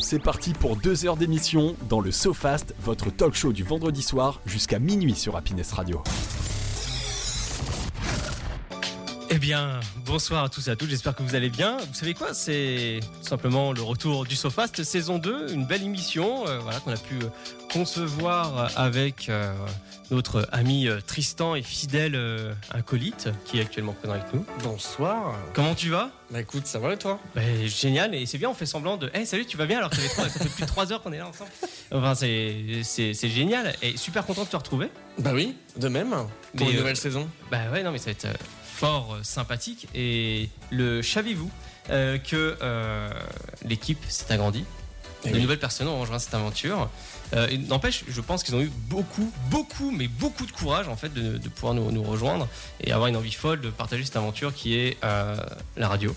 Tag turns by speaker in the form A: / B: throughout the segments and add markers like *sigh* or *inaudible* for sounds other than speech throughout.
A: c'est parti pour deux heures d'émission dans le SoFast, votre talk show du vendredi soir jusqu'à minuit sur Happiness Radio.
B: Eh bien, bonsoir à tous et à toutes, j'espère que vous allez bien. Vous savez quoi C'est tout simplement le retour du SoFast saison 2, une belle émission euh, voilà, qu'on a pu euh, concevoir avec euh, notre ami euh, Tristan et fidèle euh, acolyte qui est actuellement présent avec nous.
C: Bonsoir.
B: Comment tu vas
C: Bah écoute, ça va et toi
B: Ben, Génial, et c'est bien, on fait semblant de Eh salut, tu vas bien alors que ça fait, trois- ça fait plus de 3 heures qu'on est là ensemble. Enfin, c'est- c'est c'est génial et super content de te retrouver.
C: Bah oui, de même. Pour
B: Mais,
C: une
B: euh,
C: nouvelle saison.
B: Bah ouais, non, mais ça va être euh, fort euh, sympathique. Et le savez-vous euh, que euh, l'équipe s'est agrandie
C: Eh
B: de
C: oui.
B: nouvelles personnes ont rejoint cette aventure. Euh, et N'empêche, je pense qu'ils ont eu beaucoup, beaucoup, mais beaucoup de courage en fait de, de pouvoir nous, nous rejoindre et avoir une envie folle de partager cette aventure qui est euh, la radio.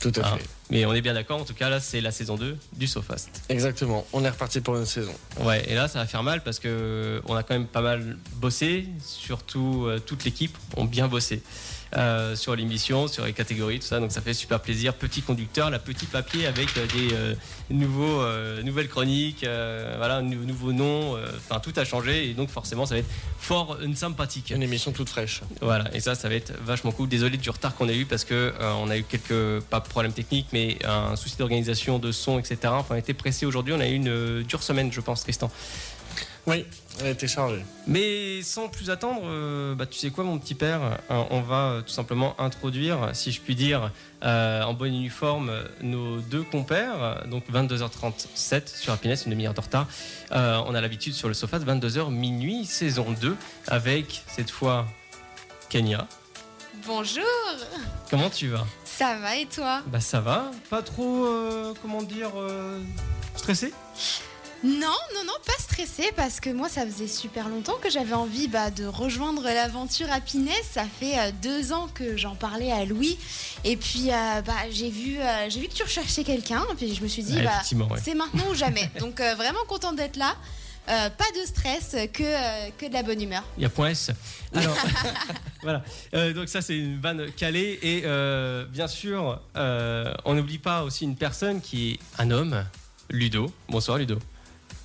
C: Tout à
B: Ah.
C: fait.
B: Mais on est bien d'accord, en tout cas là c'est la saison 2 du SoFast.
C: Exactement. On est reparti pour une saison.
B: Ouais, et là ça va faire mal parce que on a quand même pas mal bossé, surtout euh, toute l'équipe ont bien bossé euh, sur l'émission, sur les catégories, tout ça, donc ça fait super plaisir. Petit conducteur, la petit papier avec euh, des euh, nouveaux, euh, nouvelles chroniques, euh, voilà, nou- nouveaux noms, euh, enfin tout a changé et donc forcément ça va être fort euh, sympathique.
C: Une émission toute fraîche.
B: Voilà, et ça, ça va être vachement cool. Désolé du retard qu'on a eu parce que euh, on a eu quelques pas de problèmes techniques, mais un souci d'organisation de son, etc. Enfin, on a été pressé aujourd'hui. On a eu une euh, dure semaine, je pense, Tristan.
C: Oui, elle était chargée.
B: Mais sans plus attendre, euh, bah, tu sais quoi, mon petit père, hein, on va euh, tout simplement introduire, si je puis dire, euh, en bonne uniforme, euh, nos deux compères. euh, Donc 22h37 sur Happiness, une demi-heure de retard. Euh, on a l'habitude sur le sofa de 22h minuit, saison 2, avec cette fois Kenya.
D: Bonjour,
B: Comment tu vas
D: ça va et toi
B: Bah ça va, pas trop, euh, comment dire, euh, stressé
D: Non, non, non, pas stressé parce que moi ça faisait super longtemps que j'avais envie bah, de rejoindre l'aventure Happiness. Ça fait euh, deux ans que j'en parlais à Louis et puis euh, bah, j'ai vu, euh, j'ai vu que tu recherchais quelqu'un et puis je me suis dit
B: Ouais,
D: bah,
B: Ah, Effectivement, ouais.
D: c'est maintenant ou jamais. Donc euh, vraiment contente d'être là. Euh, pas de stress, que, euh, que de la bonne humeur.
B: Il y a point S. Alors, voilà. Euh, donc ça, c'est une vanne calée. Et euh, bien sûr, euh, on n'oublie pas aussi une personne qui est un homme, Ludo. Bonsoir Ludo.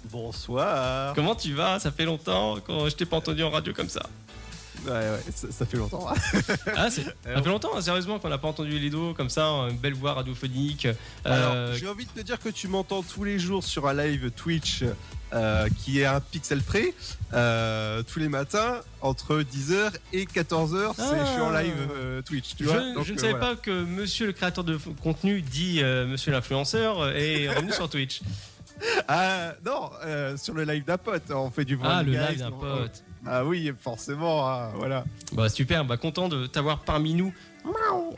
E: Bonsoir.
B: Comment tu vas Ça fait longtemps que je t'ai pas entendu en radio comme ça.
E: Ouais, ouais, ça, ça fait longtemps.
B: Ah, c'est- ça fait longtemps, hein, sérieusement, qu'on n'a pas entendu Ludo comme ça, une belle voix radiophonique. Euh,
E: Alors, j'ai envie de te dire que tu m'entends tous les jours sur un live Twitch euh, qui est à un pixel près, euh, tous les matins, entre 10h et 14h. c'est
B: Ah.
E: Je suis en live euh, Twitch, tu
B: je,
E: vois. euh,
B: je ne savais pas que monsieur le créateur de f- contenu dit euh, monsieur l'influenceur euh, est revenu sur Twitch.
E: pas. Ah, non, euh, sur le live d'un pote, on fait du
B: Ah, le
E: podcast,
B: live d'un
E: on-
B: pote.
E: Ah oui, forcément, ah, voilà.
B: Bah super, bah content de t'avoir parmi nous.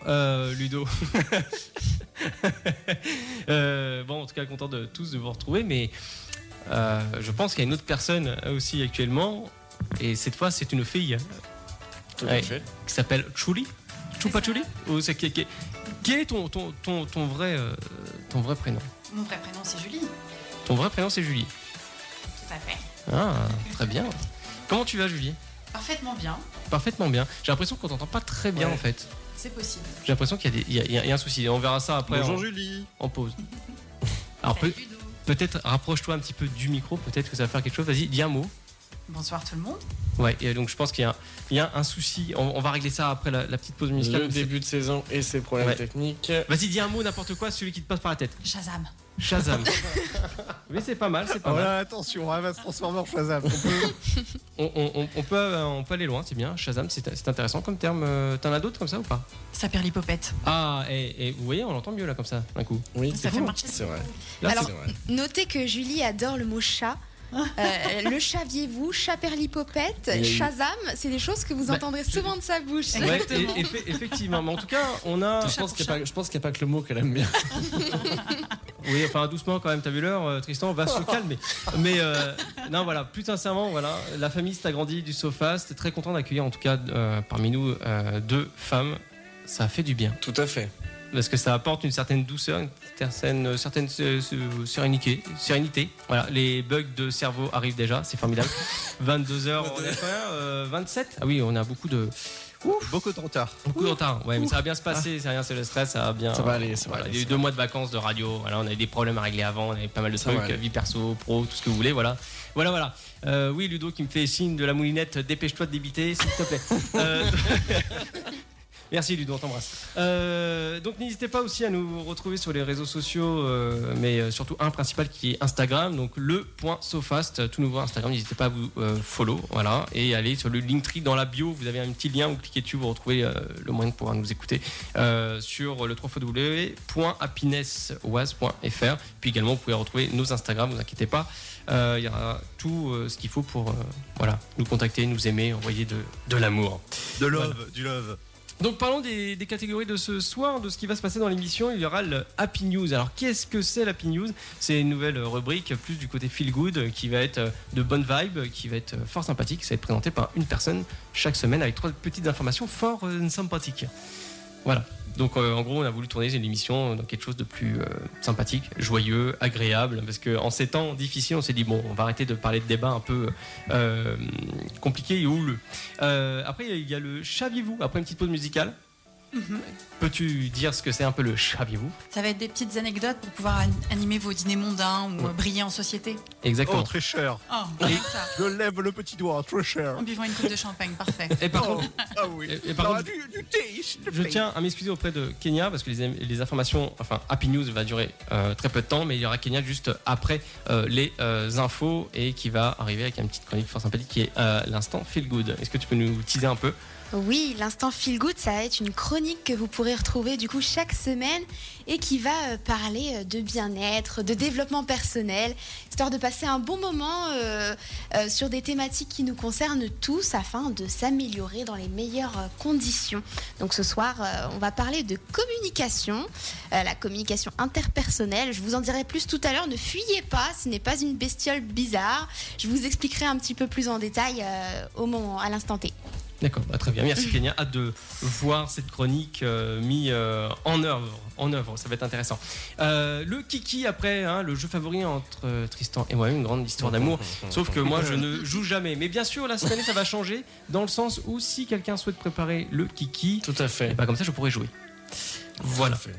B: Euh, Ludo. *laughs* Euh, bon, en tout cas, content de tous de vous retrouver, mais euh, je pense qu'il y a une autre personne aussi actuellement, et cette fois, c'est une fille
C: Tout
B: Ouais.
C: à fait.
B: qui s'appelle Chuli. Chupa
D: C'est ça.
B: Chuli Ou c'est qui- qui- Quel est ton, ton, ton, ton vrai, euh, ton vrai prénom
F: Mon vrai prénom, c'est Julie. Tout
B: Ton vrai prénom, c'est Julie.
F: à fait.
B: Ah, très bien. Comment tu vas, Julie
F: Parfaitement bien.
B: Parfaitement bien. J'ai l'impression qu'on t'entend pas très bien,
C: Ouais.
B: en fait.
F: C'est possible.
B: J'ai l'impression qu'il y, a des- il y a- il y a- il y a un souci. On verra ça après.
C: Bonjour
B: en-
C: Julie.
B: en pause. *laughs* Alors
F: Salut,
B: peut-
F: Ludo.
B: peut-être rapproche-toi un petit peu du micro, peut-être que ça va faire quelque chose. Vas-y, dis un mot.
F: Bonsoir tout le monde.
B: Ouais, et donc je pense qu'il y a, un- il y a un souci. On, on va régler ça après la, la petite pause musicale.
C: Le début de saison et ses problèmes
B: Ouais.
C: techniques.
B: Vas-y, dis un mot, n'importe quoi, celui qui te passe par la tête.
F: Shazam.
C: *laughs*
B: Shazam. Mais c'est pas mal, c'est pas mal.
E: Ah, Voilà, attention, hein, elle va se transformer en Shazam. On peut-
B: On, on- on- on peut, euh, on peut aller loin, c'est bien. Shazam, c'est c'est intéressant comme terme. Euh, T'en as d'autres comme ça ou pas
F: Ça perd l'hypopète.
B: Ah, et, et vous voyez, on l'entend mieux là comme ça, d'un coup.
C: Oui,
F: Ça fait
C: fou.
F: marcher.
C: C'est vrai.
B: Là,
D: Alors-
C: c'est vrai.
D: Notez que Julie adore le mot chat. Euh, le chaviez-vous, chaperlipopette,
C: Oui.
D: Shazam, c'est des choses que vous
B: Bah,
D: entendrez
B: je-
D: souvent de sa bouche.
B: c'est- ouais,
F: Exactement.
B: et- et- effectivement. Mais en tout cas, on a.
C: Je pense qu'il n'y a, pas- je pense qu'il y a pas que le mot qu'elle aime bien.
B: *laughs* Oui, enfin doucement quand même, t'as vu l'heure, euh, Tristan, va se calmer. Mais euh, non, voilà, plus sincèrement, voilà, la famille s'est agrandie du sofa, c'était très content d'accueillir en tout cas euh, parmi nous euh, deux femmes, ça fait du bien.
C: Tout à fait.
B: parce que ça apporte une certaine douceur, une certaine, euh, certaine sé- sé- sérénité. sérénité. Voilà, les bugs de cerveau arrivent déjà, c'est
C: *laughs*
B: formidable. 22h, on est quoi, euh, 27 Ah oui, on a beaucoup de,
E: Beaucoup trop tard.
B: beaucoup de retard. Ouais, mais ça va bien se passer, c'est rien, c'est le stress, ça va bien.
C: Ah. Ça va aller, ça va
B: Voilà, il y
C: aller,
B: a eu
C: ça
B: deux mois de vacances de radio. Voilà, on avait des problèmes à régler avant, on avait pas mal de
C: Ça va
B: trucs,
C: aller.
B: vie perso, pro, tout ce que vous voulez. Voilà, voilà, voilà. Euh, oui, Ludo qui me fait signe de la moulinette, dépêche-toi de débiter, s'il te plaît. Euh, *laughs* Merci Ludo, on t'embrasse. Euh, donc n'hésitez pas aussi à nous retrouver sur les réseaux sociaux, euh, mais euh, surtout un principal qui est Instagram, donc le.sofast, euh, tout nouveau Instagram, n'hésitez pas à vous euh, follow, voilà, et allez sur le Linktree dans la bio, vous avez un petit lien, vous cliquez dessus, vous retrouvez euh, le moyen de pouvoir nous écouter euh, sur le www.happinessoise.fr, puis également vous pouvez retrouver nos Instagram, vous inquiétez pas, euh, il y aura tout euh, ce qu'il faut pour euh, voilà, nous contacter, nous aimer, envoyer de- de l'amour.
E: *laughs* De love, du love.
B: Donc parlons des, des catégories de ce soir, de ce qui va se passer dans l'émission. Il y aura le Happy News. Alors qu'est-ce que c'est l'Happy News C'est une nouvelle rubrique plus du côté feel good euh, qui va être euh, de bonne vibe, euh, qui va être euh, fort sympathique. Ça va être présenté par une personne chaque semaine avec trois petites informations fort euh, sympathiques. Voilà. Donc euh, en gros, on a voulu tourner l'émission dans quelque chose de plus euh, sympathique, joyeux, agréable, parce que en ces temps difficiles, on s'est dit bon, on va arrêter de parler de débats un peu euh, compliqués et houleux. Euh, après, il y a le Chaviez-vous, après une petite pause musicale.
F: Mhm.
B: Peux-tu dire ce que c'est un peu le Chaviez-vous
F: Ça va être des petites anecdotes pour pouvoir an- animer vos dîners mondains ou
B: Ouais.
F: euh, briller en société.
E: Oh,
B: Exactement.
E: très cher.
F: Oh,
B: Et-
F: ça.
E: Je lève le petit doigt, très cher.
F: En buvant une coupe de champagne, parfait.
B: Et par contre,
E: Ah oui.
B: et- et par contre,
E: du, du thé, s'il te
B: je
E: plaît.
B: tiens à m'excuser auprès de Kenya parce que les, les informations, enfin Happy News va durer euh, très peu de temps, mais il y aura Kenya juste après euh, les euh, infos et qui va arriver avec une petite chronique fort sympathique qui est euh, l'instant Feel Good. Est-ce que tu peux nous teaser un peu
D: Oui, l'instant feel good, ça va être une chronique que vous pourrez retrouver du coup chaque semaine et qui va euh, parler euh, de bien-être, de développement personnel, histoire de passer un bon moment euh, euh, sur des thématiques qui nous concernent tous afin de s'améliorer dans les meilleures euh, conditions. Donc ce soir, euh, on va parler de communication, euh, la communication interpersonnelle. Je vous en dirai plus tout à l'heure. Ne fuyez pas, ce n'est pas une bestiole bizarre. Je vous expliquerai un petit peu plus en détail euh, au moment, à l'instant T.
B: D'accord, bah, très bien. Merci Kenya. Hâte de voir cette chronique euh, mise euh, en œuvre. En œuvre, ça va être intéressant. Euh, le Kiki après, hein, le jeu favori entre euh, Tristan et moi-même, une grande histoire d'amour. Sauf que moi, je ne joue jamais. Mais bien sûr, là, cette année, ça va changer dans le sens où si quelqu'un souhaite préparer le Kiki,
C: Tout à
B: et
C: fait.
B: bah, comme ça, je pourrais jouer. Voilà.
C: Tout à fait.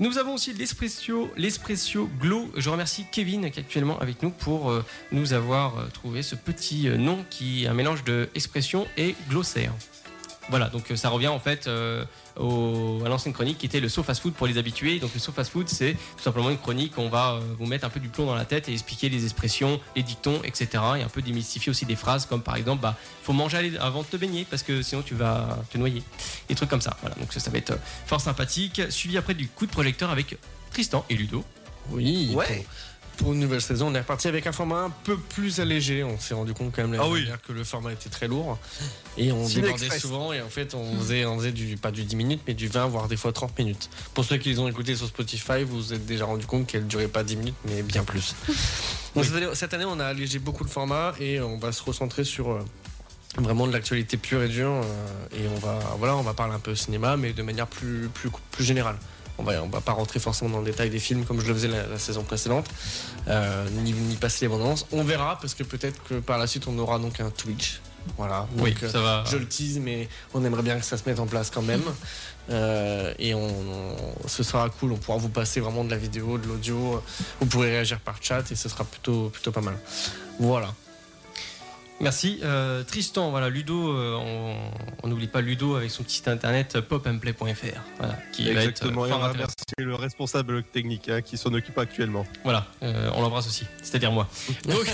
B: Nous avons aussi l'espresso, l'espresso glow. Je remercie Kevin qui est actuellement avec nous pour euh, nous avoir euh, trouvé ce petit euh, nom qui est un mélange de expression et glossaire. Voilà, donc euh, ça revient en fait euh, au- à l'ancienne chronique qui était le saut fast food pour les habitués. Donc le saut fast food, c'est tout simplement une chronique où on va euh, vous mettre un peu du plomb dans la tête et expliquer les expressions, les dictons, etc. Et un peu démystifier aussi des phrases comme par exemple, bah, faut manger à l'aide avant de te baigner parce que sinon tu vas te noyer. Des trucs comme ça. Voilà, donc ça, ça va être euh, fort sympathique. Suivi après du coup de projecteur avec Tristan et Ludo.
C: Oui.
E: Ouais.
C: Pour, pour une nouvelle saison, on est reparti avec un format un peu plus allégé. On s'est rendu compte quand même l'année
E: Ah oui.
C: dernière que le format était très lourd. Et on
E: Ciné
C: débordait
E: Express. Hmm.
C: souvent. Et en fait, on faisait, on faisait du, pas du 10 minutes, mais du 20, voire des fois 30 minutes. Pour ceux qui les ont écoutés sur Spotify, vous vous êtes déjà rendu compte qu'elle ne durait pas 10 minutes, mais bien
E: *laughs*
C: plus. Donc, cette, année, cette année, on a allégé beaucoup le format et on va se recentrer sur. euh, Vraiment de l'actualité pure et dure, euh, et on va voilà, on va parler un peu cinéma, mais de manière plus plus plus générale. On va, on va pas rentrer forcément dans le détail des films comme je le faisais la, la saison précédente, euh, ni, ni passer les bandes annonces. On verra parce que peut-être que par la suite on aura donc un Twitch. Voilà. Donc, euh,
B: ça va.
C: je le tease, mais on aimerait bien que ça se mette en place quand même. Euh, et on, on- ce sera cool. On pourra vous passer vraiment de la vidéo, de l'audio. Vous pourrez réagir par chat et ce sera plutôt plutôt pas mal. Voilà.
B: Merci. Euh, Tristan, voilà, Ludo, euh, on- on n'oublie pas Ludo avec son petit site internet euh, popandplay.fr. Voilà, qui
E: Exactement,
B: va
E: et
B: être euh, fort
E: on va
B: intéressant.
E: remercier le responsable technique hein, qui s'en occupe actuellement.
B: Voilà, euh, on l'embrasse aussi, c'est-à-dire moi. Donc,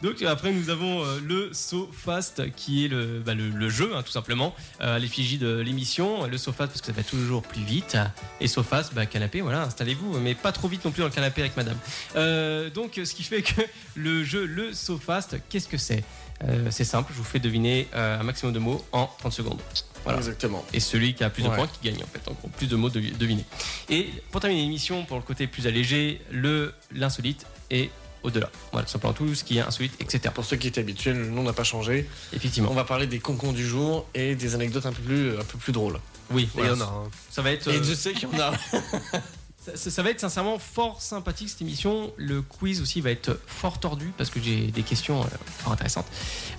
B: Donc, après nous avons euh, le So Fast qui est le, bah, le, le jeu hein, tout simplement euh, à l'effigie de l'émission. Le So Fast parce que ça va toujours plus vite et So Fast bah, canapé voilà installez-vous mais pas trop vite non plus dans le canapé avec madame. Euh, donc ce qui fait que le jeu le So Fast qu'est-ce que c'est Euh, C'est simple, je vous fais deviner euh, un maximum de mots en 30 secondes. Voilà.
C: Exactement.
B: Et celui qui a plus de
C: Ouais.
B: points qui gagne en fait, en gros, plus de mots devi- devinés. Et pour terminer l'émission, pour le côté plus allégé, le l'insolite et au-delà. Voilà, tout simplement tout ce qui est insolite, etc.
C: Pour ceux qui étaient habitués, le nom n'a pas changé.
B: Effectivement.
C: On va parler des concons du jour et des anecdotes un peu plus un peu plus drôles.
B: Oui,
C: Il y
B: voilà.
C: en a. hein.
B: Ça va être.
C: Et
B: euh,
C: je sais qu'il y en *laughs* a.
B: Ça, ça- ça va être sincèrement fort sympathique cette émission. Le quiz aussi va être fort tordu parce que j'ai des questions euh, fort intéressantes.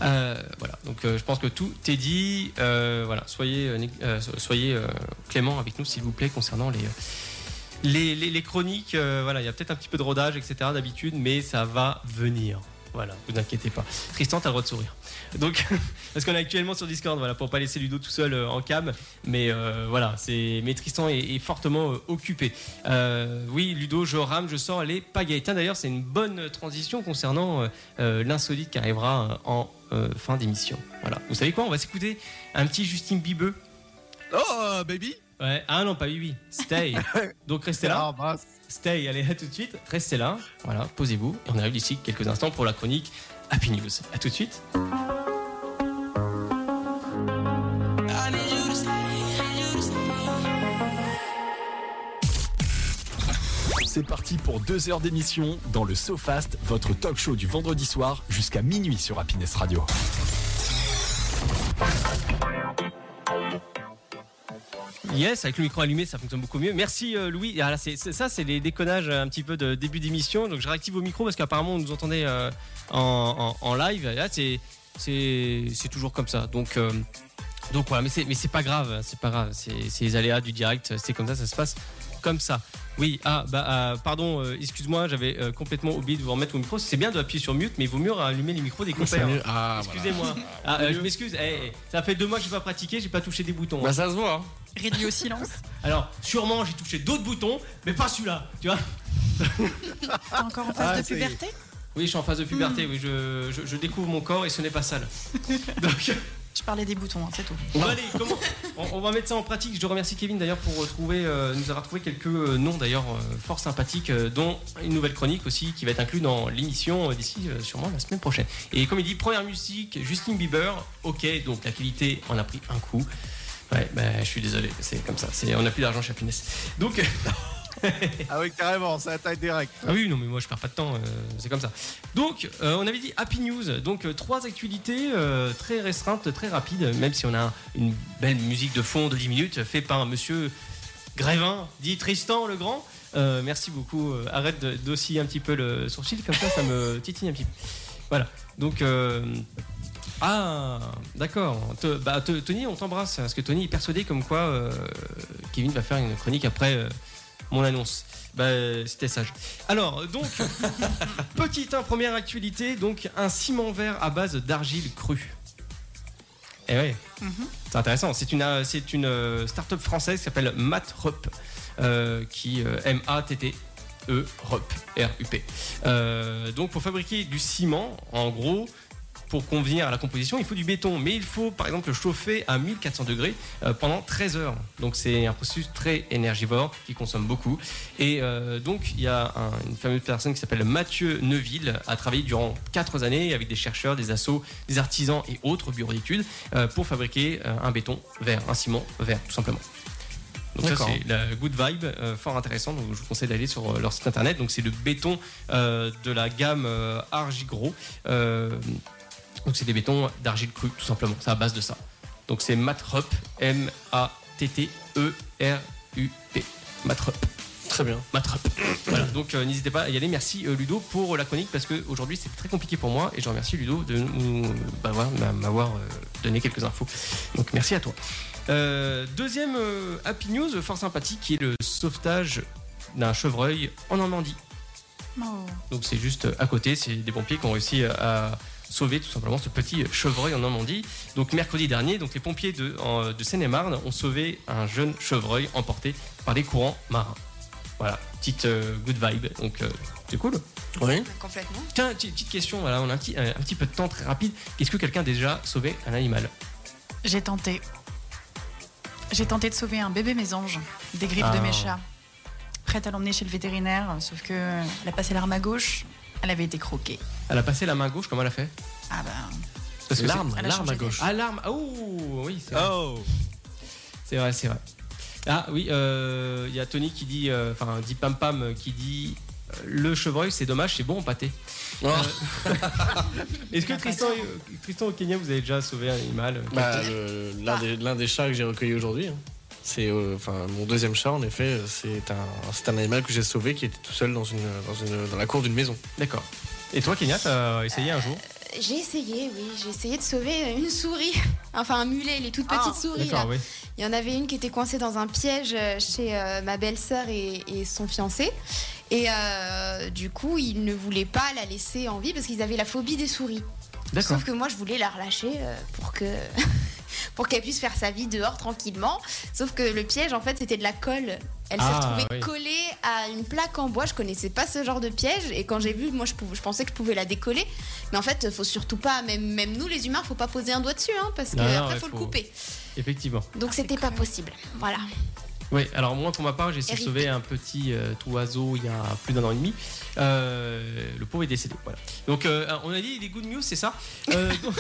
B: Euh, voilà, donc euh, je pense que tout est dit. Euh, voilà, soyez, euh, né- euh, so- soyez euh, clément avec nous s'il vous plaît concernant les. euh, les, les- les chroniques, Euh, voilà, il y a peut-être un petit peu de rodage, etc. d'habitude, mais ça va venir. Voilà, vous inquiétez pas. Tristan, t'as le droit de sourire. Donc, *laughs* parce qu'on est actuellement sur Discord, voilà, pour pas laisser Ludo tout seul euh, en cam, mais euh, voilà, c'est, mais Tristan est, est fortement euh, occupé. Euh, oui, Ludo, je rame, je sors les pagailles. Tiens, D'ailleurs, c'est une bonne transition concernant euh, euh, l'insolite qui arrivera euh, en euh, fin d'émission. Voilà. Vous savez quoi On va s'écouter un petit Justin Bieber.
E: Oh, baby
B: Ouais. Ah non, pas oui, oui.
E: *laughs*
B: Stay. Donc restez là.
E: Ah, mince.
B: Stay. Allez, à tout de suite. Restez là. Voilà. Posez-vous. Et on arrive d'ici quelques instants pour la chronique Happy News. À tout de suite.
A: C'est parti pour deux heures d'émission dans le SoFast, votre talk show du vendredi soir jusqu'à minuit sur Happiness Radio.
B: Yes, avec le micro allumé, ça fonctionne beaucoup mieux. Merci euh, Louis. Ah, là, c'est- c'est- ça, c'est les déconnages euh, un petit peu de début d'émission. Donc je réactive vos micros parce qu'apparemment, on nous entendait euh, en, en- en live. Et Là, c'est c'est c'est toujours comme ça. Donc euh, donc voilà, mais c'est mais c'est pas grave, c'est pas grave. C'est c'est les aléas du direct. C'est comme ça, ça se passe comme ça. Oui, ah bah euh, pardon, euh, excuse-moi, j'avais euh, complètement oublié de vous remettre au micro. C'est bien de appuyer sur mute, mais il vaut mieux allumer les micros des compères.
C: Ah, voilà.
B: Excusez-moi. Ah, euh, je m'excuse. Eh, eh, ça fait deux mois que j'ai pas pratiqué, j'ai pas touché des boutons.
C: Bah, ça se voit. hein.
F: Réduit au *laughs* silence.
B: Alors, sûrement, j'ai touché d'autres boutons, mais pas celui-là, tu vois
F: T'es encore en phase
E: Ah,
F: de
E: ça y est.
F: puberté
B: Oui, je suis en phase de puberté, oui, je, je- je découvre mon corps et ce n'est pas sale. Donc,
F: Je parlais des boutons, hein, c'est tout.
B: bon, allez, comment *laughs* on, on va mettre ça en pratique. Je remercie Kevin d'ailleurs pour retrouver, euh, nous avoir trouvé quelques euh, noms d'ailleurs euh, fort sympathiques, euh, dont une nouvelle chronique aussi qui va être inclue dans l'émission euh, d'ici euh, sûrement la semaine prochaine. Et comme il dit, première musique, Justin Bieber, ok, donc la qualité en a pris un coup. Ouais, bah, je suis désolé, c'est comme ça, c'est- on n'a plus d'argent chez Happiness. Donc,
E: Ah oui, carrément, ça attaque direct.
B: Ah oui, non, mais moi je perds pas de temps, euh, c'est comme ça. Donc, euh, on avait dit Happy News, donc euh, trois actualités euh, très restreintes, très rapides, même si on a une belle musique de fond de 10 minutes, fait par un monsieur Grévin, dit Tristan le Grand. Euh, merci beaucoup, euh, arrête de- d'osciller un petit peu le sourcil, comme ça ça me titille un petit peu. Voilà, donc. euh, ah, d'accord. Te- bah, te- Tony, on t'embrasse, parce que Tony est persuadé comme quoi euh, Kevin va faire une chronique après euh, mon annonce. Bah, euh, c'était sage. Alors, donc, *laughs* petite hein, première actualité, donc un ciment vert à base d'argile crue. Eh ouais,
F: Mhm.
B: c'est intéressant. C'est une, euh, c'est une euh, start-up française qui s'appelle MatRup, euh, qui euh, M-A-T-T. E, Rup, R-U-P. Euh, donc, pour fabriquer du ciment, en gros, pour convenir à la composition, il faut du béton, mais il faut par exemple le chauffer à 1400 degrés euh, pendant 13 heures. Donc c'est un processus très énergivore qui consomme beaucoup. Et euh, donc il y a un- une fameuse personne qui s'appelle Mathieu Neuville, a travaillé durant 4 années avec des chercheurs, des assos, des artisans et autres bureaux d'études euh, pour fabriquer euh, un béton vert, un ciment vert tout simplement. Donc ça
C: D'accord.
B: c'est la good vibe, euh, fort intéressant, donc je vous conseille d'aller sur euh, leur site internet. Donc c'est le béton euh, de la gamme euh, Argigro. Euh, donc c'est des bétons d'argile crue, tout simplement. C'est à base de ça. Donc c'est Matrup, E M-A-T-T-E-R-U-P. Matrup,
C: Très bien.
B: Matrup. Voilà, donc euh, n'hésitez pas à y aller. Merci euh, Ludo pour la chronique parce qu'aujourd'hui c'était très compliqué pour moi et je remercie Ludo de nous- bah, voilà, m'a- m'avoir euh, donné quelques infos. Donc merci à toi. Euh, deuxième euh, Happy News fort sympathique qui est le sauvetage d'un chevreuil en Normandie.
F: Oh.
B: Donc c'est juste euh, à côté, c'est des pompiers qui ont réussi euh, à sauver tout simplement ce petit chevreuil en Normandie. Donc mercredi dernier, donc les pompiers de, en- de Seine-et-Marne ont sauvé un jeune chevreuil emporté par les courants marins. Voilà, petite euh, good vibe, donc euh, c'est cool.
C: Oui.
D: Complètement.
B: Tiens, petite petite question, voilà, on a un petit, un petit peu de temps très rapide. Est-ce que quelqu'un a déjà sauvé un animal
F: J'ai tenté. J'ai tenté de sauver un bébé mésange des griffes de
B: Ah.
F: mes chats. Prête à l'emmener chez le vétérinaire, sauf que elle a passé l'arme à gauche, elle avait été croquée.
B: Elle a passé la main gauche, comment elle a fait
F: Ah bah,
B: Parce que c'est-
C: L'arme,
F: Elle a
C: l'arme
F: changé
C: à gauche.
B: Ah, l'arme Ah, ouh, oui, c'est vrai.
E: Oh
B: C'est vrai, c'est vrai. Ah oui, euh, il y a Tony qui dit, euh, enfin dit Pam Pam euh, qui dit euh, le chevreuil c'est dommage, c'est bon en pâté.
C: Oh.
B: Est-ce que Tristan, et- Tristan au Kenya vous avez déjà sauvé un animal euh,
C: *laughs* Bah, le- l'un des, l'un des chats que j'ai recueilli aujourd'hui. hein. C'est euh, enfin mon deuxième chat en effet, euh, c'est un c'est un animal que j'ai sauvé qui était tout seul dans une dans une dans la cour d'une maison.
B: D'accord. Et toi, Kenya, t'as essayé un jour
D: J'ai essayé, oui, j'ai essayé de sauver une souris, *laughs* enfin un mulet, les toutes petites souris. là.
B: D'accord, oui.
D: Il y en avait une qui était coincée dans un piège euh, chez euh, ma belle-sœur et, et son fiancé. Et euh, du coup, ils ne voulaient pas la laisser en vie parce qu'ils avaient la phobie des souris.
B: D'accord.
D: Sauf que moi, je voulais la relâcher euh, pour que *laughs* pour qu'elle puisse faire sa vie dehors tranquillement. Sauf que le piège, en fait, c'était de la colle. Elle s'est
B: Ah,
D: retrouvée
B: oui.
D: collée à une plaque en bois. Je connaissais pas ce genre de piège. Et quand j'ai vu, moi, je, pouvais- je pensais que je pouvais la décoller. Mais en fait, faut surtout pas, même, même nous, les humains, faut pas poser un doigt dessus, hein, parce que
B: Non, non,
D: après,
B: ouais,
D: faut,
B: faut-
D: le couper.
B: Effectivement.
D: Donc, c'était pas possible. Voilà.
B: Oui, alors moi pour ma part, j'ai essayé de
D: Eric.
B: sauver un petit euh, tout oiseau il y a plus d'un an et demi. Euh, le pauvre est décédé. Voilà. Donc euh, on a dit les good news, c'est ça Euh, donc-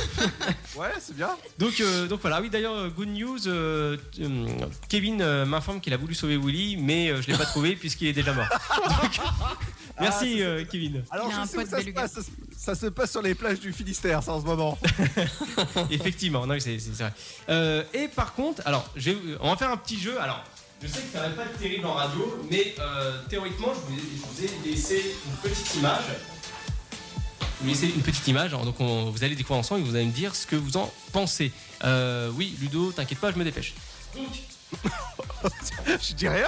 E: Ouais, c'est bien.
B: Donc, euh, donc voilà, oui d'ailleurs, euh, good news, euh, euh, Kevin euh, m'informe qu'il a voulu sauver Willy, mais euh, je l'ai pas trouvé puisqu'il est déjà mort. *laughs* Donc,
E: Ah,
B: merci
E: c'est-
B: euh, Kevin.
E: Alors,
F: Il a un
E: je sais où
F: pote
E: ça se
F: beluga.
E: passe. Ça, se- ça se passe sur les plages du Finistère, ça, en ce moment. *laughs*
B: Effectivement, non, mais c'est c'est- c'est vrai. Euh, et par contre, alors, je vais- on va faire un petit jeu. Alors, je sais que ça va pas être terrible en radio, mais euh, théoriquement, je vous, ai, je vous ai laissé une petite image. Je vous ai laissé une petite image, alors, donc on- vous allez découvrir ensemble et vous allez me dire ce que vous en pensez. Euh, oui, Ludo, t'inquiète pas, je me dépêche. Donc,
E: je dis rien.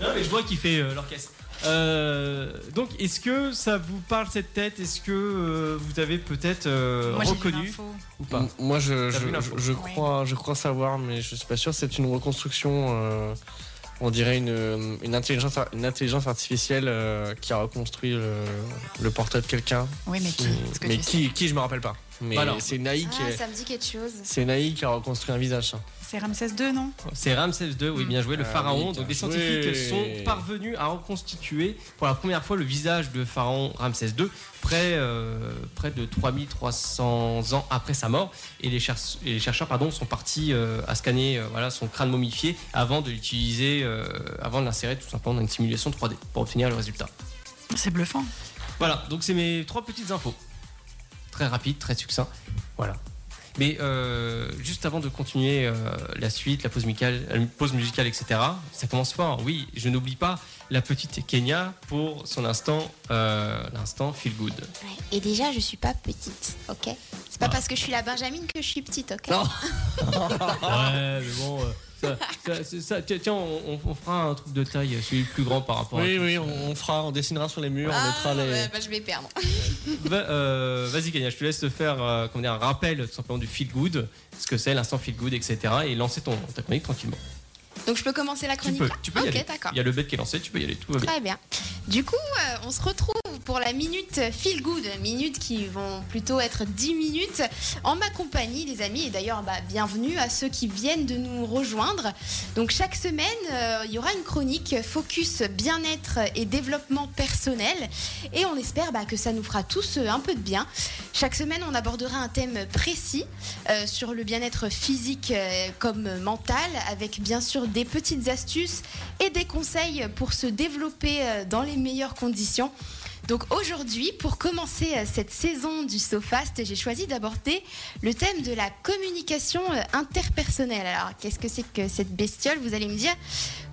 B: Non, mais je vois qu'il fait euh, l'orchestre. Euh, donc, est-ce que ça vous parle cette tête Est-ce que euh, vous avez peut-être euh,
F: Moi, j'ai une
B: reconnu
F: info.
B: ou pas
C: M- Moi je
B: T'as
C: je,
B: vu l'info
C: je- je crois je crois savoir mais je suis pas sûr. C'est une reconstruction. euh, on dirait une, euh, une intelligence ar- une intelligence artificielle euh, qui a reconstruit le, le portrait de quelqu'un.
F: Oui, mais qui Est-ce que
C: Euh, mais
F: tu sais
C: qui qui je me rappelle pas. Mais
B: Voilà.
C: c'est une AI qui
D: Ah,
C: est-
D: ça me dit quelque chose.
C: c'est une AI qui a reconstruit un visage. hein. ça.
F: C'est Ramsès II, non
B: C'est Ramsès II, oui,
F: Mm.
B: bien joué, le
C: Ah
B: pharaon.
C: oui,
B: donc, des
C: bien
B: scientifiques
C: joué.
B: sont parvenus à reconstituer pour la première fois le visage de pharaon Ramsès II, près, euh, près de 3300 ans après sa mort. Et les, cher- et les chercheurs pardon, sont partis euh, à scanner euh, voilà, son crâne momifié avant de l'utiliser, euh, avant de l'insérer tout simplement dans une simulation 3D pour obtenir le résultat.
F: C'est bluffant.
B: Voilà, donc c'est mes trois petites infos. Très rapide, très succinct. Voilà. Mais euh, juste avant de continuer euh, la suite, la pause musicale, la pause musicale, etc., ça commence fort. hein. Oui, je n'oublie pas la petite Kenya pour son instant, euh, l'instant feel good.
D: Ouais. Et déjà, je suis pas petite, ok C'est pas
B: Ah.
D: parce que je suis la Benjamine que je suis petite, ok
C: Non.
B: *laughs* Ouais, mais bon. euh, ça- ça- ça- tiens, tiens, on, on fera un truc de taille, celui le plus grand par rapport à.
C: Oui oui on, on fera on dessinera sur les murs on
D: Ah,
C: mettra les
D: ouais, bah, je vais perdre.
B: Va- euh, Vas-y, Kenya, je te laisse te faire euh, comment dire, un rappel tout simplement du feel good, ce que c'est l'instant feel good, etc., et lancer ton, ta chronique tranquillement.
D: Donc je peux commencer la
B: Tu
D: chronique
B: peux,
D: là
B: tu peux y
D: Ok,
B: aller.
D: d'accord.
B: Il y a le bête qui est lancé, tu peux y aller, tout va bien.
D: Très bien. Du coup, euh, on se retrouve pour la minute feel good, minutes qui vont plutôt être 10 minutes en ma compagnie, les amis. Et d'ailleurs, bah, bienvenue à ceux qui viennent de nous rejoindre. Donc, chaque semaine, euh, il y aura une chronique focus bien-être et développement personnel. Et on espère bah, que ça nous fera tous euh, un peu de bien. Chaque semaine, on abordera un thème précis euh, sur le bien-être physique euh, comme mental, avec bien sûr des petites astuces et des conseils pour se développer euh, dans les meilleures conditions. Donc aujourd'hui, pour commencer euh, cette saison du SoFast, j'ai choisi d'aborder le thème de la communication euh, interpersonnelle. Alors qu'est-ce que c'est que cette bestiole Vous allez me dire.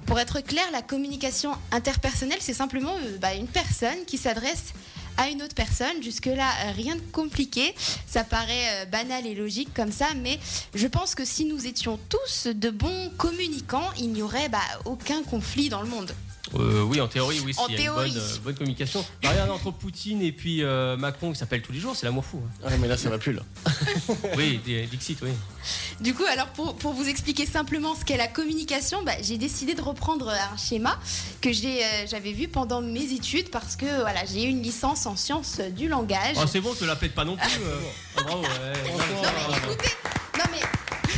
D: Pour être clair, la communication interpersonnelle, c'est simplement euh, bah, une personne qui s'adresse à une autre personne. Jusque-là, euh, rien de compliqué. Ça paraît euh, banal et logique comme ça, mais je pense que si nous étions tous de bons communicants, il n'y aurait bah, aucun conflit dans le monde.
B: Euh, oui, en théorie, oui,
D: En
B: s'il y a une
D: théorie.
B: bonne, euh, bonne communication. Bah, regarde, entre Poutine et puis euh, Macron, qui s'appelle tous les jours, c'est l'amour fou. hein.
C: Ouais, mais là ça va plus là. *laughs*
B: Oui, des- Dixit, oui.
D: Du coup, alors pour, pour vous expliquer simplement ce qu'est la communication, bah, j'ai décidé de reprendre euh, un schéma que j'ai, euh, j'avais vu pendant mes études parce que voilà, j'ai eu une licence en sciences euh, du langage.
B: Ah, c'est bon, te la pète pas non plus. euh. Ah, bravo, ouais.
D: Non mais écoutez, non mais. *laughs*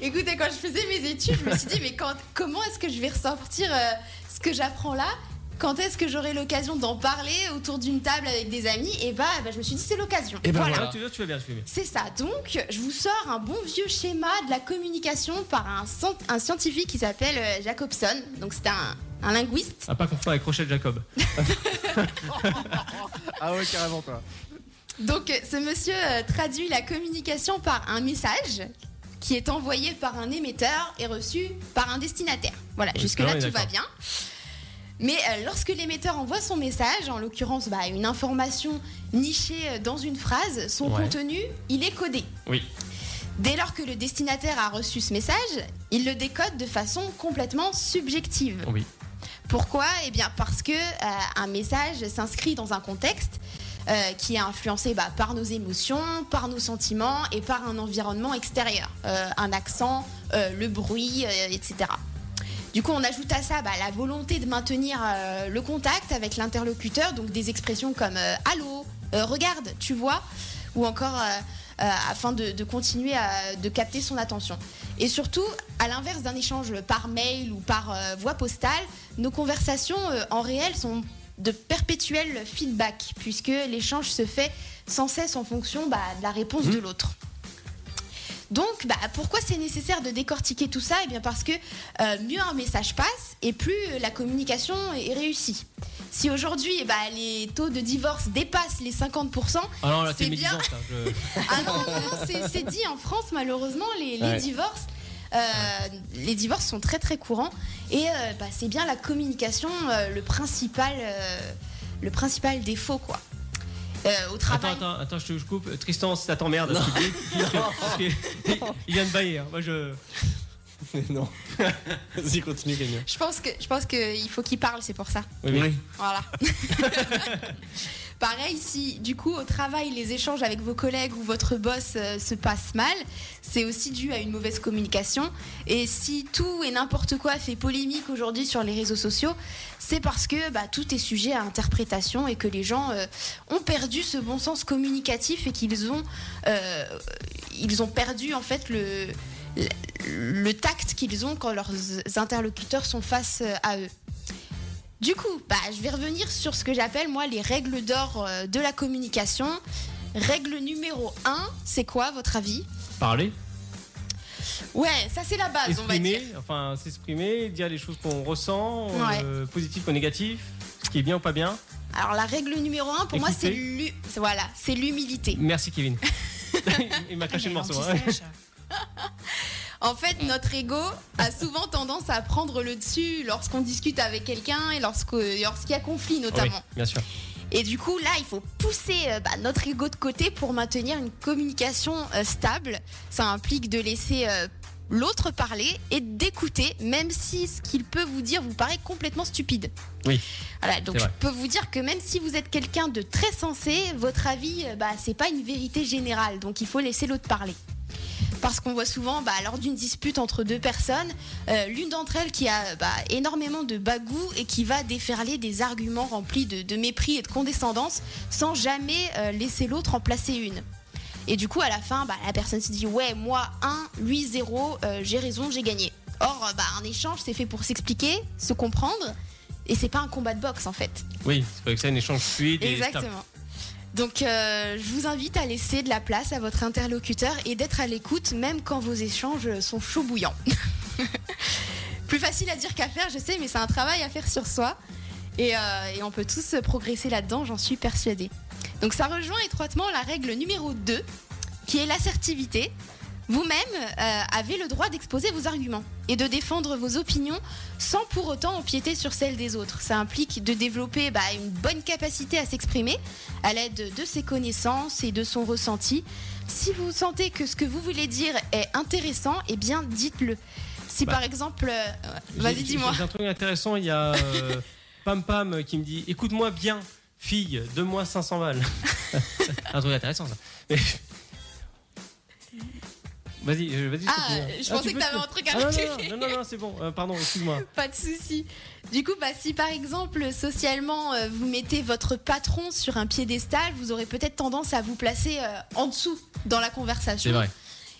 D: Écoutez, quand je faisais mes études, je me suis dit, mais quand, comment est-ce que je vais ressortir euh, ce que j'apprends là Quand est-ce que j'aurai l'occasion d'en parler autour d'une table avec des amis Et bah, bah, je me suis dit, c'est l'occasion.
C: Et ben
B: Voilà,
C: voilà.
B: Ah, tu, tu vas bien, tu vas bien.
D: C'est ça. Donc, je vous sors un bon vieux schéma de la communication par un, cent- un scientifique qui s'appelle euh, Jacobson. Donc, c'est un, un linguiste.
B: À pas confondre avec Rochelle Jacob.
E: Ah ouais, carrément, toi.
D: Donc, euh, ce monsieur euh, traduit la communication par un message qui est envoyé par un émetteur et reçu par un destinataire. Voilà,
B: Oui,
D: jusque-là,
B: ah oui,
D: tout va
B: d'accord.
D: bien. Mais euh, lorsque l'émetteur envoie son message, en l'occurrence bah, une information nichée euh, dans une phrase, son
B: Ouais.
D: contenu, il est codé.
B: Oui.
D: Dès lors que le destinataire a reçu ce message, il le décode de façon complètement subjective.
B: Oui.
D: Pourquoi Eh bien parce que euh, un message s'inscrit dans un contexte euh, qui est influencé bah, par nos émotions, par nos sentiments et par un environnement extérieur, Euh, un accent, euh, le bruit, euh, etc. Du coup, on ajoute à ça bah, la volonté de maintenir euh, le contact avec l'interlocuteur, donc des expressions comme euh, allô, euh, regarde, tu vois, ou encore euh, euh, afin de, de continuer à, de capter son attention. Et surtout, à l'inverse d'un échange par mail ou par euh, voie postale, nos conversations euh, en réel sont de perpétuel feedback, puisque l'échange se fait sans cesse en fonction bah, de la réponse de l'autre. Donc, bah, pourquoi c'est nécessaire de décortiquer tout ça Eh bien, parce que euh, mieux un message passe et plus euh, la communication est réussie. Si aujourd'hui, eh ben, les taux de divorce dépassent les 50%,
B: Ah non, là, t'es
D: C'est bien.
B: médisante. hein, je-
D: ah non, non, non, c'est- c'est dit en France, malheureusement, les, les
B: Ouais.
D: divorces. euh, les divorces sont très très courants et euh, bah, c'est bien la communication euh, le principal euh, le principal défaut quoi Euh, au
B: Attends,
D: travail
B: attends, attends, je te je coupe. Tristan, ça t'emmerde. ce qu'il dit. Parce que- Il vient de bailler. hein. Moi, je.
C: Mais non. *laughs* Vas-y, continue, Camille.
D: je pense que je pense que il faut qu'il parle c'est pour ça
C: Oui.
D: Voilà. *laughs* Pareil, si du coup au travail les échanges avec vos collègues ou votre boss euh, se passent mal, c'est aussi dû à une mauvaise communication. Et si tout et n'importe quoi fait polémique aujourd'hui sur les réseaux sociaux, c'est parce que bah, tout est sujet à interprétation et que les gens euh, ont perdu ce bon sens communicatif et qu'ils ont, euh, ils ont perdu en fait le, le, le tact qu'ils ont quand leurs interlocuteurs sont face euh, à eux. Du coup, bah, je vais revenir sur ce que j'appelle moi les règles d'or euh, de la communication. Règle numéro 1, c'est quoi à votre avis
B: Parler,
D: Ouais, ça c'est la base, on va dire.
B: exprimer, enfin s'exprimer, dire les choses qu'on ressent, euh, positif ou négatif, ce qui est bien ou pas bien.
D: Alors la règle numéro 1 pour moi c'est l'hu- voilà, c'est l'humilité.
B: Merci, Kevin. *laughs* Il m'a
F: Ah,
B: caché le morceau. hein.
F: *laughs*
D: En fait, notre ego a souvent tendance à prendre le dessus lorsqu'on discute avec quelqu'un et lorsque- euh, lorsqu'il y a conflit
B: Oui,
D: notamment.
B: bien sûr.
D: Et du coup, là, il faut pousser euh, bah, notre ego de côté pour maintenir une communication euh, stable. Ça implique de laisser euh, l'autre parler et d'écouter, même si ce qu'il peut vous dire vous paraît complètement stupide.
B: Oui.
D: Voilà, donc
B: C'est
D: je
B: vrai.
D: peux vous dire que même si vous êtes quelqu'un de très sensé, votre avis, euh, bah, c'est pas une vérité générale. Donc il faut laisser l'autre parler. Parce qu'on voit souvent, bah, lors d'une dispute entre deux personnes, euh, l'une d'entre elles qui a bah, énormément de bagou et qui va déferler des arguments remplis de, de mépris et de condescendance sans jamais euh, laisser l'autre en placer une. Et du coup, à la fin, bah, la personne se dit Ouais, moi 1, lui 0, j'ai raison, j'ai gagné. Or, bah, un échange, c'est fait pour s'expliquer, se comprendre, et c'est pas un combat de boxe en fait.
B: Oui, c'est pas que ça, un échange fluide et stable.
D: Exactement. Donc, euh, je vous invite à laisser de la place à votre interlocuteur et d'être à l'écoute, même quand vos échanges sont chauds bouillants. *laughs* Plus facile à dire qu'à faire, je sais, mais c'est un travail à faire sur soi. Et, euh, et on peut tous progresser là-dedans, j'en suis persuadée. Donc, ça rejoint étroitement la règle numéro 2, qui est l'assertivité. Vous-même euh, avez le droit d'exposer vos arguments et de défendre vos opinions sans pour autant empiéter sur celles des autres. Ça implique de développer bah, une bonne capacité à s'exprimer à l'aide de ses connaissances et de son ressenti. Si vous sentez que ce que vous voulez dire est intéressant, eh bien dites-le. Si
B: Bah,
D: par exemple, euh, vas-y
B: J'ai-
D: dis-moi.
B: J'ai un truc intéressant, il y a euh, Pam Pam qui me dit Écoute-moi bien, fille, donne-moi 500 balles. *laughs* un truc intéressant, ça. Mais- Vas-y, euh, vas-y.
D: Ah,
B: continue.
D: je
B: Ah,
D: pensais
B: tu
D: que
B: peux,
D: t'avais
B: tu
D: un truc à
B: peux.
D: rajouter.
B: Ah, non, non, non, non, non, c'est bon, Euh, pardon, excuse-moi.
D: Pas de souci. Du coup, bah, si par exemple, socialement, euh, vous mettez votre patron sur un piédestal, vous aurez peut-être tendance à vous placer euh, en dessous dans la conversation.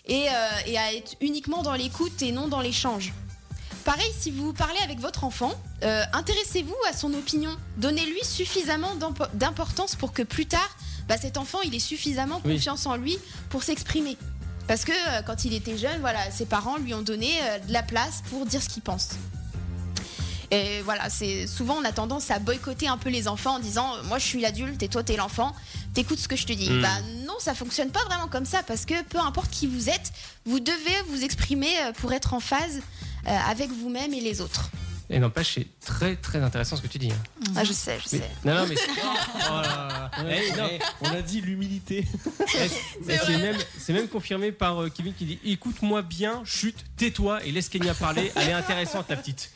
D: et, euh, et à être uniquement dans l'écoute et non dans l'échange. Pareil, si vous parlez avec votre enfant, euh, intéressez-vous à son opinion. Donnez-lui suffisamment d'impo- d'importance pour que plus tard, bah, cet enfant, il ait suffisamment
B: Oui.
D: confiance en lui pour s'exprimer. Parce que euh, quand il était jeune, voilà, ses parents lui ont donné euh, de la place pour dire ce qu'il pense. Et voilà, c'est souvent on a tendance à boycotter un peu les enfants en disant euh, moi je suis l'adulte et toi t'es l'enfant, t'écoutes ce que je te dis.
B: Mm.
D: Bah non, ça fonctionne pas vraiment comme ça parce que peu importe qui vous êtes, vous devez vous exprimer euh, pour être en phase euh, avec vous-même et les autres.
B: Et n'empêche, c'est très très intéressant ce que tu dis. hein.
D: Ah, je sais, je sais.
B: Mais- non, non, mais. Oh là là. Eh, non.
G: On a dit
B: *laughs*
G: l'humilité.
B: Mais C'est même, c'est même confirmé par euh, Kevin qui dit Écoute-moi bien, chute, tais-toi et laisse Kenya parler. Elle est intéressante,
G: *laughs*
B: la petite.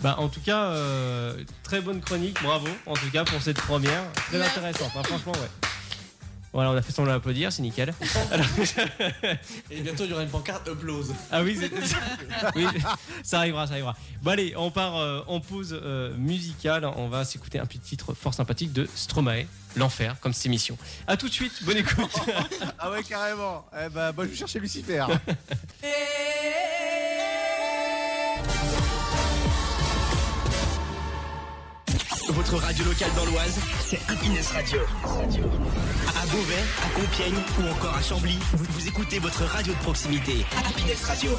B: bah, en tout cas, euh, très bonne chronique, bravo en tout cas pour cette première. Très
D: Merci.
B: intéressante, hein, franchement, ouais. Voilà, on a fait semblant d'applaudir, c'est nickel.
G: Et bientôt, il y aura une pancarte Upload.
B: Ah oui, c'est- *laughs* oui, ça arrivera, ça arrivera. Bon allez, on part euh, en pause euh, musicale. On va s'écouter un petit titre fort sympathique de Stromae, l'enfer, comme cette émission. A tout de suite, bonne écoute.
E: Ah ouais, carrément. Eh ben, moi, je vais chercher Lucifer.
H: Votre radio locale dans l'Oise, c'est Happiness Radio. À Beauvais, à Compiègne ou encore à Chambly, vous, vous écoutez votre radio de proximité. Happiness Radio.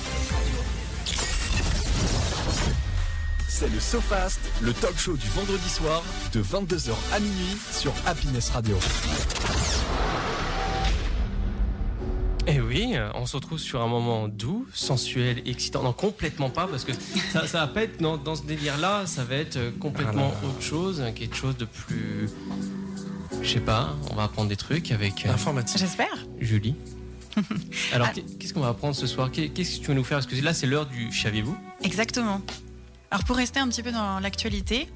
A: C'est le SoFast, le talk show du vendredi soir de 22h à minuit sur Happiness Radio.
B: Eh oui, euh, on se retrouve sur un moment doux, sensuel, excitant. Non, complètement pas, parce que ça, ça va pas être dans, dans ce délire-là, ça va être euh, complètement autre chose, euh, quelque chose de plus. Je sais pas, on va apprendre des trucs avec euh,
C: Informatique.
F: J'espère.
B: Julie. Alors,
F: Ah.
B: qu'est- qu'est-ce qu'on va apprendre ce soir Qu'est- Qu'est-ce que tu vas nous faire Parce que là, c'est l'heure du saviez-vous
F: Exactement. Alors pour rester un petit peu dans l'actualité,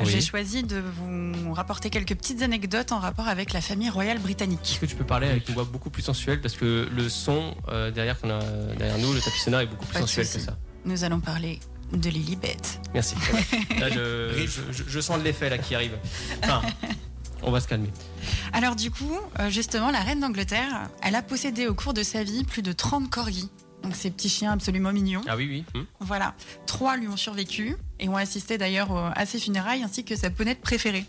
B: Oui.
F: j'ai choisi de vous rapporter quelques petites anecdotes en rapport avec la famille royale britannique.
B: Est-ce que tu peux parler avec une voix beaucoup plus sensuelle Parce que le son euh, derrière, qu'on a, derrière nous, le tapis sonore est beaucoup plus
F: Pas de
B: sensuel que
F: souci.
B: ça.
F: Nous allons parler de Lilibet. *laughs*
B: Merci. Là, je, je- je- je sens l'effet là qui arrive. Enfin, on va se calmer.
F: Alors du coup, euh, justement, la reine d'Angleterre, elle a possédé au cours de sa vie plus de 30 corgis. Donc ces petits chiens absolument mignons.
B: Ah oui, oui. hmm.
F: Voilà. Trois lui ont survécu et ont assisté d'ailleurs au- à ses funérailles ainsi que sa ponette préférée.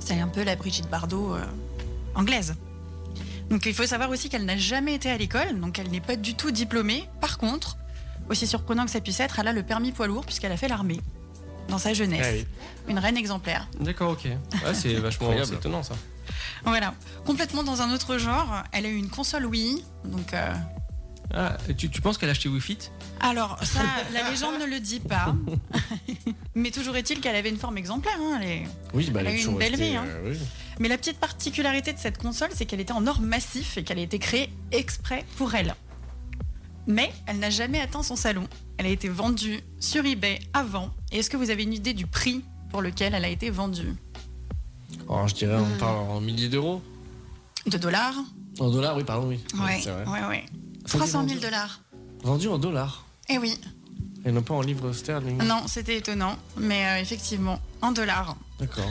F: C'est un peu la Brigitte Bardot euh, anglaise. Donc il faut savoir aussi qu'elle n'a jamais été à l'école, donc elle n'est pas du tout diplômée. Par contre, aussi surprenant que ça puisse être, elle a le permis poids lourd puisqu'elle a fait l'armée dans sa jeunesse.
B: Eh
C: Ah oui.
F: Une reine exemplaire.
B: D'accord, ok. Ouais, *laughs* c'est vachement
C: Incroyable.
B: c'est étonnant ça.
F: Voilà. Complètement dans un autre genre, elle a eu une console Wii. Donc, euh,
B: Ah, tu, tu penses qu'elle a acheté Wii Fit
F: Alors, ça, la légende ne le dit pas. Mais toujours est-il qu'elle avait une forme exemplaire. hein, elle est-
C: Oui, bah,
F: Elle a
C: est
F: eu une
C: toujours
F: belle
C: restée,
F: vie, hein.
C: euh, oui.
F: Mais la petite particularité de cette console, c'est qu'elle était en or massif et qu'elle a été créée exprès pour elle. Mais elle n'a jamais atteint son salon. Elle a été vendue sur eBay avant. Et est-ce que vous avez une idée du prix pour lequel elle a été vendue
C: Alors, Oh, je dirais,
F: Mm.
C: on parle en milliers d'euros.
F: De dollars
C: En dollars, oui, pardon, oui.
F: Ouais,
C: c'est vrai.
F: ouais, ouais. 300 000 dollars.
C: Vendu en dollars.
F: Eh oui.
C: Et non pas en livres sterling.
F: Non, c'était étonnant. Mais euh, effectivement, en dollars. *laughs*
C: D'accord.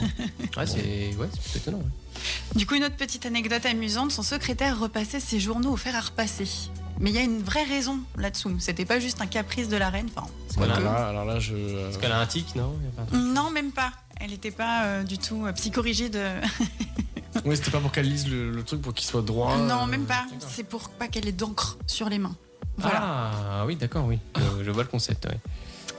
B: Ouais, c'est ouais, c'est plutôt étonnant. ouais.
F: Du coup, une autre petite anecdote amusante, son secrétaire repassait ses journaux au fer à repasser. Mais il y a une vraie raison là-dessous. C'était pas juste un caprice de la reine. Enfin,
B: Voilà.
C: Alors là, alors là, je. euh,
B: Parce qu'elle a un tic, non Il y a pas un truc.
F: non, même pas. Elle n'était pas euh, du tout euh, psychorigide. euh,
C: Oui, c'était pas pour qu'elle lise le, le truc pour qu'il soit droit.
F: *laughs* non,
C: euh,
F: même pas.
C: d'accord.
F: C'est pour pas qu'elle ait d'encre sur les mains. Mm, Voilà.
B: Ah oui, d'accord, oui. Je, je vois le concept. ouais.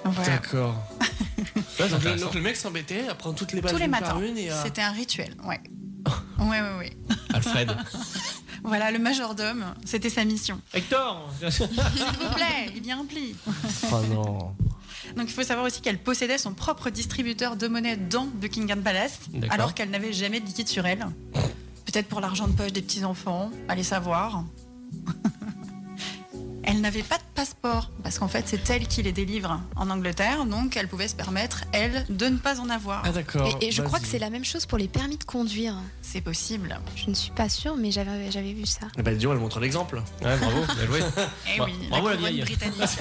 F: Voilà.
C: D'accord.
B: c'est
C: donc, le,
B: intéressant.
C: donc le mec s'embêtait à prendre toutes les balles
F: Tous les
C: une par
F: matins.
C: une et euh, à-
F: C'était un rituel,
C: *laughs*
F: ouais. Ouais, ouais, ouais.
B: Alfred.
F: Voilà, le majordome, c'était sa
C: *laughs*
F: mission.
B: *laughs* Hector
F: S'il vous plaît, il y rempli.
C: Oh non.
F: Donc il faut savoir aussi qu'elle possédait son propre distributeur de monnaie dans Buckingham Palace,
B: D'accord.
F: alors qu'elle n'avait jamais de liquide sur elle. Peut-être pour l'argent de poche des petits-enfants, allez savoir. *laughs* elle n'avait pas de passeport, parce qu'en fait c'est elle qui les délivre en Angleterre, donc elle pouvait se permettre, elle, de ne pas en avoir.
C: Ah d'accord.
D: Et, et je crois
C: vas-y.
D: que c'est la même chose pour les permis de conduire.
F: C'est possible.
D: Je ne suis pas sûre, mais j'avais j'avais vu ça.
C: Eh ben, dis donc, elle montre l'exemple.
B: Ouais, bravo, bien joué.
F: Eh
B: Bra-
F: oui,
B: Bah, bravo, la
F: la couronne
B: vieille. *laughs*
F: britannique.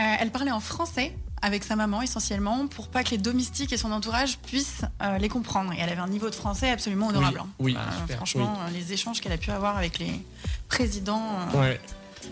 F: Euh, elle parlait en français avec sa maman essentiellement pour pas que les domestiques et son entourage puissent euh, les comprendre. Et elle avait un niveau de français absolument honorable. hein.
C: Oui,
F: Euh,
C: super,
F: franchement, euh, les échanges qu'elle a pu avoir avec les présidents. euh,
C: Ouais.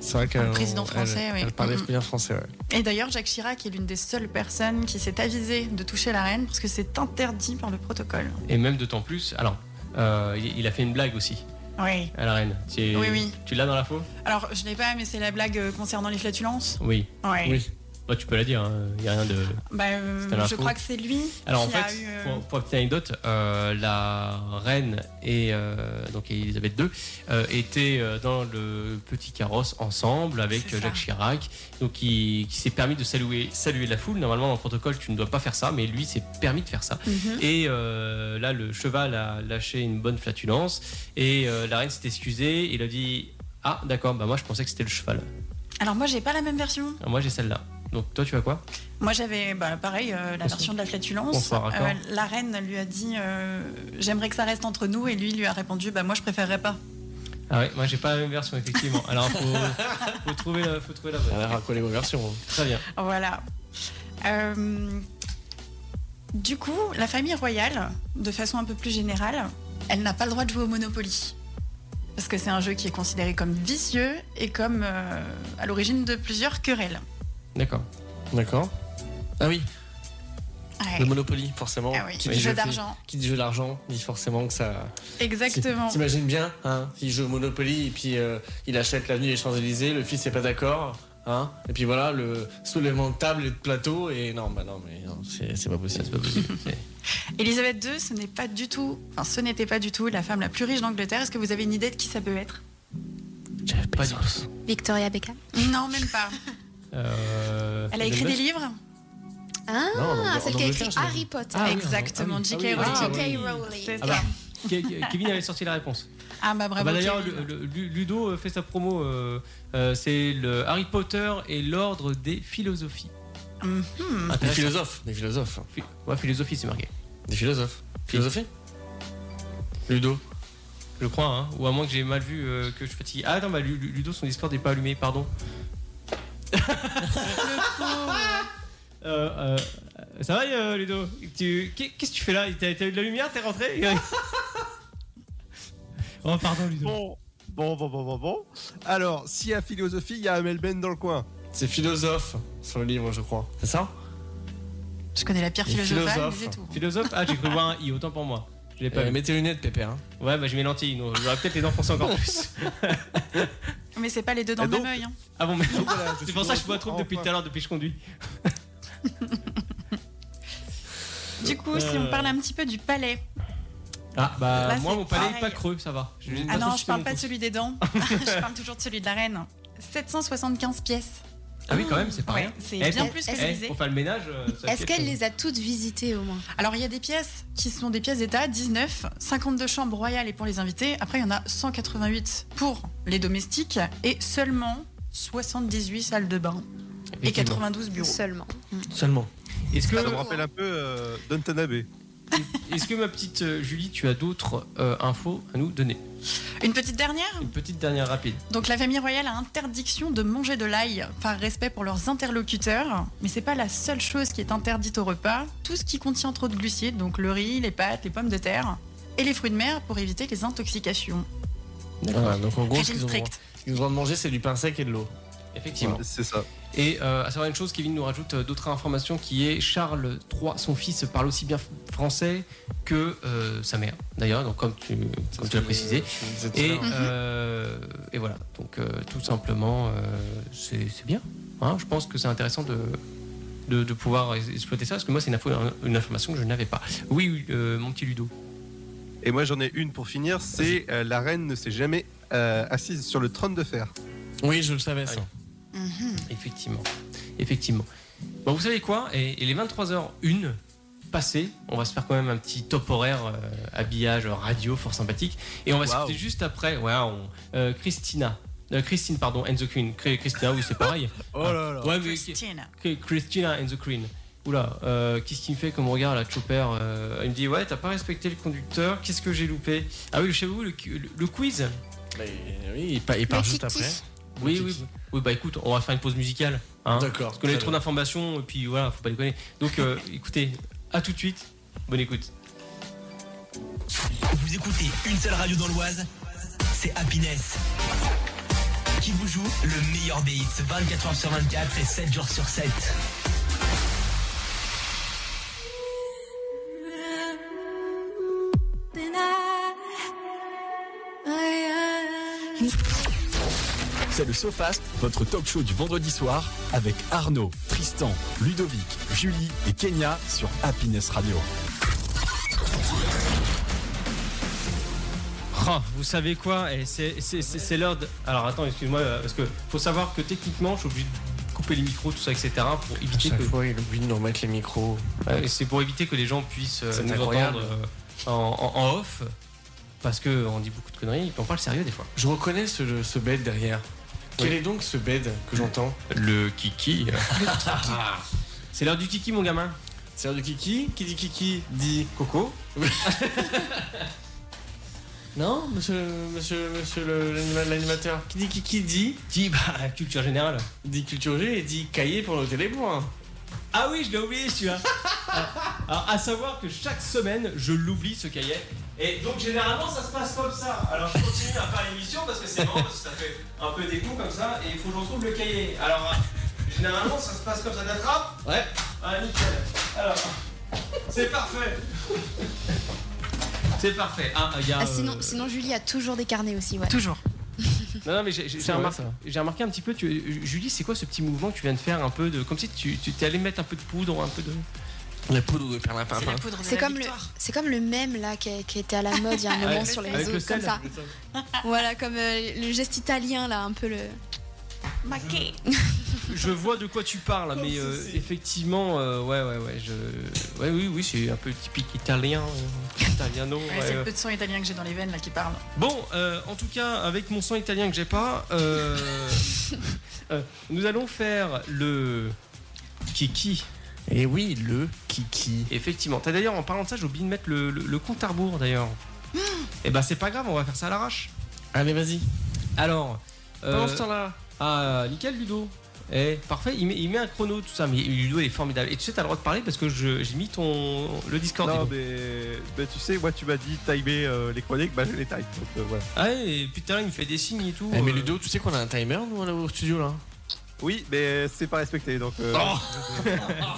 C: C'est vrai qu'elle.
F: Un président
C: elle-
F: français, oui.
C: Elle parlait
F: Mm, mm.
C: bien français, ouais.
F: Et d'ailleurs, Jacques Chirac est l'une des seules personnes qui s'est avisée de toucher la reine parce que c'est interdit par le protocole.
B: Et même d'autant plus. Alors, euh, il il a fait une blague aussi.
F: Oui.
B: à la reine. Tu,
F: Oui, oui.
B: tu l'as dans la faux
F: Alors, je l'ai pas, mais c'est la blague euh, concernant les flatulences.
B: Oui.
F: Ouais.
B: Oui. Bah, tu peux la dire, il n'y a rien de.
F: Bah, euh,
B: C'était l'info.
F: je crois que c'est lui
B: Alors en
F: qui a
B: fait,
F: eu. euh,
B: pour, pour la petite anecdote, euh, la reine et euh, donc Elisabeth II euh, étaient euh, dans le petit carrosse ensemble avec
F: C'est
B: euh,
F: ça.
B: Jacques Chirac, donc qui, qui s'est permis de saluer, saluer la foule. Normalement, dans le protocole, tu ne dois pas faire ça, mais lui s'est permis de faire ça.
F: mhm.
B: Et euh, là, le cheval a lâché une bonne flatulence et euh, la reine s'est excusée. Il a dit Ah, d'accord, bah moi je pensais que c'était le cheval.
F: Alors, moi, j'ai pas la même version.
B: Alors, moi j'ai celle-là. Donc toi, tu as quoi
F: Moi, j'avais bah, pareil euh, la version de la flatulence. Euh,
B: Bonsoir, raccord.
F: la reine lui a dit euh, J'aimerais que ça reste entre nous. Et lui, lui a répondu bah, Moi, je préférerais pas.
B: Ah ouais, moi j'ai pas la même version, effectivement. Alors faut, faut, trouver, la- faut trouver la bonne.
C: Elle a racolé vos versions.
B: Très bien.
F: Voilà. Euh, du coup, la famille royale, de façon un peu plus générale, elle n'a pas le droit de jouer au Monopoly. Parce que c'est un jeu qui est considéré comme vicieux et comme euh, à l'origine de plusieurs querelles.
B: D'accord.
C: D'accord. Ah oui,
F: Ouais.
C: le Monopoly, forcément.
F: Ah oui,
C: Qui dit
F: jeu
C: fait-
F: d'argent.
C: Qui dit jeu d'argent dit forcément que ça.
F: Exactement.
C: T'imagines bien, hein Il joue au Monopoly et puis euh, il achète l'avenue des Champs-Élysées, le fils n'est pas d'accord, hein Et puis voilà, le soulèvement de table et de plateau, et non, bah non, mais non, c'est c'est pas possible.
B: C'est pas possible. C'est-
F: Elisabeth II, ce n'est pas du tout, enfin ce n'était pas du tout la femme la plus riche d'Angleterre. Est-ce que vous avez une idée de qui ça peut être
B: Pas du tout.
D: Victoria Beckham.
F: Non, même pas.
B: Euh,
F: Elle a écrit
B: Elon
F: des
B: Musk
F: livres.
D: Ah,
C: Non, en Angleterre,
D: celle qui a écrit
C: j'imagine.
D: Harry Potter.
B: Ah oui,
F: Exactement,
B: ah oui,
F: J.K.
B: ah oui, ah
F: Rowling.
B: oui.
D: J.K.
F: C'est
D: Rowling.
B: Ah
F: ça.
B: bah, Ke- Kevin avait sorti la réponse.
F: Ah bah bravo.
B: Ah bah, D'ailleurs,
F: Kevin.
B: le- le- Lu- Ludo euh, fait sa promo. euh, euh, c'est le Harry Potter et l'ordre des philosophies.
F: Mhm.
C: Ah, Des
B: Intéressant.
C: philosophes, des philosophes,
B: Phi- Ouais, philosophie, c'est marqué.
C: des philosophes. Philosophie Ludo.
B: Je crois, hein. Ou à moins que j'ai mal vu euh, que je fatigue. Ah non, bah Lu- Lu- Ludo, son Discord n'est pas allumé,
F: *laughs*
B: pardon. Euh, euh, ça va, euh, Ludo Tu- qu'est- Qu'est-ce que tu fais là T'as t'as eu de la lumière T'es
F: *laughs*
B: rentré Oh, pardon, Ludo.
E: *laughs* Bon, bon, bon, bon, bon, bon. Alors, s'il y a philosophie, il y a Amel Ben dans le coin.
C: C'est philosophe sur le livre, je crois. C'est ça
F: Je connais la pire
C: Les
F: philosophale, mais
C: philosophes.
F: c'est tout.
B: Philosophe Ah, j'ai cru voir un i, autant pour moi. Je l'ai pas
C: Euh,
B: vu.
C: Mets tes lunettes, Pépère. hein.
B: Ouais, bah j'ai mes lentilles, donc j'aurais peut-être les enfoncé encore *laughs* plus.
F: Mais c'est pas les deux dans
E: Et
F: le même
E: donc-
F: œil. hein.
B: Ah bon, mais
E: Voilà, je
B: c'est
E: suis
B: pour
E: de
B: ça que je vois
E: retour,
B: trop depuis
E: enfin.
B: tout à l'heure, depuis que je conduis. Euh,
F: Du coup, si on parle un petit peu du palais.
B: Ah, bah
F: Là,
B: moi,
F: c'est
B: mon palais est
F: pareil.
B: pas creux, ça va. Je-
F: Ah non,
B: façon,
F: je parle
B: mon
F: pas de
B: coup.
F: celui
B: *laughs*
F: des dents. *laughs* je parle toujours de celui de la reine. 775 pièces.
B: Ah oui, quand même, c'est pas
F: Ouais,
B: rien.
F: c'est
B: Eh,
F: bien
B: pour-
F: plus
D: eh,
F: que
B: eh,
F: civilisé.
B: pour faire le ménage, euh, ça
D: Est-ce
B: fait
D: qu'elle
B: quelque
D: les a toutes visitées au moins
F: Alors, il y a des pièces qui sont des pièces d'État, 19, 52 chambres royales et pour les invités. Après, il y en a 188 pour les domestiques et seulement 78 salles de bain
B: chose.
F: et 92 bureaux.
D: Seulement.
C: Seulement.
B: Est-ce que,
E: Ça me rappelle un peu euh, Downton Abbey.
B: est-ce que ma petite euh, Julie, tu as d'autres euh, infos à nous donner
F: Une petite dernière
B: Une petite dernière rapide.
F: Donc la famille royale a interdiction de manger de l'ail par respect pour leurs interlocuteurs, mais c'est pas la seule chose qui est interdite au repas. Tout ce qui contient trop de glucides, donc le riz, les pâtes, les pommes de terre et les fruits de mer pour éviter les intoxications.
C: Voilà, donc en gros, ce
F: Régime
C: qu'ils ont,
F: strict.
C: ce qu'ils ont le droit de manger, c'est du pain sec et de l'eau.
B: Effectivement.
E: C'est ça.
B: Et euh, à savoir une chose, Kevin nous rajoute euh, d'autres informations qui est Charles III, son fils, parle aussi bien f- français que euh, sa mère, d'ailleurs, donc comme tu, comme tu l'as précisé. Et, euh, et voilà, donc euh, tout simplement, euh, c'est c'est bien. Hein, je pense que c'est intéressant de, de, de pouvoir ex- exploiter ça, parce que moi, c'est une, info- une information que je n'avais pas. Oui, euh, mon petit Ludo.
E: Et moi, j'en ai une pour finir c'est euh, la reine ne s'est jamais euh, assise sur le trône de fer.
C: Oui, je le savais, ça.
B: Effectivement. Effectivement. Bon, vous savez quoi et, et les 23h01 passées, on va se faire quand même un petit top horaire euh, habillage radio fort sympathique. Et on va s'écouter juste après ouais, on- euh, Christina. Euh, Christine, pardon, and the Queen. Cri- Christina, oui, c'est pareil.
C: Oh là là.
B: Ouais, mais-
F: Christine.
B: Cri- Christina and the Queen. Oula, euh, qu'est-ce qu'il me fait comme regard là, Chopper euh, Il me dit Ouais, t'as pas respecté le conducteur, qu'est-ce que j'ai loupé Ah oui, chez vous, le, cu- le- le quiz
C: Mais oui, il, pa- il part
D: Le
C: juste
D: titi.
C: après.
B: Oui, oui. Oui, bah écoute, on va faire une pause musicale. Hein
C: D'accord.
B: Parce qu'on a eu trop d'informations, et puis voilà, faut pas déconner. Donc *laughs* euh, écoutez, à tout de suite, bonne écoute.
H: Vous écoutez une seule radio dans l'Oise, c'est Happiness. Qui vous joue le meilleur des hits 24h sur 24 et 7 jours sur 7.
I: I
A: C'est le SoFast, votre talk show du vendredi soir avec Arnaud, Tristan, Ludovic, Julie et Kenya sur Happiness Radio.
B: Ah, vous savez quoi Eh, C'est c'est- c'est- c'est l'heure de... Alors attends, excuse-moi, euh, parce que faut savoir que techniquement, je suis obligé de couper les micros, tout ça, etc. pour
C: À
B: éviter
C: chaque
B: que...
C: fois, il oublie de nous remettre les micros.
B: Ouais, C'est pour éviter que les gens puissent euh,
C: C'est
B: nous
C: incroyable.
B: entendre euh, en, en- en off, parce qu'on dit beaucoup de conneries, et puis on parle sérieux des fois.
C: Je reconnais ce, ce bed derrière. Quel est donc ce bed que *laughs* j'entends
B: Le kiki. Ah. C'est l'heure du kiki, mon gamin.
C: C'est l'heure du kiki. Qui dit kiki dit coco. *laughs* non, monsieur, monsieur, monsieur le- l'anima- l'animateur. Qui dit kiki dit,
B: Qui Bah, culture générale.
C: dit culture G et dit cahier pour le télépoint.
B: Ah oui, je l'ai oublié *laughs* celui-là. Alors, à savoir que chaque semaine, je l'oublie ce cahier. Et donc, généralement, ça se passe comme ça. Alors, je continue à faire l'émission parce que c'est marrant, parce que ça fait un peu des coups comme ça. Et il faut que je retrouve le cahier. Alors, euh, généralement, ça se passe comme ça. T'attrapes
C: Ouais.
B: Ah, nickel. Alors, c'est parfait. C'est parfait. Ah, il y a.
D: Ah,
B: euh,
D: sinon, sinon, Julie a toujours des carnets aussi, ouais.
F: Toujours.
B: Non, non, mais j'ai- j'ai j'ai
C: C'est vrai,
B: remarqué,
C: ça.
B: j'ai remarqué un petit peu. Tu, Julie, c'est quoi ce petit mouvement que tu viens de faire un peu de, Comme si tu tu- t'es allé mettre un peu de poudre, un peu de.
C: La poudre de perlimpinpin.
F: C'est la poudre de
D: C'est
F: la
D: comme, le,
F: victoire.
D: c'est comme le même là qui, qui était
B: *laughs*
D: à la mode il y a un moment
F: Avec
D: sur les
F: le
D: réseaux,
B: sel.
D: comme ça. Voilà, comme euh, le geste italien là, un peu le.
F: Maquet.
B: Je vois de quoi tu parles, mais euh, effectivement, euh, ouais, ouais, ouais, je, ouais, oui, oui, c'est un peu typique italien, euh, italiano.
F: Ouais,
B: ouais,
F: c'est
B: ouais.
F: le peu de son italien que j'ai dans les veines là qui parle.
B: Bon, euh, en tout cas, avec mon son italien que j'ai pas, euh, *laughs* euh, nous allons faire le kiki.
C: Et oui, le kiki.
B: Effectivement. T'as d'ailleurs, en parlant de ça, j'ai oublié de mettre le, le- le compte à rebours d'ailleurs.
D: Ah
B: Et bah, c'est pas grave, on va faire ça à l'arrache.
C: Allez, vas-y.
B: Alors,
C: Pendant
B: euh,
C: ce temps-là,
B: Ah, nickel, Ludo. Eh, parfait, il met, il met un chrono, tout ça. Mais Ludo, il est formidable. Et tu sais, t'as le droit de parler parce que je- j'ai mis ton le Discord.
E: Non,
B: dis donc.
E: mais, mais tu sais, moi, tu m'as dit timer euh, les chroniques, bah je les time. Donc, euh, voilà.
B: Ah, et putain, il me fait des signes et tout.
C: Eh, mais
B: euh.
C: Ludo, tu sais qu'on a un timer nous là, au studio là.
E: Oui, mais c'est pas respecté, donc. euh, *laughs* genre, le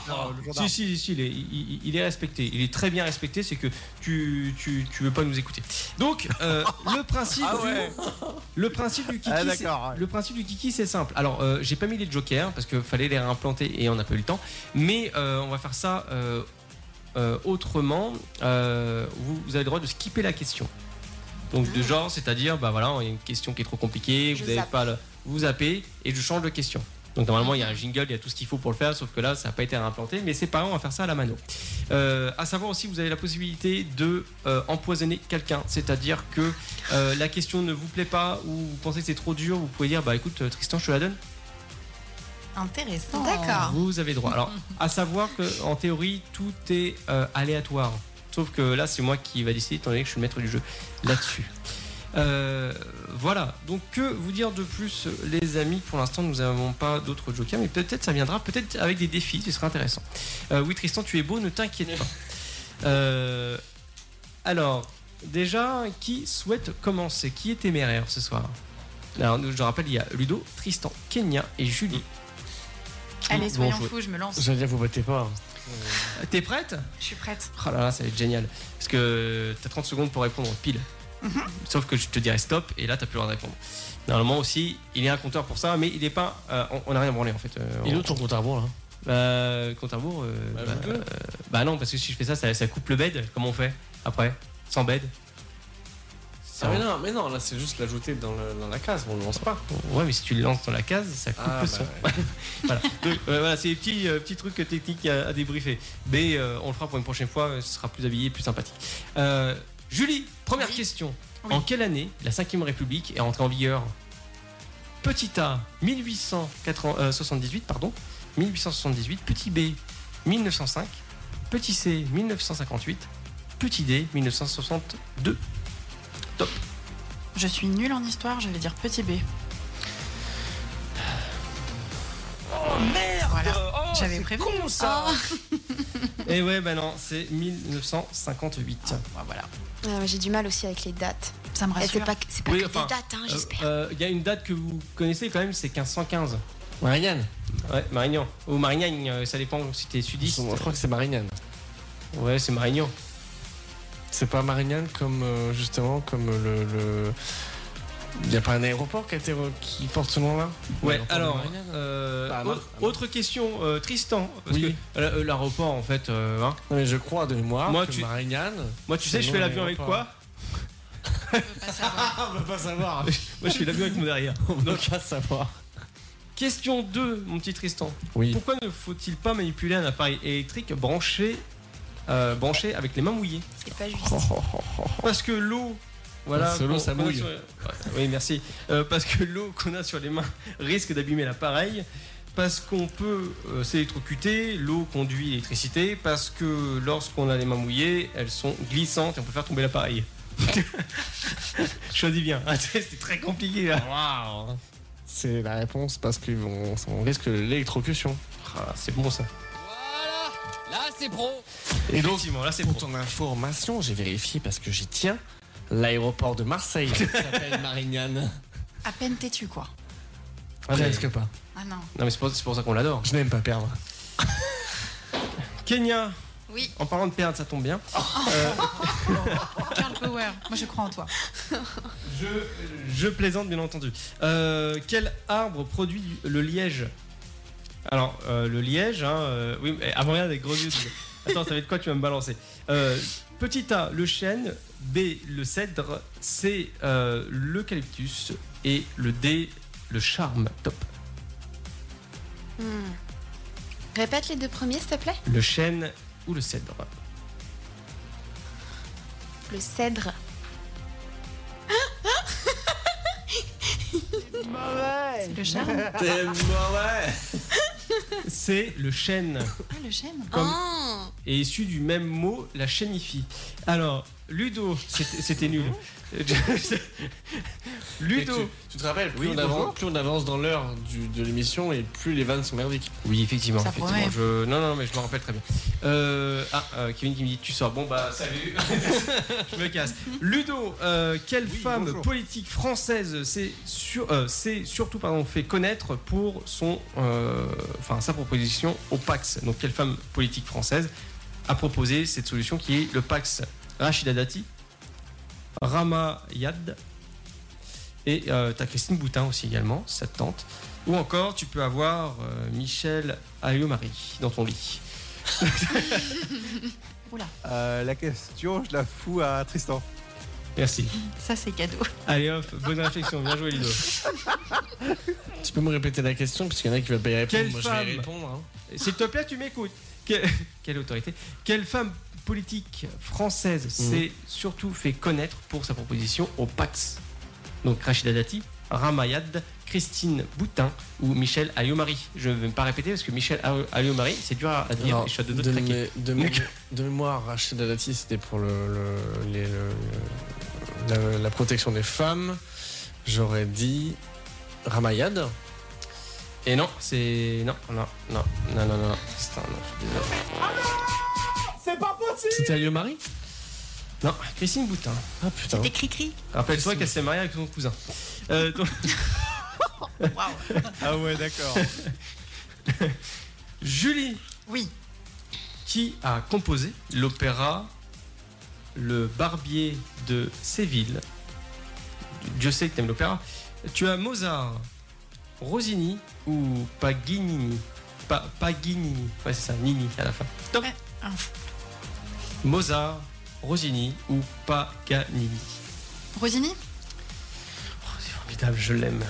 E: gendarme.
B: Oh. Si, si, si, il est, il, il est respecté. Il est très bien respecté, c'est que tu, tu, tu veux pas nous écouter. Donc,
E: *laughs*
B: euh, le, principe
E: Ah ouais.
B: du, le principe du kiki,
E: Ah,
B: c'est-
E: d'accord. ouais.
B: Le principe du kiki, c'est simple. Alors, euh, j'ai pas mis les jokers parce qu'il fallait les réimplanter et on n'a pas eu le temps. Mais euh, on va faire ça euh, euh, autrement. Euh, vous, vous avez le droit de skipper la question. Donc, de genre, c'est-à-dire, bah voilà, il y a une question qui est trop compliquée,
D: Ah. Je
B: vous n'avez
D: zappe.
B: pas le. Vous zappez et je change de question. Donc, normalement, il y a un jingle, il y a tout ce qu'il faut pour le faire, sauf que là, ça n'a pas été réimplanté. Mais c'est pas grave, on va faire ça à la mano. Euh, à savoir aussi, vous avez la possibilité de euh, empoisonner quelqu'un, c'est-à-dire que euh, la question ne vous plaît pas ou vous pensez que c'est trop dur, vous pouvez dire bah écoute euh, Tristan je te la donne.
F: Intéressant.
D: D'accord.
B: Vous avez droit. Alors à savoir que en théorie tout est euh, aléatoire. Sauf que là c'est moi qui va décider étant donné que je suis le maître du jeu là-dessus. Euh, voilà, donc que vous dire de plus les amis, pour l'instant nous n'avons pas d'autres jokers, mais peut-être ça viendra, peut-être avec des défis, ce serait intéressant. Euh, oui Tristan tu es beau, ne t'inquiète *laughs* pas. Euh, alors, déjà, qui souhaite commencer Qui est téméraire ce soir alors, nous, je rappelle, il y a Ludo, Tristan, Kenya et Julie.
F: Allez,
B: Bon
F: soyons
B: joué.
F: fous, je me lance.
C: J'allais dire, vous battez pas.
B: T'es prête
F: Je suis prête.
B: Oh là là, ça va être génial. Parce que t'as 30 secondes pour répondre pile.
C: Mhm.
B: Sauf que je te dirai stop et là t'as plus le droit de répondre. Normalement aussi, il y a un compteur pour ça, mais il est pas. euh, on- on n'a rien branlé en fait. Euh,
C: Il est
B: on-
C: où ton compte à hein. rebours, là
B: Euh, compte à rebours, euh,
C: Bah,
B: bah,
C: joue-le.
B: euh, bah non, parce que si je fais ça, ça, ça coupe le bed. Comment on fait après Sans bed
C: Ah, mais non, mais non, là c'est juste l'ajouter dans, le- dans la case, on ne lance pas.
B: Ouais, mais si tu le lances dans la case, ça coupe
C: Ah,
B: le
C: bah
B: son. voilà, Donc, euh, voilà, c'est des petits, euh, petits trucs techniques à, à débriefer. Mais euh, on le fera pour une prochaine fois, euh, ce sera plus habillé, plus sympathique. Euh, Julie, première
F: Oui.
B: question.
F: Oui.
B: En quelle année la 5ème République est entrée en vigueur Petit A, 1878, euh, pardon. 1878. Petit B, 1905. Petit C, 1958. Petit D, 1962.
F: Eh Je suis nulle en histoire, je vais dire petit B. Oh, merde J'avais prévu.
D: Oh.
B: Et ouais, bah non, c'est 1958.
F: Bah, voilà.
D: Ah, j'ai du mal aussi avec les dates.
F: Ça me
D: Et c'est
F: rassure.
D: pas, que- c'est pas
B: Ah, Oui,
D: que
B: enfin, euh,
D: des dates, hein,
B: Il
D: j'espère.
B: y a une date que vous connaissez quand même, c'est 1515.
C: Marianne
B: Ouais, Marignan. Ou Marignane, euh, ça dépend si t'es sudiste.
C: Je crois que c'est Marignane.
B: Ouais, c'est Marignan.
C: C'est pas Marignane comme euh, justement comme le, le- Il n'y a pas un aéroport qui, a été re- qui porte ce nom-là
B: Ouais,
C: L'aéroport de
B: alors,
C: Marignane
B: euh,
C: Bah,
B: au-
C: Mar-
B: autre question, euh, Tristan. Parce
C: Oui.
B: que euh, l'aéroport, en fait, euh, hein.
C: Non, mais je crois de mémoire
B: Moi,
C: que
B: tu-
C: Marignane.
B: moi, tu sais,
C: C'est
B: je fais
C: non,
B: l'avion avec quoi
C: l'aéroport.
F: Je peux pas savoir.
C: Ah, on peut pas *laughs* savoir
B: Moi, je fais l'avion avec mon
C: *laughs*
B: derrière.
C: On peut pas savoir
B: Question 2, mon petit Tristan.
C: Oui.
B: Pourquoi ne faut-il pas manipuler un appareil électrique branché, euh, branché avec les mains mouillées
D: C'est pas juste.
C: *laughs*
B: Parce que l'eau. Voilà,
C: Parce que l'eau,
B: qu'on-
C: ça
B: qu'on a
C: mouille.
B: sur- Ouais, oui, merci. Euh, parce que l'eau qu'on a sur les mains *laughs* risque d'abîmer l'appareil. Parce qu'on peut euh, s'électrocuter, l'eau conduit l'électricité. Parce que lorsqu'on a les mains mouillées, elles sont glissantes et on peut faire tomber l'appareil. *laughs* Choisis bien. *laughs* Ah, c'est c'est très compliqué là.
C: C'est la réponse parce qu'on on risque l'électrocution.
B: Ah, c'est bon ça.
C: Et donc,
B: Effectivement, là c'est
C: pour
B: bon.
C: ton information, j'ai vérifié parce que j'y tiens. L'aéroport de *laughs* Marseille s'appelle Marignane.
F: À peine têtu, quoi.
C: Presque pas.
F: Ah non.
B: Non mais c'est pour, c'est pour ça qu'on l'adore.
C: Je n'aime pas perdre.
B: Kenya,
D: Oui.
B: en parlant de perdre, ça tombe bien.
F: Girl power. Moi, je crois en toi.
B: Je,
G: euh,
B: je plaisante bien entendu. Euh, quel arbre produit du- le liège Alors euh, le liège, hein, euh, oui, mais avant rien des gros yeux. tu- Attends, ça va être quoi Tu vas me balancer. Euh, petit A, le chêne. B, le cèdre. C, euh, l'eucalyptus. Et le D, le charme. Top.
D: Hmm. Répète les deux premiers, s'il te plaît.
B: Le chêne ou le cèdre
D: Le cèdre.
F: C'est le charme.
G: T'es mauvais
B: C'est le chêne.
F: Ah, le chêne.
B: Comme-
D: Ah.
B: est issu du même mot, la chaînifie. Alors, Ludo, c'était c'était *laughs* nul.
C: Et
B: Ludo.
C: Tu, tu te rappelles, plus,
B: Oui,
C: on avance,
B: bonjour.
C: plus on avance dans l'heure du- de l'émission et plus les vannes sont merdiques.
B: Oui, effectivement.
F: Ça
B: effectivement,
F: promet.
B: je... Non, non, mais je me rappelle très bien. Euh, ah, euh, Kevin qui me dit tu sors. Bon, bah, salut. je me casse. Ludo, euh, quelle
E: Oui,
B: femme
E: bonjour.
B: politique française s'est sur- euh, s'est surtout pardon, fait connaître pour son, euh, enfin, sa proposition au Pax Donc, quelle femme politique française a proposé cette solution qui est le Pax Rachida Dati, Rama Yad, et euh, t'as Christine Boutin aussi également, ça te tente. Ou encore, tu peux avoir euh, Michel Alliot-Marie dans ton lit.
E: Euh, la question, je la fous à Tristan.
B: Merci.
F: Ça, c'est cadeau.
B: Allez hop, bonne réflexion, bien joué Ludo.
C: Tu peux me répéter la question parce qu'il y en a qui veulent pas y répondre.
B: Quelle
C: Moi,
B: femme
C: je vais y répondre. hein.
B: S'il te plaît, tu m'écoutes. Que- *laughs* Quelle autorité Quelle femme politique française
C: Mhm.
B: s'est surtout fait connaître pour sa proposition au Pax Donc Rachida Dati, Ramayad, Christine Boutin ou Michel Alliot-Marie. Je ne vais pas répéter parce que Michel Alliot-Marie, c'est dur à à dire.
C: Alors,
B: et je suis à deux doigts de
C: de,
B: craquer.
C: mé- de
B: Mec.
C: mé- de mémoire, Rachida Dati, c'était pour le, le- les- le- le- la, la protection des femmes. J'aurais dit Ramayad.
B: Et non, c'est. Non, non, non, non, non, non, non. Tristan, non, je suis désolé.
C: C'était Alio Marie
B: Non, Christine Boutin.
C: Ah putain.
F: Des cri-cri.
B: Rappelle-toi qu'elle s'est mariée avec son cousin. Euh, donc,
F: Waouh.
E: Ah ouais, d'accord.
B: Julie,
F: Oui.
B: qui a composé l'opéra Le Barbier de Séville. Dieu sait que t'aimes l'opéra. Tu as Mozart, Rossini ou Paganini Pa- Paganini. Ouais, c'est ça, Nini à la fin. Top.
F: Ouais, un fou.
B: Mozart, Rossini ou Paganini.
F: Rosini
B: Oh, c'est formidable, je l'aime.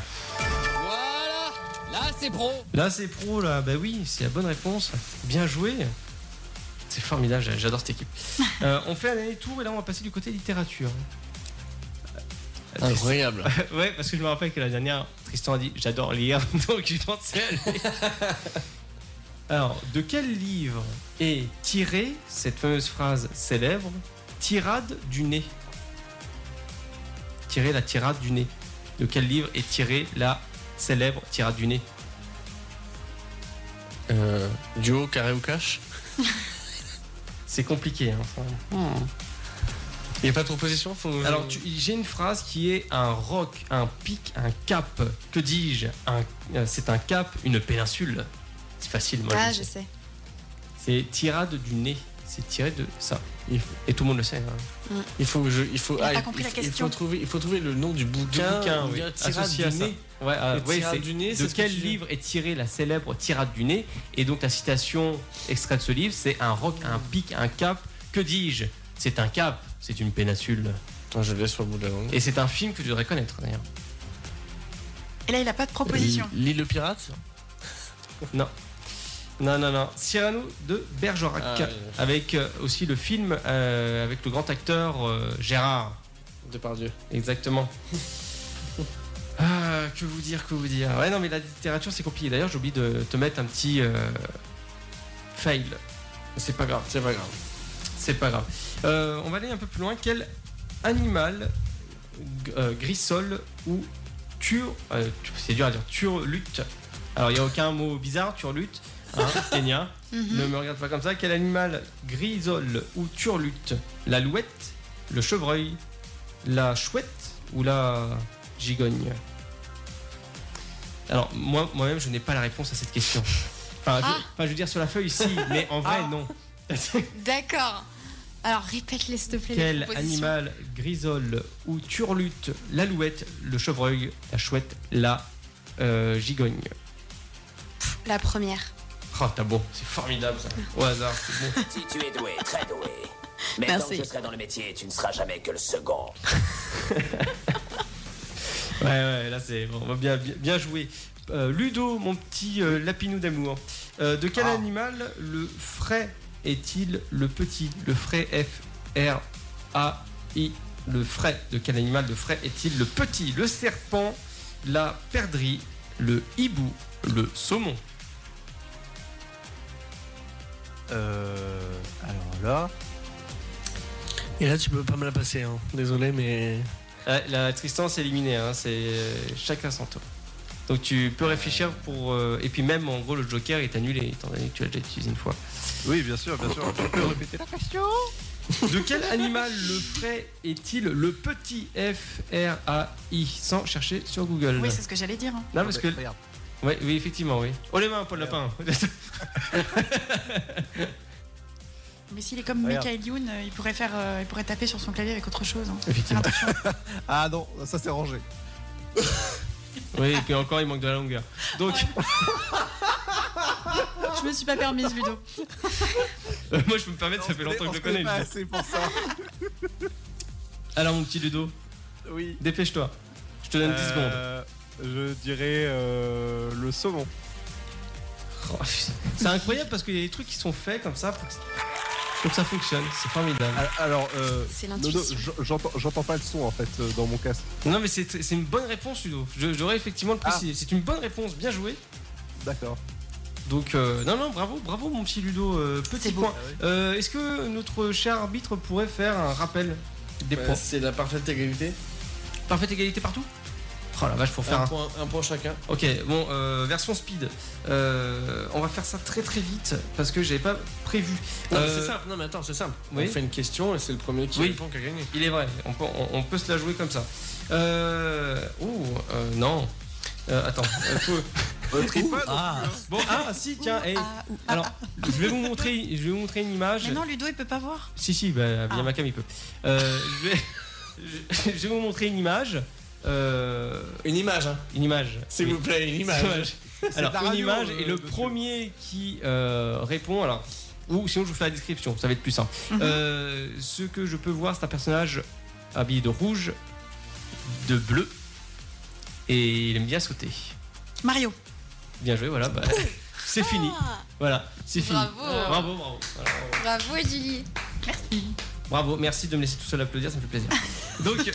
B: Voilà, là c'est pro. Là c'est pro, là, bah oui, c'est la bonne réponse. Bien joué. C'est formidable, j'a- j'adore cette équipe. *laughs* Euh, on fait un dernier tour et là on va passer du côté littérature.
C: Incroyable.
B: ouais, parce que je me rappelle que la dernière, Tristan a dit j'adore lire, *laughs* donc je pense que Alors, de quel livre est tirée cette fameuse phrase célèbre Tirade du nez Tirer la tirade du nez. De quel livre est tirée la célèbre tirade du nez
C: Euh, duo, carré ou cash
B: C'est compliqué. hein, ça.
C: Il n'y a pas de proposition faut...
B: Alors, tu- j'ai une phrase qui est un roc, un pic, un cap. Que dis-je Un- euh, C'est un cap, une péninsule. C'est facile, moi.
D: Ah,
B: je
D: je
B: sais.
D: sais.
B: C'est tirade du nez. c'est tiré de ça.
C: Il faut-
B: Et tout le monde le sait. hein.
C: Il faut que je. Il faut, ah,
F: Il a pas
C: il-
F: compris la
C: il faut- il
F: question.
C: faut trouver, il faut trouver le nom du bouquin.
B: Du bouquin,
C: où il y a
B: oui.
C: Tirade
B: Associé
C: du
B: à ça.
C: nez.
B: Ouais, ah,
C: Et
B: ouais,
C: Tirade
B: c'est-
C: du nez,
B: de
C: c'est ce que
B: quel
C: tu dis.
B: livre est tirée la célèbre tirade du nez Et donc la citation extraite de ce livre, c'est un roc, un pic, un cap. Que dis-je C'est un cap, c'est une péninsule.
C: Attends, je le laisse au bout de la langue.
B: Et c'est un film que tu devrais connaître d'ailleurs.
F: Et là, il a pas de proposition.
C: L'île le pirate
B: Non, non, non. Cyrano de Bergerac.
C: Ah, oui.
B: Avec euh, aussi le film euh, avec le grand acteur euh, Gérard.
C: De par Dieu.
B: Exactement. *laughs* Ah, que vous dire, que vous dire. Ouais, non, mais la littérature, c'est compliqué. D'ailleurs, j'ai oublié de te mettre un petit euh, fail. C'est pas grave,
C: C'est pas grave.
B: c'est pas grave. Euh, on va aller un peu plus loin. Quel animal g- euh, grissol ou tur... euh, tu- c'est dur à dire, turlute. Alors, il n'y a aucun mot bizarre, turlute. Hein,
D: *laughs*
B: Kenya,
D: Mhm.
B: ne me regarde pas comme ça. Quel animal grisole ou turlute L'alouette, le chevreuil, la chouette ou la gigogne Alors, moi- moi-même, je n'ai pas la réponse à cette question. Enfin, je,
D: Ah.
B: enfin, je veux dire sur la feuille,
D: *laughs*
B: si, mais en vrai, non.
D: D'accord. Alors répète-les s'il te plaît. les
B: Quel
D: propositions.
B: animal grisole ou turlute L'alouette, le chevreuil, la chouette, la euh, gigogne.
D: La première.
B: Oh, t'as bon, c'est formidable ça. Au hasard, c'est bon.
I: *laughs* Si tu es doué, très doué. Mais
F: Merci.
I: tant que je serai dans le métier, tu ne seras jamais que le second.
B: Ouais, ouais, là c'est bon, on va bien, bien, bien joué. Euh, Ludo, mon petit euh, lapinou d'amour. Euh, de quel animal le frais est-il le petit Le frais F R A I. Le frais. De quel animal le frais est-il le petit Le serpent, la perdrix, le hibou, le saumon.
E: *laughs* Euh, alors là.
C: Et là, tu peux pas me la passer, hein. Désolé, mais.
B: Ah, La Tristan c'est éliminé, hein, c'est euh, chacun son tour. Donc tu peux réfléchir pour euh, et puis même en gros le Joker est annulé étant donné que tu l'as déjà utilisé une fois.
E: Oui, bien sûr, bien sûr. Tu peux répéter la
B: De quel animal le frais est-il le petit F-R-A-I Sans chercher sur Google.
F: Oui, c'est ce que j'allais dire. hein.
B: non, parce que.
E: Regarde.
B: Ouais, oui, effectivement, oui. Oh les mains, Paul Lapin
F: Mais s'il est comme
E: Regarde.
F: Michael Youn, euh, il pourrait faire, euh, il pourrait taper sur son clavier avec autre chose. hein.
B: *laughs* Effectivement.
E: Ah non, ça c'est rangé.
B: Oui, et puis encore, il manque de la longueur. Donc,
F: Je me suis pas permise, Ludo.
B: *laughs* moi, je peux me permettre, ça fait longtemps que je le connais.
E: Pas
B: lui.
E: assez pour ça.
B: Alors, mon petit Ludo,
E: Oui.
B: dépêche-toi. Je te donne 10 secondes.
E: Euh, Je dirais euh, le saumon.
B: Oh, putain. C'est incroyable parce qu'il y a des trucs qui sont faits comme ça pour que, pour que ça fonctionne. C'est formidable.
E: Ah, Alors, euh,
D: C'est
E: Nono,
D: l'intuition.
E: j- j'entends- j'entends pas le son en fait euh, dans mon casque.
B: Non, mais c'est c'est une bonne réponse, Ludo. Je- J'aurais effectivement le préciser. C'est une bonne réponse, bien joué.
E: D'accord.
B: Donc euh, non non bravo bravo mon petit Ludo euh, petit
F: C'est beau.
B: point. Euh, Est-ce que notre cher arbitre pourrait faire un rappel des points
C: C'est la parfaite égalité.
B: Parfaite égalité partout Oh la vache faut faire
C: Un
B: un.
C: point, un point chacun.
B: Ok bon euh, version speed. Euh, on va faire ça très très vite parce que j'avais pas prévu.
C: Non, mais
B: Euh,
C: c'est simple. Non, mais attends, c'est simple.
B: oui.
C: On fait une question et c'est le premier qui
B: Oui.
C: répond qui a gagné.
B: Il est vrai on peut, on- on peut se la jouer comme ça. Euh, oh euh, non. Euh, attends. euh, faut-
H: Ah,
B: Bon ah si tiens. hey.
F: Ah, ou- ah,
B: Alors je vais vous montrer je vais vous montrer une image.
F: Mais non, Ludo, il peut pas voir.
B: Si, si, bah, via
F: Ah.
B: ma cam, il peut. Euh, je, vais, *laughs* je- je vais vous montrer une image. Euh,
C: Une image, hein.
B: une image.
C: S'il
B: Oui.
C: vous plaît, une
B: Une
C: image.
E: *laughs*
B: image. Alors,
E: la
B: une
E: radio,
B: image,
E: euh,
B: et le
E: monsieur.
B: premier qui euh, répond, alors, ou sinon je vous fais la description, ça va être plus simple.
F: Mhm.
B: Euh, ce que je peux voir, c'est un personnage habillé de rouge, de bleu, et il aime bien sauter.
F: Mario.
B: Bien joué, voilà.
D: *laughs*
B: bah, c'est fini.
D: Ah,
B: Voilà, c'est fini.
D: Bravo.
B: Bravo, bravo. Voilà, bravo.
D: bravo Julie.
B: Bravo, merci de me laisser tout seul applaudir, ça me fait plaisir.
D: *laughs*
B: Donc,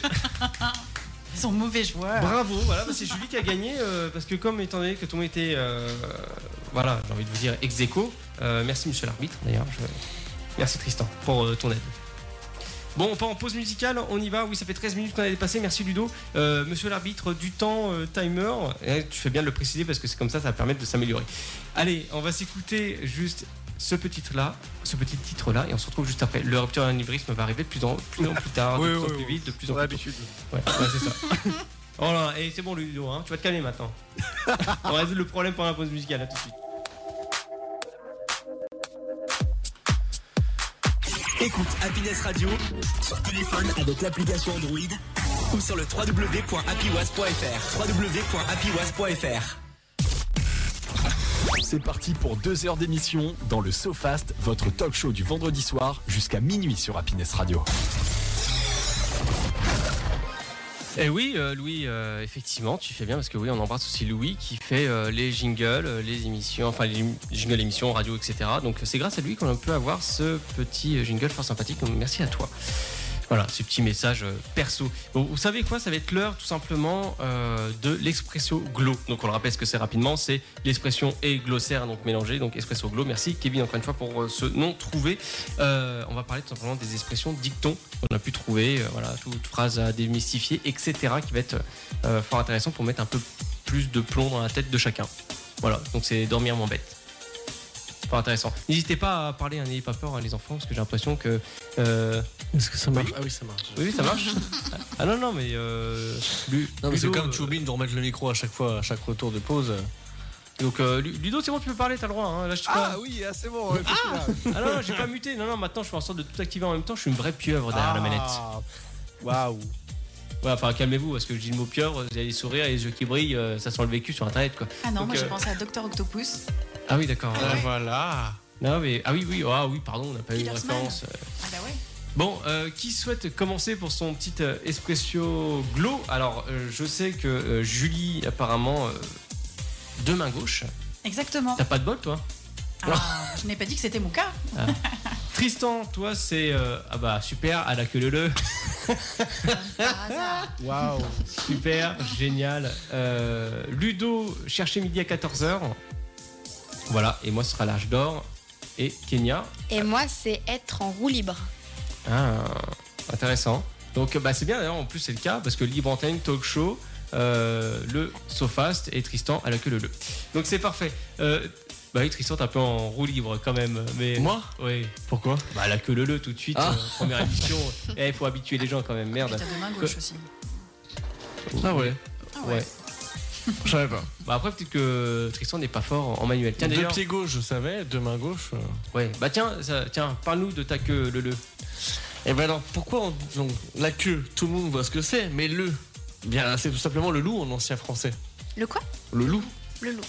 F: Son mauvais joueur.
B: bravo, voilà, bah, c'est Julie qui a gagné, euh, parce que comme étant donné que tout le monde était, euh, voilà, j'ai envie de vous dire, ex aequo, euh, merci monsieur l'arbitre, d'ailleurs, je- merci Tristan pour euh, ton aide. Bon, on part en pause musicale, on y va, oui, ça fait 13 minutes qu'on a dépassé, merci Ludo. Euh, monsieur l'arbitre du temps euh, timer, Eh, tu fais bien de le préciser, parce que c'est comme ça, ça va permettre de s'améliorer. Allez, on va s'écouter juste ce petit là, ce petit titre là, et on se retrouve juste après. Le rupture d'anévrisme va arriver de plus en plus, en plus tard, de
E: Oui,
B: plus en
E: oui,
B: plus
E: oui.
B: vite, de plus en
E: Sur
B: plus tôt.
E: l'habitude.
B: Ouais, ouais, c'est ça. *laughs* oh là, et c'est bon Ludo, hein, tu vas te calmer maintenant. On va résoudre le problème pendant la pause musicale, à tout de suite.
H: Écoute Happiness Radio sur téléphone avec l'application Android ou sur le www.happywas.fr. www.happywas.fr.
A: C'est parti pour deux heures d'émission dans le SoFast, votre talk show du vendredi soir jusqu'à minuit sur Happiness Radio.
B: Et oui, euh, Louis, euh, effectivement, tu fais bien parce que oui, on embrasse aussi Louis qui fait euh, les jingles, euh, les émissions, enfin les jingles émissions, radio, etc. Donc c'est grâce à lui qu'on peut avoir ce petit euh, jingle fort sympathique. Donc merci à toi. Voilà, ce petit message euh, perso. Bon, vous savez quoi Ça va être l'heure tout simplement euh, de l'expresso glow. Donc on le rappelle ce que c'est rapidement, c'est l'expression et glossaire donc mélangée. Donc espresso glow. Merci Kevin encore une fois pour euh, ce nom trouvé. Euh, on va parler tout simplement des expressions dictons qu'on a pu trouver. euh, voilà, toute phrase à démystifier, etc. qui va être euh, fort intéressant pour mettre un peu plus de plomb dans la tête de chacun. Voilà, donc c'est dormir moins bête. C'est pas intéressant. N'hésitez pas à parler, hein, n'ayez pas peur hein, les enfants, parce que j'ai l'impression que euh,
C: Est-ce que ça marche Ah oui, ça marche.
B: oui, oui, ça marche. Ah non, non, mais. Euh, Lu-
C: Non, mais c'est
B: Ludo,
C: comme Choubin de remettre le micro à chaque fois, à chaque retour de pause.
B: euh, Donc, euh, Lu- Ludo, c'est bon, tu peux parler, t'as le droit. Hein, lâche
E: Ah
B: pas.
E: oui, ah, c'est bon. ouais, parce que là-
B: Ah non, non, j'ai pas muté. Non, non, maintenant, je fais en sorte de tout activer en même temps. Je suis une vraie pieuvre derrière la manette.
E: Ah, Waouh. Ah,
B: Ouais, enfin, calmez-vous, parce que je dis le mot pieuvre, vous avez les sourires et les yeux qui brillent, euh, ça sent le vécu sur internet, quoi.
F: Ah non,
B: Donc,
F: moi j'ai
B: euh,
F: pensé à Docteur Octopus.
B: Ah oui, d'accord.
C: Ah, voilà.
B: Non, mais. Ah oui, oui, ah oui, pardon, on n'a pas eu de
F: Peter Sman.
B: référence.
F: Ah bah ouais.
B: Bon, euh, qui souhaite commencer pour son petit euh, espresso glow Alors, euh, je sais que euh, Julie, apparemment, euh, deux mains gauches.
F: Exactement.
B: T'as pas de bol, toi
F: Ah, je n'ai pas dit que c'était mon cas.
B: Tristan, toi, c'est. euh, ah bah, super, à la queue leu-leu.
F: Par hasard.
E: Waouh.
B: Super, génial. Euh, Ludo, chercher midi à 14h. Voilà, et moi, ce sera l'âge d'or. Et Kenya.
D: Et moi, c'est être en roue libre.
B: Ah, intéressant. Donc, euh, bah, c'est bien d'ailleurs, en plus, c'est le cas, parce que Libre Antenne, Talk Show, euh, le Sofast et Tristan à la queue leu-leu. Donc, c'est parfait. Euh, bah oui, Tristan, t'es un peu en roue libre quand même. Mais...
C: Moi
B: Oui.
C: Pourquoi
B: Bah, la queue leu-leu tout de suite,
C: Ah.
B: euh, première
C: *laughs*
B: émission. Eh, faut habituer les gens quand même,
F: Puis
B: merde. Euh,
F: t'as deux mains gauches aussi.
C: Ah ouais,
F: Ah
B: Ouais.
C: je savais pas.
B: Bah après peut-être que Tristan n'est pas fort en manuel. Tiens
C: deux
B: d'ailleurs.
C: pieds gauche, je savais, deux mains gauche. euh.
B: Ouais. Bah tiens, ça- tiens, parle-nous de ta queue le le.
C: Et ben alors, pourquoi on... donc, la queue Tout le monde voit ce que c'est, mais le eh Bien, c'est tout simplement le loup en ancien français.
D: Le quoi
C: Le loup
D: Le loup.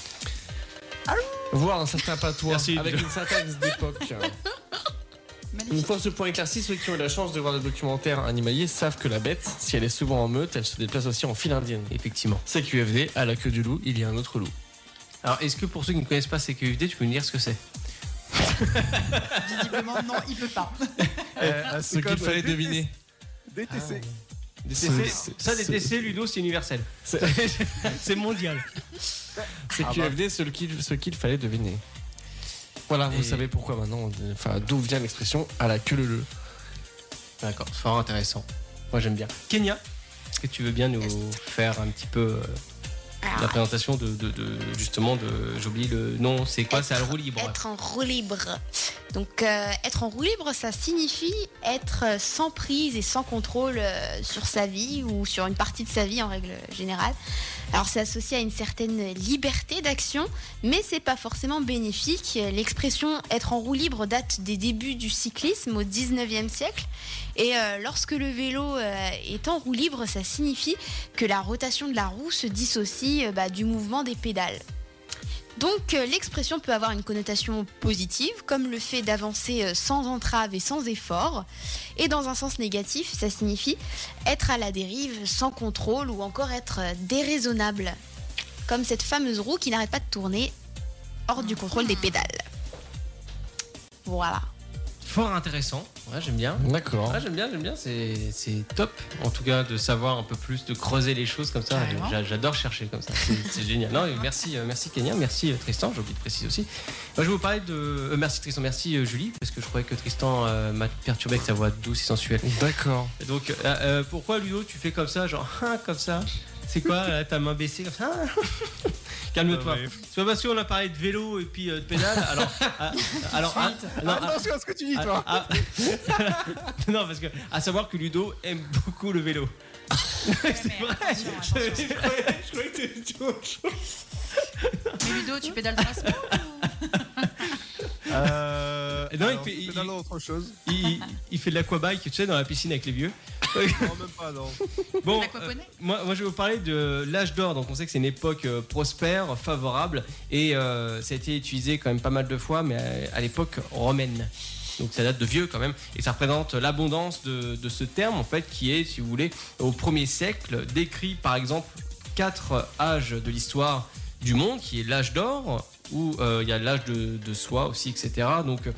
C: Voir un certain patois
B: Merci,
C: avec
B: Ludo.
C: une syntaxe d'époque. Une
F: Magnifique.
C: fois ce point éclairci, ceux qui ont eu la chance de voir le documentaire animalier savent que la bête, si elle est souvent en meute, elle se déplace aussi en file indienne.
B: Effectivement.
C: C'est QFD, à la queue du loup, il y a un autre loup.
B: Alors est-ce que pour ceux qui ne connaissent pas CQFD, tu peux nous dire ce que c'est
F: Visiblement, non, il peut *laughs* pas.
C: Ce
E: Ah, c'est
C: qu'il
E: comme
C: fallait
E: DTC.
C: deviner.
E: DTC.
B: DTC.
C: C'est-
B: Ça
C: c'est-
B: DTC Ludo, c'est universel.
C: C'est
B: *laughs* C'est mondial.
C: c'est QFD, ce qu'il ce qu'il fallait deviner. Voilà,
B: Et-
C: Ah, vous savez pourquoi maintenant, on- enfin, d'où vient l'expression à la queue le le.
B: D'accord. Fort intéressant. Moi j'aime bien. Kenya, est-ce que tu veux bien nous faire un petit peu euh, la présentation de, de- de- justement de j'oublie le nom. C'est quoi C'est à la roue libre.
D: Être en roue libre. Donc, euh, être en roue libre, ça signifie être euh, sans prise et sans contrôle euh, sur sa vie ou sur une partie de sa vie en règle générale. Alors, c'est associé à une certaine liberté d'action, mais c'est pas forcément bénéfique. L'expression être en roue libre date des débuts du cyclisme au 19e siècle. Et euh, lorsque le vélo euh, est en roue libre, ça signifie que la rotation de la roue se dissocie euh, bah, du mouvement des pédales. Donc euh, l'expression peut avoir une connotation positive, comme le fait d'avancer euh, sans entrave et sans effort. Et dans un sens négatif, ça signifie être à la dérive, sans contrôle ou encore être euh, déraisonnable. Comme cette fameuse roue qui n'arrête pas de tourner hors du contrôle des pédales. Voilà.
B: Fort intéressant. Ouais, j'aime bien.
C: D'accord.
B: Ah, j'aime bien, j'aime bien, c'est c'est top. En tout cas, de savoir un peu plus, de creuser les choses comme ça.
F: Carrément.
B: J'a- J'adore chercher comme ça, c'est c'est génial. Non, et merci, euh, merci Kenya, merci euh, Tristan, j'ai oublié de préciser aussi. Moi, je vais vous parler de. euh, merci Tristan, merci euh, Julie, parce que je croyais que Tristan euh, m'a perturbé avec sa voix douce et sensuelle.
C: D'accord.
B: Donc, euh, euh, pourquoi Ludo, tu fais comme ça, genre, *laughs* hein, comme ça C'est quoi, là, ta main baissée comme ça *laughs* hein Calme-toi.
E: Ah ouais.
B: C'est pas parce qu'on a parlé de vélo et puis euh, de pédale, alors. ah, alors ah, non, ah,
E: Attention à ce que tu *laughs* dis, toi.
B: ah, ah. *laughs* non, parce que à savoir que Ludo aime beaucoup le vélo.
F: Ah, Mais attention, attention.
B: je croyais que t'étais une joke.
F: Mais Ludo, tu pédales dans la semaine
E: Euh,
B: Et non, il
E: Alors,
B: fait- il-
E: pédalo,
B: *laughs*
E: autre chose.
B: Il, il- il fait de l'aquabike, tu sais, dans la piscine avec les vieux.
E: Non, même pas, non.
B: Bon,
F: L'aquaponais
B: euh, moi, moi, je vais vous parler de l'âge d'or. Donc, on sait que c'est une époque euh, prospère, favorable, et euh, ça a été utilisé quand même pas mal de fois, mais euh, à, l'époque romaine. Donc, ça date de vieux quand même, et ça représente l'abondance de, de ce terme, en fait, qui est, si vous voulez, au premier siècle, décrit par exemple quatre âges de l'histoire du monde, qui est l'âge d'or, où euh, il y a l'âge de, de soi aussi, etc. Donc, euh,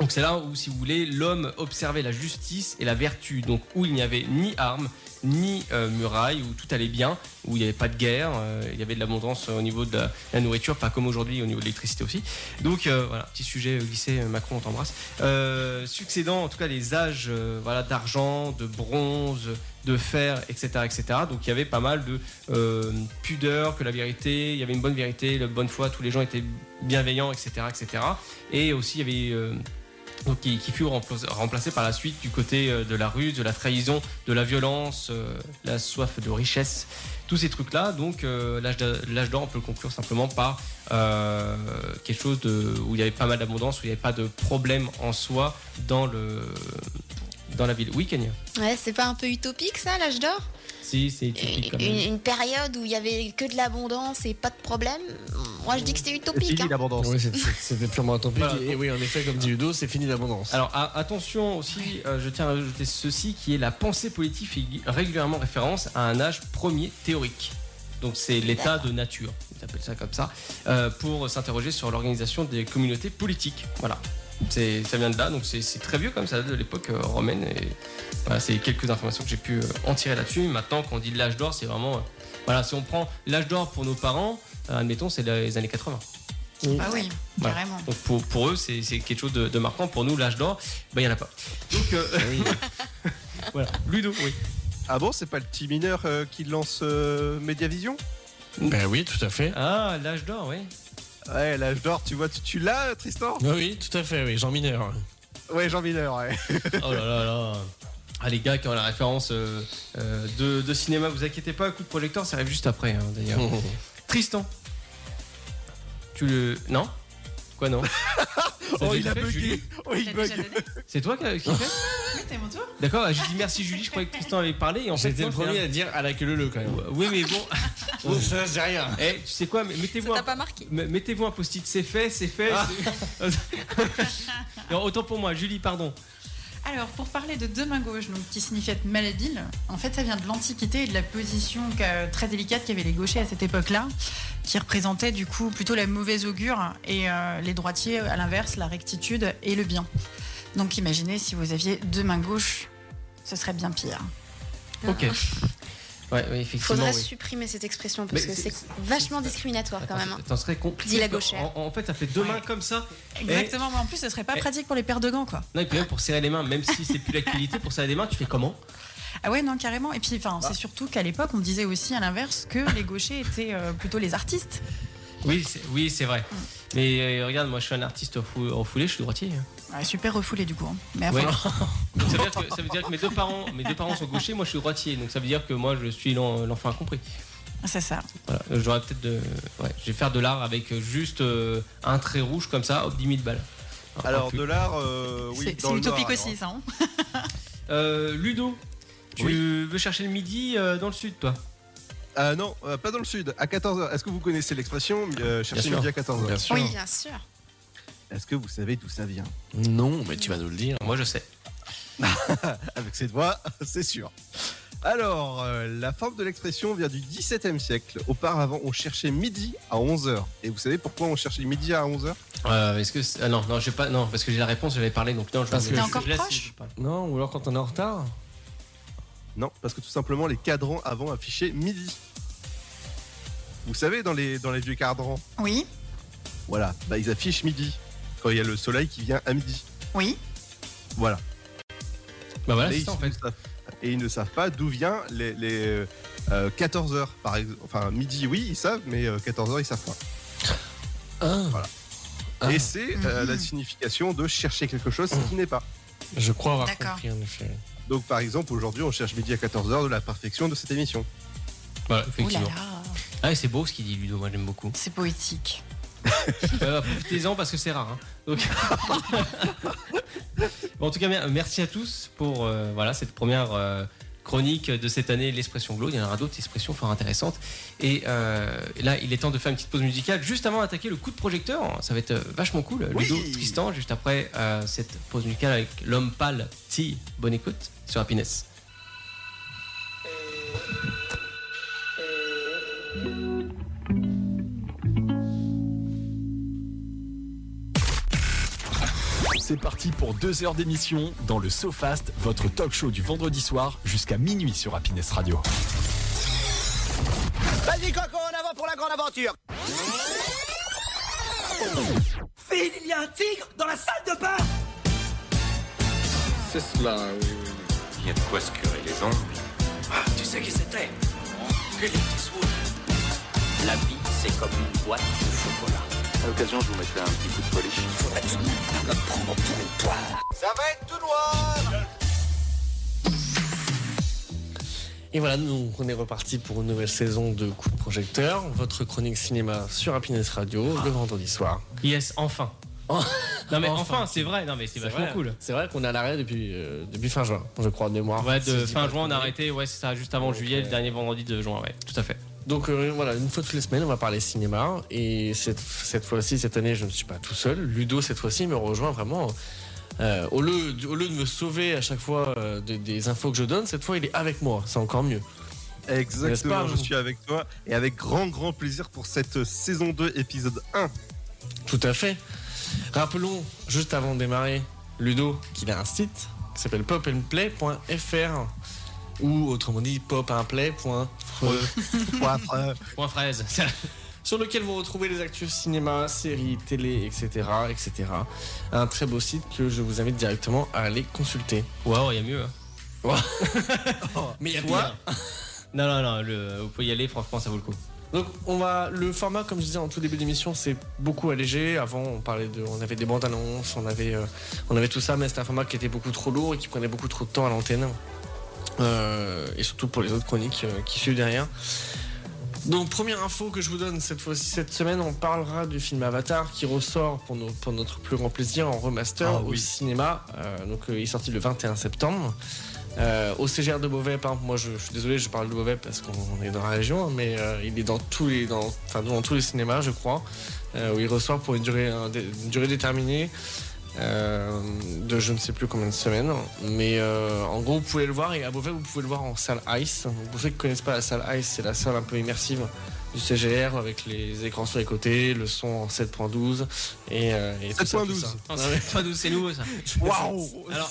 B: donc c'est là où, si vous voulez, l'homme observait la justice et la vertu, donc où il n'y avait ni armes, ni euh, murailles, où tout allait bien, où il n'y avait pas de guerre, euh, il y avait de l'abondance euh, au niveau de la, la nourriture, pas comme aujourd'hui au niveau de l'électricité aussi. Donc euh, voilà, petit sujet euh, glissé, euh, Macron, on t'embrasse. Euh, succédant en tout cas les âges euh, voilà, d'argent, de bronze, de fer, etc., etc. Donc il y avait pas mal de euh, pudeur que la vérité, il y avait une bonne vérité, la bonne foi, tous les gens étaient bienveillants, etc. etc. Et aussi il y avait... euh, donc, qui, qui furent rempla- remplacés par la suite du côté euh, de la ruse, de la trahison, de la violence, euh, la soif de richesse, tous ces trucs-là. Donc euh, l'âge d'a- l'âge d'or, on peut le conclure simplement par euh, quelque chose de- où il y avait pas mal d'abondance, où il n'y avait pas de problème en soi dans, le, dans la ville. Oui, Kenya
D: Ouais, c'est pas un peu utopique ça, l'âge d'or
B: Si, c'est
D: une,
B: typique quand même.
D: une période où il y avait que de l'abondance et pas de problème. Moi, je dis que c'est utopique. hein.
E: l'abondance.
C: Oui, c'est- c'est- c'était purement utopique.
B: Voilà.
C: Et oui, en effet, comme dit Ludo, c'est fini l'abondance.
B: Alors a- attention aussi, euh, je tiens à rajouter ceci qui est la pensée politique fait régulièrement référence à un âge premier théorique. Donc c'est l'état de nature, ils appellent ça comme ça, euh, pour s'interroger sur l'organisation des communautés politiques. Voilà, C'est- ça vient de là, donc c'est c'est très vieux comme ça date de l'époque euh, romaine. Et voilà, c'est quelques informations que j'ai pu euh, en tirer là-dessus. Maintenant, quand on dit l'âge d'or, c'est vraiment, euh, voilà, si on prend l'âge d'or pour nos parents, euh, admettons, c'est les années 80.
F: Ah oui,
B: Voilà.
F: carrément.
B: Donc pour, pour eux, c'est c'est quelque chose de, de marquant. Pour nous, l'âge d'or, ben, il n'y en a pas. Donc, euh, *laughs* voilà. Ludo, oui.
E: Ah bon, c'est pas le petit mineur euh, qui lance euh, Mediavision
C: Ben oui, tout à fait.
B: Ah, l'âge d'or, oui.
E: Ouais, l'âge d'or, tu vois, tu, tu l'as, Tristan
C: Ben oui, tout à fait, oui, Jean Mineur.
B: *laughs*
E: Ouais, Jean Mineur, ouais.
B: Oh là là là. Ah, les gars qui ont la référence euh, euh, de, de cinéma, vous inquiétez pas, coup de projecteur, ça arrive juste après, hein, d'ailleurs. Tristan. Tu le. Non Quoi, *laughs* non Ça,
E: Oh,
B: je
E: il
B: l'ai
E: a
B: fait,
E: bugué
B: Julie.
E: Oh,
F: T'as
E: il
F: déjà
E: bug
F: donné
B: C'est toi qui qui fait
F: Oui, c'est mon tour.
B: D'accord, j'ai dit merci Julie, je croyais que Tristan avait parlé. et en fait,
C: J'étais le
B: non, c'est
C: premier à dire à la queue le le quand
B: un-
C: même.
B: Oui, mais bon.
C: *laughs* Oh, Ça, c'est rien.
B: Eh, tu sais quoi, mais mettez-vous
F: Ça
B: un
F: t'a pas marqué.
B: M- Mettez-vous un post-it, c'est fait, c'est fait. c'est- *laughs* non, autant pour moi, Julie, pardon.
F: Alors, pour parler de demain gauche, donc, qui signifie être malhabile, en fait, ça vient de l'Antiquité et de la position qu'a- très délicate qu'avaient les gauchers à cette époque-là, qui représentait du coup plutôt la mauvaise augure et euh, les droitiers, à l'inverse, la rectitude et le bien. Donc, imaginez si vous aviez demain gauche, ce serait bien pire.
C: *laughs*
B: Ok. Ouais, ouais,
D: Il
B: effectivement.
D: faudrait
B: oui.
D: supprimer cette expression parce
B: Mais
D: que
B: c'est-
D: c'est vachement discriminatoire quand même. hein.
B: Attends, T'en serais compliqué.
D: Dis la gauchère.
B: En, en fait, ça fait deux
F: Ouais.
B: mains comme ça.
F: Exactement, mais en plus, ce serait pas
B: Et-
F: pratique pour les paires de gants, quoi.
B: Non, et puis même pour serrer les mains, même si c'est plus l'actualité, pour serrer les mains, tu fais comment
F: Ah ouais, non, carrément. Et puis,
E: Bah.
F: enfin, c'est surtout qu'à l'époque, on disait aussi à l'inverse que les gauchers étaient euh, plutôt les artistes.
B: Oui, c'est oui, c'est vrai.
F: Mm.
B: Mais euh, regarde, moi je suis un artiste refou- refoulé, je suis droitier. hein.
F: Ouais, super refoulé, du coup. hein. Mais enfin,
B: Ouais. Donc, ça, veut dire que, ça veut dire que mes deux parents, mes deux parents sont gauchers, moi je suis droitier. Donc ça veut dire que moi je suis l'en- l'enfant incompris.
F: c'est ça.
E: Bah
B: Voilà, euh, j'aurais peut-être de. Ouais, je vais faire de l'art avec euh, juste euh, un trait rouge comme ça, hop, 10 000 balles. Un- un
E: Alors,
B: peu.
E: de l'art, euh, oui,
F: c'est
E: dans
F: c'est
E: le noir,
F: utopique
E: alors.
F: aussi, ça. hein.
B: Euh, Ludo, tu veux chercher le midi euh, dans le sud, toi
E: Ah non, euh, pas dans le sud, à 14h. Est-ce que vous connaissez l'expression euh, chercher
B: sûr.
E: midi à 14h
C: sûr.
D: Oui, bien sûr.
E: Est-ce que vous savez d'où ça vient *laughs*
C: Non, mais tu vas nous le dire.
B: Moi, je sais.
E: Avec cette voix, *laughs* c'est sûr. Alors, euh, la forme de l'expression vient du XVIIe siècle. Auparavant, on cherchait midi à 11h. Et vous savez pourquoi on cherchait midi à 11h
B: Euh, Est-ce que c'est- ah, non, non, j'ai pas, non, parce que j'ai la réponse, j'avais parlé, donc non, je
C: Parce
B: je-
C: que-
B: je-
F: T'es encore
B: je laisse-
F: proche
B: je parle.
C: Non, ou alors quand on est en retard.
E: Non, parce que tout simplement, les cadrans avant affichaient midi. Vous savez, dans les, dans les vieux cadrans,
F: Oui,
E: voilà, bah, ils affichent midi. Quand il y a le soleil qui vient à midi.
F: oui.
E: Voilà.
B: Bah voilà,
E: Mais
B: c'est
E: ils
B: ça en
E: ne
B: fait.
E: savent- Et ils ne savent pas d'où vient les, 14h, par exemple. Enfin, midi, oui, ils savent, mais 14h, ils savent pas.
C: Ah.
E: Voilà.
C: Ah,
E: Et c'est euh,
B: Mm-hmm.
F: Mhm.
E: la signification de chercher quelque chose
B: Mm.
E: qui n'est pas.
C: je crois avoir
F: D'accord.
C: compris en effet.
E: Donc, par exemple, aujourd'hui, on cherche midi à 14h de la perfection de cette émission.
B: Voilà,
F: Oh là
B: effectivement.
F: là,
B: Ah, c'est beau ce qu'il dit, Ludo, moi j'aime beaucoup.
F: c'est poétique.
B: Euh, Profitez-en parce que c'est rare. hein. Donc- *laughs* Bon, en tout cas, mer- merci à tous pour euh, voilà, cette première euh, chronique de cette année, l'expression glow. Il y en aura d'autres expressions fort intéressantes. Et euh, là, il est temps de faire une petite pause musicale, juste avant d'attaquer le coup de projecteur. Ça va être euh, vachement cool.
E: Oui.
B: Ludo, Tristan, juste après euh, cette pause musicale avec l'homme pâle T. Bonne écoute sur Happiness.
A: C'est parti pour deux heures d'émission dans le SoFast, votre talk show du vendredi soir jusqu'à minuit sur Happiness Radio.
H: Vas-y, Coco, en avant pour la grande aventure. Phil, il y a un tigre dans la salle de bain
J: C'est cela, oui, oui. Il y a de quoi se curer les ongles.
I: Ah, tu sais qui c'était Clint Eastwood. La vie, c'est comme une boîte de chocolat.
J: À l'occasion, je vous mettrai un petit coup de polish.
I: Il faudrait tout de même la prendre pour une toile.
H: Ça va être tout noir
C: Et voilà, nous, on est reparti pour une nouvelle saison de Coup de projecteur, votre chronique cinéma sur Happiness Radio
B: Ah.
C: le vendredi soir.
B: Yes, enfin.
C: Oh.
B: Non, mais enfin,
C: Enfin.
B: c'est vrai. Non, mais c'est
C: C'est
B: vachement
C: vrai.
B: cool.
C: C'est vrai qu'on est à l'arrêt depuis, euh, depuis fin juin, je crois, de mémoire.
B: Ouais,
C: Si je
B: de
C: dis
B: fin
C: pas
B: juin, on a
C: conneries.
B: arrêté. Ouais, c'est ça, juste avant
C: Donc,
B: juillet, le
C: euh,
B: dernier vendredi de juin. Ouais, tout à fait.
C: Donc euh, voilà, une fois toutes les semaines, on va parler cinéma. Et cette, cette fois-ci, cette année, je ne suis pas tout seul. Ludo, cette fois-ci, me rejoint vraiment. euh, au, lieu, de- au lieu de me sauver à chaque fois euh, de- des infos que je donne, cette fois, il est avec moi. C'est encore mieux. N'est-ce
E: Exactement,
C: pas,
E: je
C: vous
E: suis avec toi et avec grand grand plaisir pour cette euh, saison 2 épisode
B: *laughs*
E: 1.
C: Tout à fait. Rappelons, juste avant de démarrer, Ludo, qu'il a un site qui s'appelle popandplay.fr ou autrement dit popandplay.fr
B: Point *laughs* fraise. C'est la-
C: sur lequel vous retrouvez les actus cinéma, séries, télé, etc., etc. Un très beau site que je vous invite directement à aller consulter.
B: Wow, il y a mieux. hein.
C: Mais il y a
B: *laughs* Non, non, non, le- vous pouvez y aller, franchement, ça vaut le coup.
C: Donc on va le format, comme je disais en tout début d'émission, c'est beaucoup allégé. Avant, on parlait de, on avait des bandes annonces, on avait, euh, on avait tout ça, mais c'était un format qui était beaucoup trop lourd et qui prenait beaucoup trop de temps à l'antenne. Euh, et surtout pour les autres chroniques euh, qui suivent derrière. Donc première info que je vous donne cette fois-ci, cette semaine, on parlera du film Avatar qui ressort pour, nos- pour notre plus grand plaisir en remaster
E: Ah
C: au
E: oui.
C: cinéma. Euh, donc euh, il est sorti le 21 septembre. Euh, au CGR de Beauvais, par exemple, moi je, je suis désolé, je parle de Beauvais parce qu'on est dans la région, mais euh, il est dans tous les, dans, enfin, dans tous les cinémas, je crois, euh, où il ressort pour une durée, un dé- une durée déterminée euh, de je ne sais plus combien de semaines. Mais euh, en gros, vous pouvez le voir et à Beauvais, vous pouvez le voir en salle Ice. Donc, pour ceux qui ne connaissent pas la salle Ice, c'est la salle un peu immersive du CGR avec les écrans sur les côtés, le son en 7.12 et, euh, et tout ça, tout
E: 7.12.
C: ça.
B: Non, c'est pas nous, c'est nous, ça.
E: Waouh
B: Alors-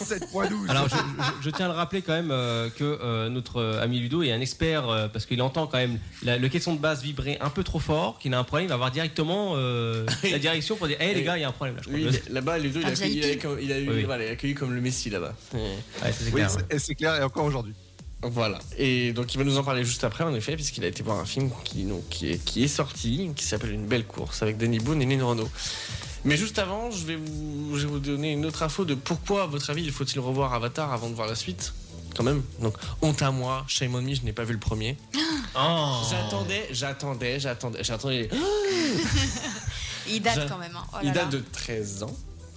B: *laughs*
E: 7.12
B: Alors, je, je- je tiens à le rappeler quand même euh, que euh, notre euh, ami Ludo est un expert euh, parce qu'il entend quand même la- le caisson de base vibrer un peu trop fort, qu'il a un problème, il va voir directement *laughs* euh, la direction pour dire Hé les gars, il y a un problème là. Je crois.
C: Lui,
B: Ouais,
C: il- là-bas, Ludo, il a,
F: Un
C: accueilli- il a,
F: VIP.
C: accueilli- il a eu-
B: Oui, oui.
C: voilà, il a accueilli comme le Messi là-bas.
B: ça, c'est
E: Oui,
B: clair.
E: c'est- et c'est clair, et encore aujourd'hui.
C: Voilà. Et donc il va nous en parler juste après, en effet, puisqu'il a été voir un film qui, donc, qui, est, qui est sorti, qui s'appelle Une belle course, avec Danny Boone et Nino Renault. Mais juste avant, je vais, vous, je vais vous donner une autre info de pourquoi, à votre avis, il faut-il revoir Avatar avant de voir la suite quand même. Donc, honte à moi, Shame on Me, je n'ai pas vu le premier.
B: Oh.
C: J'attendais, j'attendais, j'attendais, j'attendais.
D: Il date
C: Je-
D: quand même. hein. Oh là
C: Il date
D: là.
C: de 13 ans.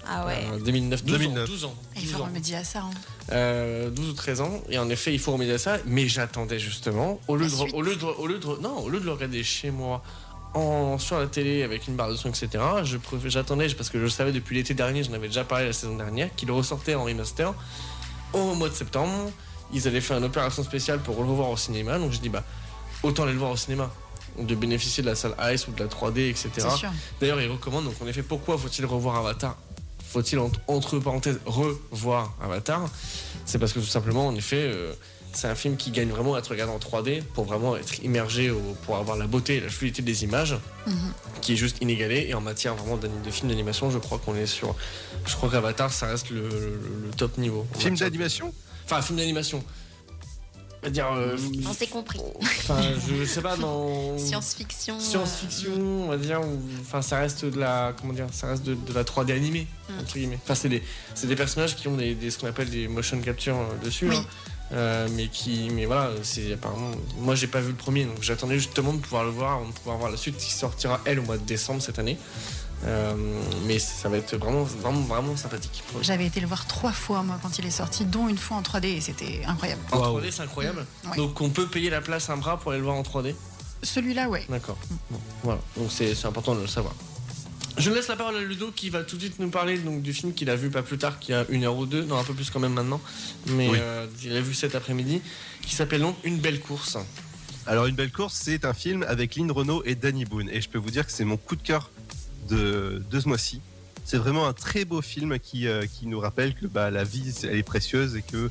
D: Ah ouais.
C: Euh, 2009, 12 ans,
E: 2009.
C: 12 ans.
F: Et
C: 12
F: faut
C: ans.
F: remédier à ça. hein.
C: Euh, 12 ou 13 ans et en effet il faut remédier à ça mais j'attendais justement au lieu,
D: La
C: de, re-
D: suite.
C: au, lieu de, re- au lieu de re- non au lieu de le regarder chez moi en, sur la télé avec une barre de son etc je préf- j'attendais parce que je savais depuis l'été dernier j'en avais déjà parlé la saison dernière qu'il ressortait en remaster au mois de septembre ils allaient faire une opération spéciale pour le revoir au cinéma donc je dis bah autant aller le voir au cinéma de bénéficier de la salle Ice ou de la 3D etc
F: C'est sûr.
C: D'ailleurs, il recommande donc en effet pourquoi faut-il revoir Avatar Faut-il en- entre parenthèses revoir Avatar C'est parce que tout simplement, en effet, euh, c'est un film qui gagne vraiment à être regardé en 3D pour vraiment être immergé, au- pour avoir la beauté et la fluidité des images,
F: Mhm.
C: qui est juste inégalée. Et en matière vraiment d'ani- de film d'animation, je crois qu'on est sur. Je crois qu'Avatar, ça reste le, le- le top niveau. En
E: Film
C: matière-
E: d'animation
C: Enfin, film d'animation. On va dire. euh,
D: On s'est compris.
C: Enfin, je sais pas,
D: *laughs*
C: dans
D: Science-fiction. euh,
C: science-fiction, on va dire, ou- enfin ça reste de la comment dire, ça reste de, de la 3D animée
D: Mm.
C: entre guillemets. Enfin c'est des, c'est des personnages qui ont des, des- ce qu'on appelle des motion capture euh, dessus,
D: Oui.
C: hein. Euh, mais qui, mais voilà, c'est apparemment, moi j'ai pas vu le premier, donc j'attendais justement de pouvoir le voir, avant de pouvoir voir la suite qui sortira elle au mois de décembre cette année. Euh, mais ça va être vraiment, vraiment, vraiment sympathique.
F: J'avais été le voir trois fois, moi, quand il est sorti, dont une fois en 3D, et c'était incroyable.
C: En 3D, c'est incroyable.
F: Mmh, ouais.
C: Donc on peut payer la place à un bras pour aller le voir en 3D.
F: Celui-là, ouais.
C: D'accord. Bon, voilà. Donc c'est c'est important de le savoir. Je laisse la parole à Ludo qui va tout de suite nous parler donc, du film qu'il a vu pas plus tard qu'il y a une heure ou deux, non un peu plus quand même maintenant, mais
E: Oui.
C: euh, il a vu cet après-midi, qui s'appelle donc Une belle course.
E: Alors, Une belle course, c'est un film avec Lynn Renault et Danny Boone. Et je peux vous dire que c'est mon coup de cœur de, de ce mois-ci. C'est vraiment un très beau film qui, euh, qui nous rappelle que bah, la vie, c'est- elle est précieuse et que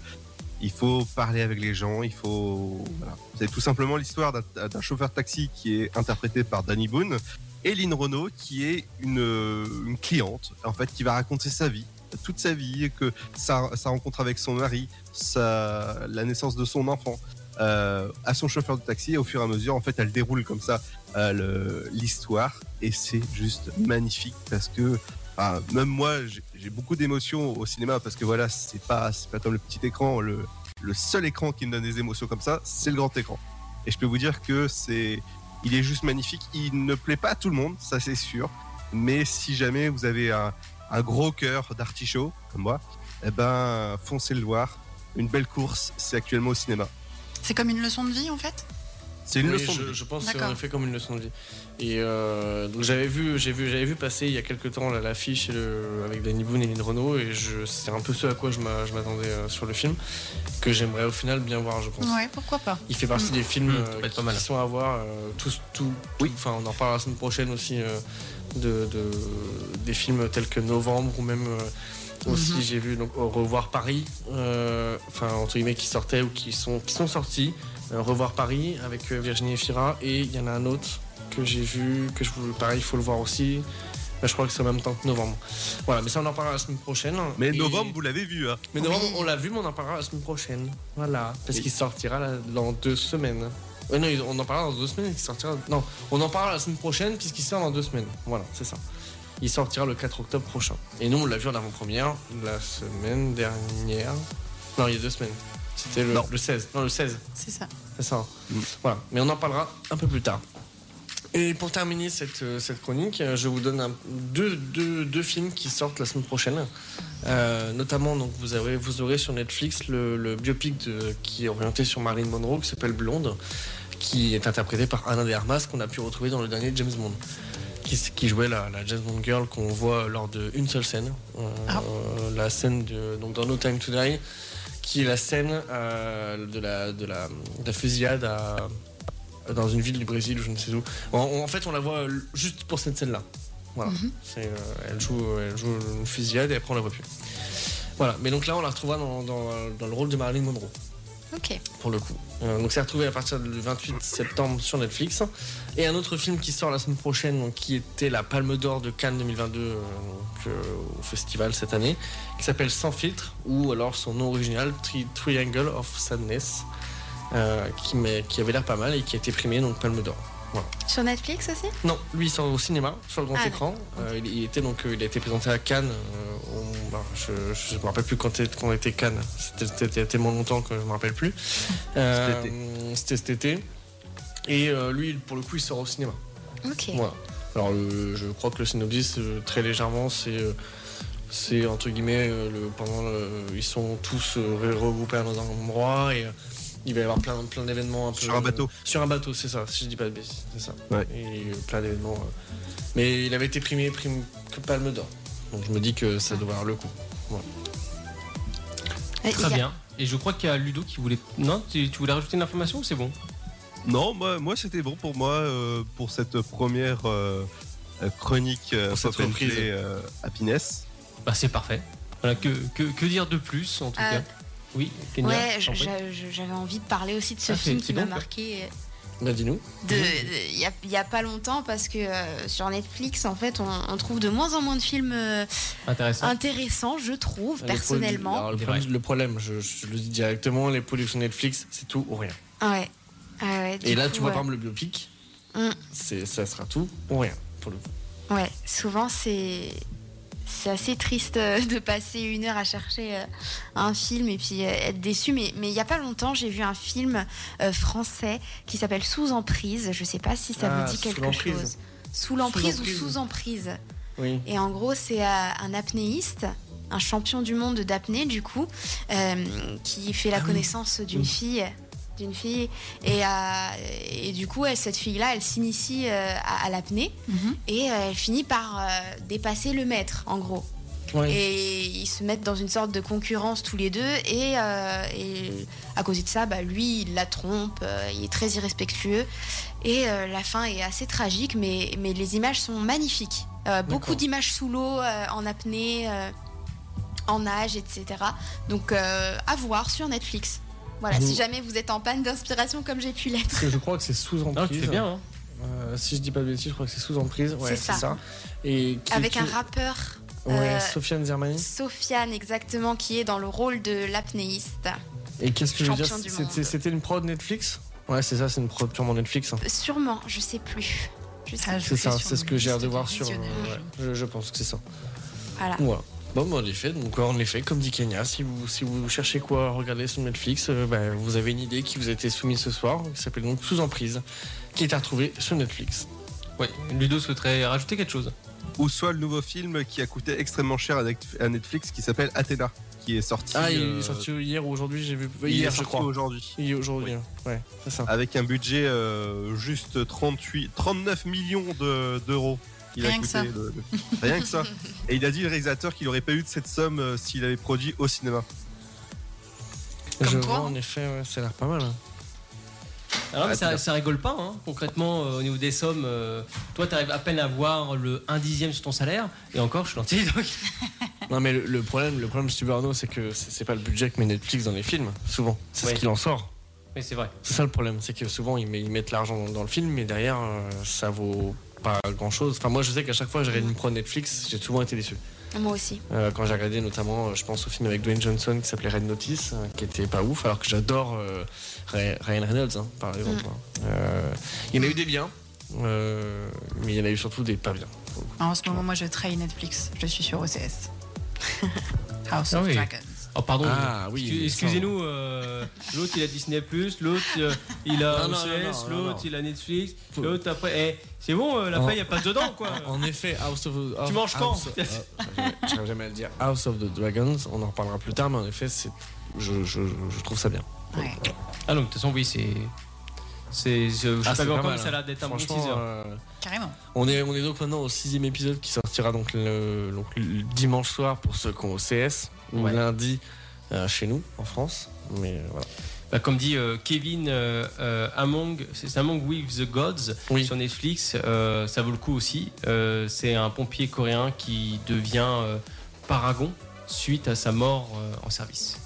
E: il faut parler avec les gens. Il faut. voilà. C'est tout simplement l'histoire d'un d'un chauffeur taxi qui est interprété par Danny Boone et Lynn Renault qui est une, euh, une cliente, en fait, qui va raconter sa vie toute sa vie, que sa, sa rencontre avec son mari, sa, la naissance de son enfant, euh, à son chauffeur de taxi. Et au fur et à mesure, en fait, elle déroule comme ça euh, le- l'histoire. Et c'est juste magnifique parce que ah, même moi, j'ai- j'ai beaucoup d'émotions au cinéma parce que voilà, c'est pas, c'est pas comme le petit écran. Le, le seul écran qui me donne des émotions comme ça, c'est le grand écran. Et je peux vous dire que c'est, il est juste magnifique. Il ne plaît pas à tout le monde, ça c'est sûr. Mais si jamais vous avez un, un gros cœur d'artichaut comme moi, eh ben foncez le voir. Une belle course, c'est actuellement au cinéma.
F: C'est comme une leçon de vie, en fait
E: C'est une
C: Oui,
E: leçon.
C: je,
E: de vie.
C: je pense que c'est
F: D'accord.
C: en effet comme une leçon de vie. Et euh, donc j'avais vu, j'ai vu, j'avais vu passer il y a quelques temps là, l'affiche et le- avec Danny Boone et Lynn Renault et je, c'est un peu ce à quoi je m'a- je m'attendais euh, sur le film que j'aimerais au final bien voir, je pense.
F: Ouais, pourquoi pas.
C: Il fait partie des films
B: Mmh,
C: euh,
B: ça peut être
C: qui,
B: pas mal.
C: qui sont à voir. euh, tous, tout, oui. Enfin, on en reparle la semaine prochaine aussi euh, de, de- des films tels que Novembre ou même euh, aussi
B: Hmm.
F: Mhm.
C: j'ai vu donc Au Revoir Paris. euh, Enfin entre guillemets qui sortaient ou qui sont qui sont sortis. Euh, Revoir Paris avec euh, Virginie Efira et il y en a un autre que j'ai vu que je vous pareil il faut le voir aussi. Bah, je crois que c'est en même temps que Novembre. Voilà, mais ça on en parlera la semaine prochaine.
E: Mais
C: Et-
E: novembre, vous l'avez vu, hein.
C: mais novembre, on l'a vu, mais on en parlera la semaine prochaine. Voilà. Parce qu'il sortira là, dans deux semaines. Ouais, non, il- on en parlera dans deux semaines. Il sortira... Non, on en parlera la semaine prochaine puisqu'il sort dans deux semaines. Voilà, c'est ça. Il sortira le 4 octobre prochain. Et nous, on l'a vu en avant-première la semaine dernière. Non, il y a deux semaines. C'était le, le 16. Non, le 16.
F: C'est ça.
C: C'est ça. hein. Voilà. Mais on en parlera un peu plus tard. Et pour terminer cette, euh, cette chronique, euh, je vous donne un- deux, deux- deux films qui sortent la semaine prochaine. Euh, notamment, donc, vous, aurez, vous aurez sur Netflix le, le biopic de- qui est orienté sur Marilyn Monroe, qui s'appelle Blonde, qui est interprété par Anna de Armas, qu'on a pu retrouver dans le dernier James Bond, qui, s- qui jouait la, la James Bond Girl qu'on voit lors d'une seule scène. Euh,
F: Ah.
C: euh, La scène de, donc, dans No Time to Die, qui est la scène euh, de, la, de, la, de la fusillade à- dans une ville du Brésil, ou je ne sais où. En, en fait, on la voit euh, juste pour cette scène-là. Voilà. C'est, euh, elle, joue, elle joue une fusillade et après on la voit plus. Voilà, mais donc là on la retrouvera dans, dans- dans le rôle de Marilyn Monroe,
D: Ok.
C: pour le coup. Euh, donc c'est retrouvé à partir du 28 septembre sur Netflix. Et un autre film qui sort la semaine prochaine, donc, qui était la Palme d'Or de Cannes 2022 euh, donc, euh, au festival cette année, qui s'appelle Sans filtre, ou alors son nom original, Tri- Triangle of Sadness, euh, qui, m'a- qui avait l'air pas mal et qui a été primé, donc Palme d'Or.
D: Sur Netflix aussi
C: Non, lui il sort au cinéma, sur le grand
D: Ah,
C: écran. Euh, il, il était donc, euh, il a été présenté à Cannes. euh, on- bah, je ne me rappelle plus quand, est- quand était Cannes. C'était c'était il y a tellement longtemps que je me rappelle plus. Euh, C'était cet été. Et euh, lui, pour le coup, il sort au cinéma.
D: Ok.
C: Voilà. Alors, le- je crois que le synopsis, euh, très légèrement, c'est. euh, c'est entre guillemets, euh, le, pendant le- ils sont tous euh, re- regroupés dans un endroit et euh, il va y avoir plein, plein d'événements un peu. euh,
E: Sur un bateau.
C: sur un bateau, c'est ça, si je dis pas de bêtises, c'est ça.
E: Ouais.
C: Et euh, plein d'événements. euh. Mais il avait été primé, primé que Palme d'Or. Donc je me dis que ça doit avoir le coup.
D: Et il y
B: Très
D: a-
B: bien. Et je crois qu'il y a Ludo qui voulait. Non, tu, tu voulais rajouter une information ou c'est bon
E: Non, moi, moi c'était bon pour moi euh, pour cette première euh, euh, chronique euh,
C: Pour cette
E: Pop and
C: reprise.
E: Play, euh, Happiness.
B: Bah c'est parfait. Voilà, que, que, que dire de plus en tout
D: Euh,
B: cas Oui, Kenya.
D: Ouais,
B: je
D: je-
B: t'en prie.
D: je- je- j'avais envie de parler aussi de ce
B: Ah, c'est-
D: film
B: c'est
D: qui m'a
B: bon, quoi.
D: marqué. euh,
C: Bah dis-nous.
D: de- de- il y a- il n'y a, pas longtemps parce que euh, sur Netflix en fait on, on trouve de moins en moins de films euh,
B: Intéressant.
D: intéressants je trouve
C: Ah, Les
D: personnellement
C: produits- alors, le
B: C'est
C: problème, le problème, je, je le dis directement, les productions Netflix, c'est tout ou rien.
D: ouais. Ah ouais, du
C: Et là,
D: coup,
C: tu vois,
D: euh,
C: par exemple, le biopic,
D: Mm.
C: c'est ça sera tout ou rien, pour le coup.
D: Ouais, souvent c'est c'est assez triste euh, de passer une heure à chercher euh, un film et puis euh, être déçu. Mais mais il y a pas longtemps, j'ai vu un film euh, français qui s'appelle Sous emprise. Je sais pas si ça
C: Ah,
D: vous dit
C: Sous
D: quelque
C: l'emprise.
D: chose. Sous l'emprise ou
C: l'emprise.
D: sous emprise.
C: Oui.
D: Et en gros, c'est euh, un apnéiste, un champion du monde d'apnée, du coup, euh, qui fait la connaissance d'une
C: Ah Oui.
D: fille. D'une fille. Et, euh, et du coup, elle- cette fille-là, elle s'initie euh, à, à l'apnée
C: Mm-hmm.
D: et euh, elle finit par euh, dépasser le maître, en gros.
C: Ouais.
D: Et ils se mettent dans une sorte de concurrence tous les deux. Et, euh, et à cause de ça, bah, lui, il la trompe, euh, il est très irrespectueux. Et euh, la fin est assez tragique, mais, mais les images sont magnifiques. Euh, beaucoup d'images sous l'eau, euh, en apnée, euh, en nage, etc. Donc euh, à voir sur Netflix. Voilà,
C: Nous-
D: si jamais vous êtes en panne d'inspiration comme j'ai pu l'être.
C: Parce que je crois que c'est sous emprise.
B: tu fais bien, hein.
C: Euh, si je dis pas de bêtises, je crois que c'est sous emprise. Ouais,
D: C'est
C: c'est
D: ça.
C: ça. Et qui-
D: Avec
C: qui-
D: un rappeur.
C: Ouais,
D: euh,
C: Sofiane Zermani.
D: Sofiane, exactement, qui est dans le rôle de l'apnéiste.
C: Et qu'est-ce que je veux dire
D: champion du
C: c'était,
D: monde.
C: c'était une prod Netflix Ouais, c'est ça, c'est une prod purement Netflix. hein.
D: Sûrement, je sais plus. Je sais
C: C'est
D: plus.
C: ça, c'est ce que j'ai hâte de voir sur.
D: visionnaires.
C: euh, ouais, je, je pense que c'est ça.
D: Voilà.
C: Voilà. Bon, bah, en effet, donc en effet, comme dit Kenya, si vous, si vous cherchez quoi à regarder sur Netflix, euh, bah, vous avez une idée qui vous a été soumise ce soir, qui s'appelle donc Sous Emprise, qui est à retrouver sur Netflix.
B: Ouais, Ludo souhaiterait rajouter quelque chose.
E: Ou soit le nouveau film qui a coûté extrêmement cher à Net- à Netflix qui s'appelle Athéna, qui est sorti.
C: Ah, il
E: euh,
C: est sorti hier ou aujourd'hui, j'ai vu.
E: il est
C: hier, je
E: sorti
C: crois.
E: aujourd'hui.
C: Il est aujourd'hui, hein. ouais, c'est ça.
E: Avec un budget euh, juste 38, 39 millions de- d'euros. qu'il a
F: Rien que
E: coûté
F: ça.
E: le- le- rien que ça. Et il a dit le réalisateur qu'il n'aurait pas eu de cette somme euh, s'il avait produit au cinéma.
F: Comme
C: je
F: toi,
C: vois,
F: hein.
C: en effet, ouais, ça a l'air pas mal. hein.
B: Alors, mais
E: Ah,
B: ça,
E: tout à
B: ça rigole pas, hein. concrètement, euh, au niveau des sommes. euh, toi, tu arrives à peine à voir le 1 dixième sur ton salaire, et encore, je suis gentil. donc.
C: *laughs* Non mais le, le problème, le problème Stu Barno, c'est que c'est c'est pas le budget que met Netflix dans les films, souvent. C'est
B: Ouais.
C: ce qu'il en sort.
B: *laughs* Mais c'est vrai.
C: C'est ça le problème, c'est que souvent ils, met- ils mettent l'argent dans, dans le film, mais derrière euh, ça vaut pas grand chose. Enfin moi je sais qu'à chaque fois que j'ai une pro Netflix, j'ai souvent été déçu.
D: Moi aussi.
C: Euh, quand j'ai regardé notamment, euh, je pense au film avec Dwayne Johnson qui s'appelait Red Notice, euh, qui était pas ouf, alors que j'adore euh, Ray- Ryan Reynolds hein, par exemple. hein. Euh, il y en a eu des biens, euh, mais il y en a eu surtout des pas bien.
F: En ce moment, moi, je traîne Netflix. Je suis sur
C: *laughs*
F: OCS. House of
B: Ah oui.
F: Dragons.
B: Oh, pardon.
C: Ah, oui,
B: Excu-
C: mais ça,
B: Excusez-nous, euh, l'autre il a Disney, l'autre euh, il a
C: Non, non, non,
B: OCS,
C: non, non,
B: l'autre
C: non.
B: il a Netflix, l'autre après. Eh, c'est bon, euh, la
C: Non.
B: paille, il a pas dedans quoi.
C: En effet, House of
B: Tu manges quand
C: House-
B: *laughs*
C: euh, J'arrive jamais à le dire. House of the Dragons, on en reparlera plus tard, mais en effet, c'est, je, je, je trouve ça bien.
F: Ouais.
B: Ah, donc de toute façon, oui, c'est. c'est je je sais
C: Ah,
B: pas
C: c'est
B: encore
C: pas
B: mais
C: mal,
B: ça a
C: hein.
B: l'air d'être un bon
C: Franchement,
B: teaser.
C: euh,
F: Carrément.
C: on, est, on est donc maintenant au sixième épisode qui sortira donc le, donc le dimanche soir pour ceux qui ont OCS, ou
B: Ouais.
C: lundi euh, chez nous, en France. Mais euh, voilà.
B: Bah, comme dit euh, Kevin, euh, euh, Among, c'est Among with the Gods
C: Oui.
B: sur Netflix, euh, ça vaut le coup aussi. Euh, c'est un pompier coréen qui devient euh, paragon suite à sa mort euh, en service.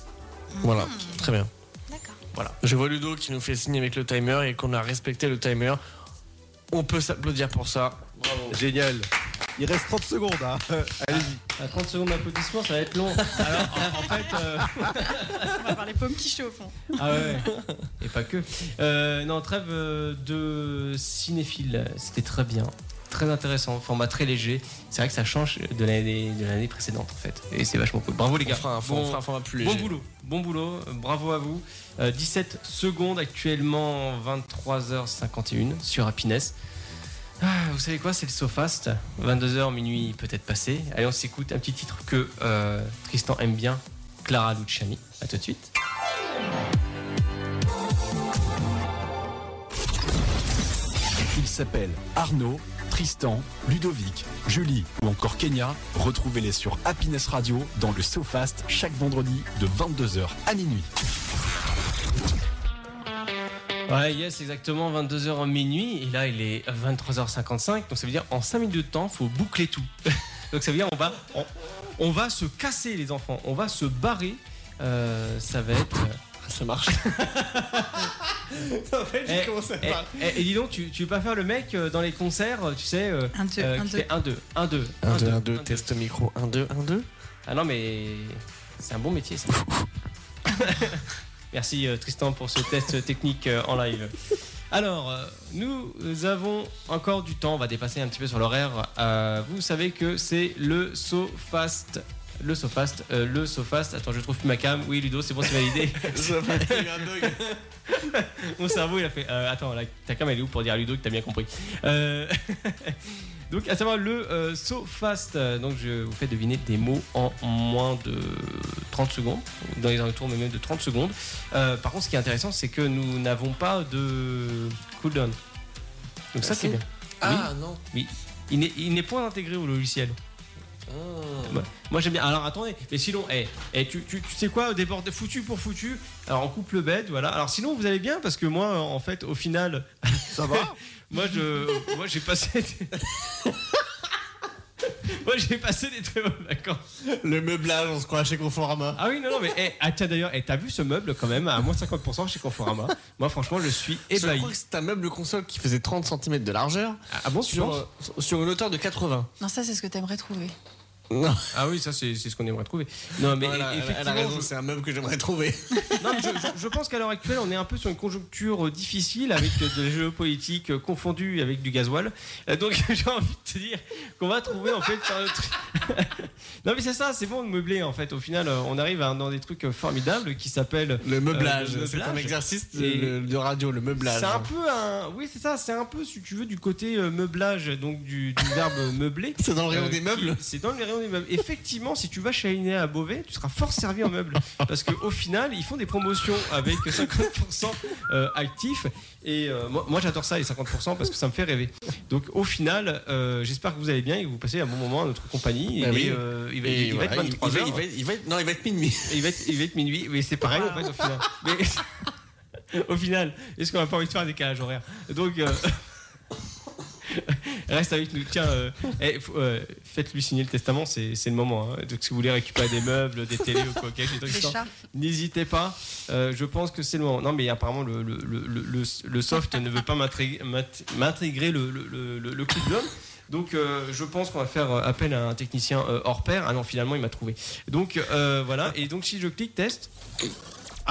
C: voilà, très bien.
D: D'accord.
B: Voilà.
C: Je vois Ludo qui nous fait signe avec le timer et qu'on a respecté le timer. On peut s'applaudir pour ça.
E: Génial. Il reste 30 secondes. hein.
B: À 30 secondes d'applaudissement, ça va être long. *laughs* Alors, en, en fait. euh,
F: On va voir les pommes qui chauffent. fond.
B: Ah ouais. Et pas que. Euh, non, trêve euh, de cinéphile. C'était très bien. Très intéressant. Format très léger. C'est vrai que ça change de l'année de l'année précédente, en fait. Et c'est vachement cool. Bravo, les
C: On
B: gars.
C: fera un,
B: Bon-
C: on fera un format plus
B: Bon
C: léger.
B: boulot, bon boulot, euh, bravo à vous. Euh, 17 secondes actuellement, 23h51 sur Happiness. Ah, vous savez quoi, c'est le SoFast. 22h minuit peut-être passé. Allez, on s'écoute un petit titre que euh, Tristan aime bien, Clara Luciani. À tout de suite.
A: Ils s'appellent Arnaud, Tristan, Ludovic, Julie ou encore Kenya. Retrouvez-les sur Happiness Radio dans le SoFast chaque vendredi de 22h à minuit.
B: Ouais, yes, exactement, 22h en minuit. Et là, il est 23h55. Donc ça veut dire en 5 minutes de temps, faut boucler tout. *laughs* donc ça veut dire on va, on, on va se casser, les enfants. On va se barrer. Euh, ça va être.
C: Ça marche.
B: *laughs* Eh, eh, eh, et dis donc, tu, tu veux pas faire le mec euh, dans les concerts, euh, tu sais euh,
F: Un, deux,
B: euh,
F: un,
B: qui
F: deux.
B: fait 1, 2, 1, 2,
C: 1, 2, 1, 2, test micro, 1, 2, 1, 2.
B: Ah non, mais c'est un bon métier ça. Merci euh, Tristan pour ce test technique euh, en live. Alors, euh, nous avons encore du temps, on va dépasser un petit peu sur l'horaire. Euh, vous savez que c'est le SoFast. Le SoFast, euh, le SoFast. Attends, je trouve plus ma cam. Oui, Ludo, c'est bon, c'est validé. *laughs* Mon cerveau, il a fait. euh, attends, la- ta cam, elle est où pour dire à Ludo que t'as bien compris Euh, *laughs* Donc, à savoir le euh, So Fast. Donc, je vous fais deviner des mots en moins de 30 secondes, dans les retours même de 30 secondes. Euh, par contre, ce qui est intéressant, c'est que nous n'avons pas de cooldown. Donc, ça,
C: Ah,
B: c'est
C: si.
B: bien.
C: Ah,
B: Oui.
C: non.
B: Oui. Il n'est- Il n'est point intégré au logiciel.
G: Ah.
B: Moi- Moi j'aime bien. Alors attendez, mais sinon, eh, eh, tu, tu- tu sais quoi, déborde foutu pour foutu. Alors on coupe le bête, voilà. Alors sinon vous allez bien parce que moi euh, en fait au final, *laughs* ça va. moi je, moi j'ai passé. des- *laughs* moi j'ai passé des très bonnes vacances.
G: Le meublage, on se croit chez Conforama.
B: Ah oui non non mais eh, ah, tiens d'ailleurs, eh, t'as vu ce meuble quand même à moins 50% chez Conforama. moi franchement je suis
C: Je
B: ébahi.
C: crois que c'est un meuble console qui faisait 30 cm de largeur.
B: Ah bon, tu
C: sur,
B: penses
C: euh, sur une hauteur de 80.
F: Non, ça, c'est ce que t'aimerais trouver.
C: Non.
B: Ah oui, ça c'est c'est ce qu'on aimerait trouver. Non mais
C: Voilà, elle- elle a
B: effectivement,
C: raison,
B: je-
C: c'est un meuble que j'aimerais trouver.
B: Non, mais je, je- je pense qu'à l'heure actuelle, on est un peu sur une conjoncture euh, difficile avec euh, de la géopolitique euh, confondue avec du gasoil. Euh, Donc *laughs* j'ai envie de te dire qu'on va trouver en fait sur le tri- *laughs* non mais c'est ça, c'est bon de meubler en fait. Au final, euh, on arrive à, dans des trucs euh, formidables qui s'appellent
C: Le meublage,
B: euh, *laughs* le
C: c'est un
B: meublage.
C: exercice de,
B: Et-
C: le- de radio, le meublage.
B: c'est un peu un. Oui, c'est ça, c'est un peu, si tu veux, du côté euh, meublage, donc du, du verbe *laughs* meubler. Euh,
C: C'est dans le rayon des
B: qui-
C: meubles
B: C'est dans le rayon des meubles. Effectivement, si tu vas chez Alinéa à Beauvais, tu seras fort servi en meubles. Parce qu'au final, ils font des promotions avec 50% euh, actifs. Et euh, moi, moi, j'adore ça, les 50%, parce que ça me fait rêver. Donc au final, euh, j'espère que vous allez bien et que vous passez un bon moment à notre compagnie.
C: Bah
B: et
C: oui.
B: euh, il va,
C: Et
B: il va
C: voilà,
B: être
C: il-
B: 23
C: il va-
B: heures.
C: il va- il va être- non, il va être minuit.
B: Il va être, il va être minuit, mais c'est pareil en fait au final. Mais- *laughs* au final, est-ce qu'on n'a pas envie de faire un décalage horaire Donc, euh, *laughs* reste avec nous. Tiens, euh, eh, faut- euh, faites-lui signer le testament, c'est c'est le moment. hein. Donc, si vous voulez récupérer des meubles, des télés ou quoi, quelque
F: Des
B: chose,
F: chats.
B: n'hésitez pas. Euh, je pense que c'est le moment. Non, mais apparemment, le, le, le- le- le soft ne veut pas m'intrig- m'int- m'intégrer le, le, le, le- le coup de l'homme. Donc, euh, je pense qu'on va faire euh, appel à un technicien euh, hors pair. Ah non, finalement, il m'a trouvé. Donc, euh, voilà. Et donc, si je clique test.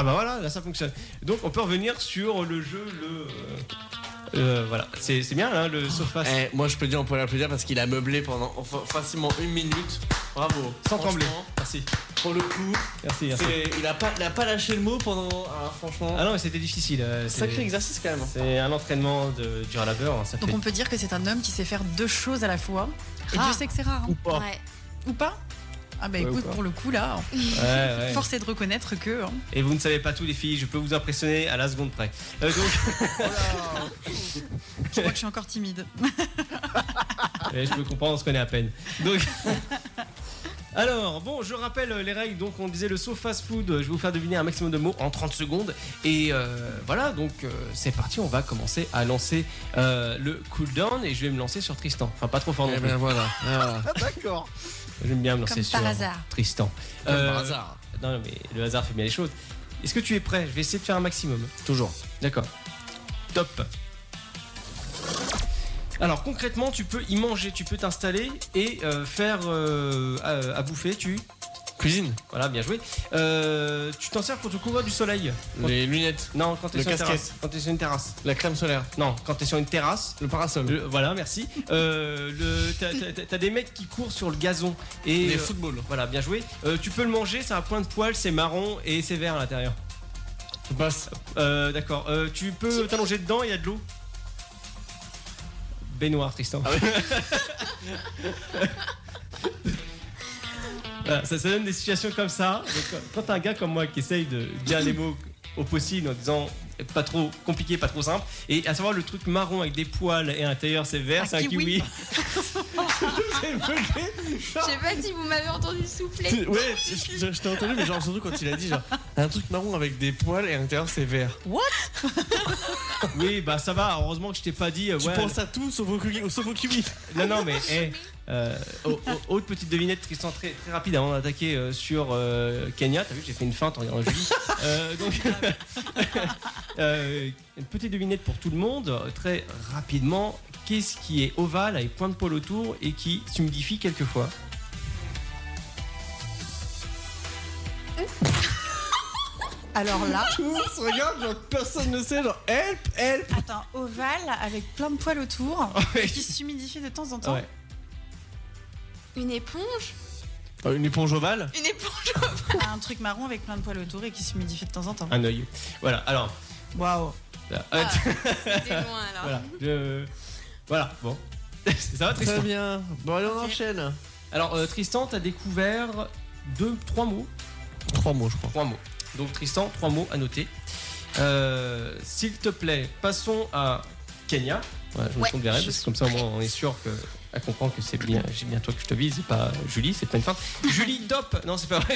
B: Ah bah voilà, là ça fonctionne. Donc on peut revenir sur le jeu, le... euh, euh, voilà, c'est c'est bien là, le sofa.
C: Eh, moi, je peux dire, on peut l'applaudir parce qu'il a meublé pendant fa- facilement une minute. Bravo.
B: Sans trembler.
C: Franchement,
B: Merci.
C: Pour le coup,
B: Merci, merci.
C: c'est- il, a pas, il a pas lâché le mot pendant. ah, franchement.
B: Ah non, mais c'était difficile. euh, c'est-
C: Sacré exercice quand même. hein.
B: C'est un entraînement de, dur à labeur, hein, ça
F: Donc
B: fait...
F: on peut dire que c'est un homme qui sait faire deux choses à la fois. Et
D: Ah.
F: Dieu sait que c'est rare. hein.
B: pas.
D: Ouais.
F: Ou pas Ah bah
B: Ouais, ou
F: écoute,
B: pas.
F: pour le coup là,
B: Ouais, ouais.
F: force est de reconnaître que... hein.
B: Et vous ne savez pas tout les filles, je peux vous impressionner à la seconde près. Euh, donc,
F: Je crois que je suis encore timide.
B: Ouais, Eh, je peux comprendre, on se connaît à peine. Donc... *laughs* Alors, bon, je rappelle les règles. Donc, on disait le saut fast food. Je vais vous faire deviner un maximum de mots en 30 secondes. Et euh, voilà, donc euh, c'est parti. On va commencer à lancer euh, le cooldown. Et je vais me lancer sur Tristan. Enfin, pas trop fort non
C: Eh
B: plus.
C: bien voilà. Ah.
E: D'accord.
B: J'aime bien me lancer
F: Comme
B: sur
F: par hasard.
B: Tristan.
C: Comme
B: Euh,
C: par hasard.
B: Non, non, mais le hasard fait bien les choses. Est-ce que tu es prêt Je vais essayer de faire un maximum.
C: Toujours.
B: D'accord. Top. Alors concrètement, tu peux y manger, tu peux t'installer et euh, faire euh, à, à bouffer. Tu
C: Cuisine.
B: voilà, bien joué. Euh, tu t'en sers pour te couvrir du soleil. Quand-
C: Les lunettes.
B: Non, quand t'es
C: Le
B: sur, une
C: casquette.
B: terrasse. Quand t'es sur une terrasse.
C: La crème solaire.
B: Non, quand t'es sur une terrasse.
C: Le parasol.
B: Le- voilà, merci. Euh, le- t'as- t'as- t'as- T'as des mecs qui courent sur le gazon et
C: les
B: euh,
C: footballs.
B: voilà, bien joué. Euh, tu peux le manger, ça a point de poil, c'est marron et c'est vert à l'intérieur.
C: Je passe.
B: Euh, D'accord. Euh, tu peux t'allonger dedans, il y a de l'eau. Baignoire, Tristan. Voilà, ça, ça donne des situations comme ça. Donc, quand- quand t'as un gars comme moi qui essaye de dire les mots au possible en disant pas trop compliqué, pas trop simple, et à savoir le truc marron avec des poils et à l'intérieur c'est vert,
F: Un
B: c'est un Ah, kiwi.
F: kiwi.
B: J'ai bugué.
D: Je sais pas si vous m'avez entendu souffler.
C: Ouais, je, je t'ai entendu, mais genre surtout quand il a dit genre un truc marron avec des poils et à l'intérieur c'est vert.
B: oui, bah ça va, heureusement que je t'ai pas dit. euh,
C: Tu
B: ouais,
C: penses à tout sauf au, kiwi- sauf au kiwi.
B: Non,
C: *laughs*
B: non, mais eh, euh, au- au- autre petite devinette, Tristan, très, très rapide avant d'attaquer euh, sur euh, Kenya. T'as vu, j'ai fait une feinte en regardant
C: *laughs*
B: Julie. Euh, donc, *laughs* euh, une petite devinette pour tout le monde, euh, très rapidement. Qu'est-ce qui est ovale avec point de pôle autour et qui s'humidifie quelquefois
F: *laughs* Alors là,
C: Tous regarde, genre personne ne sait, genre help, help.
F: attends, ovale avec plein de poils autour qui s'humidifie de temps en
B: Ah
F: temps.
B: Ouais.
D: Une éponge
C: Euh, Une éponge ovale
D: Une éponge *laughs*
F: Ah, Un truc marron avec plein de poils autour et qui s'humidifie de temps en temps.
B: Un œil. Voilà, alors.
F: Waouh.
B: euh,
D: Ah, C'était loin alors.
B: Voilà, je- voilà, bon. *laughs* Ça va, Tristan
C: Très bien. Bon, allez, on enchaîne.
B: Alors, euh, Tristan, t'as découvert deux, trois mots
C: Trois mots, je crois.
B: Trois mots. Donc, Tristan, trois mots à noter. Euh, S'il te plaît, passons à Kenya. Ouais, je me
C: Ouais,
B: tourne vers elle,
C: je
B: parce que
C: suis
B: comme ça, au moins, on est sûr que. Elle comprend que c'est bien, j'ai bien toi que je te vise, et pas Julie, c'est pas une femme. Julie Dop Non, c'est pas vrai.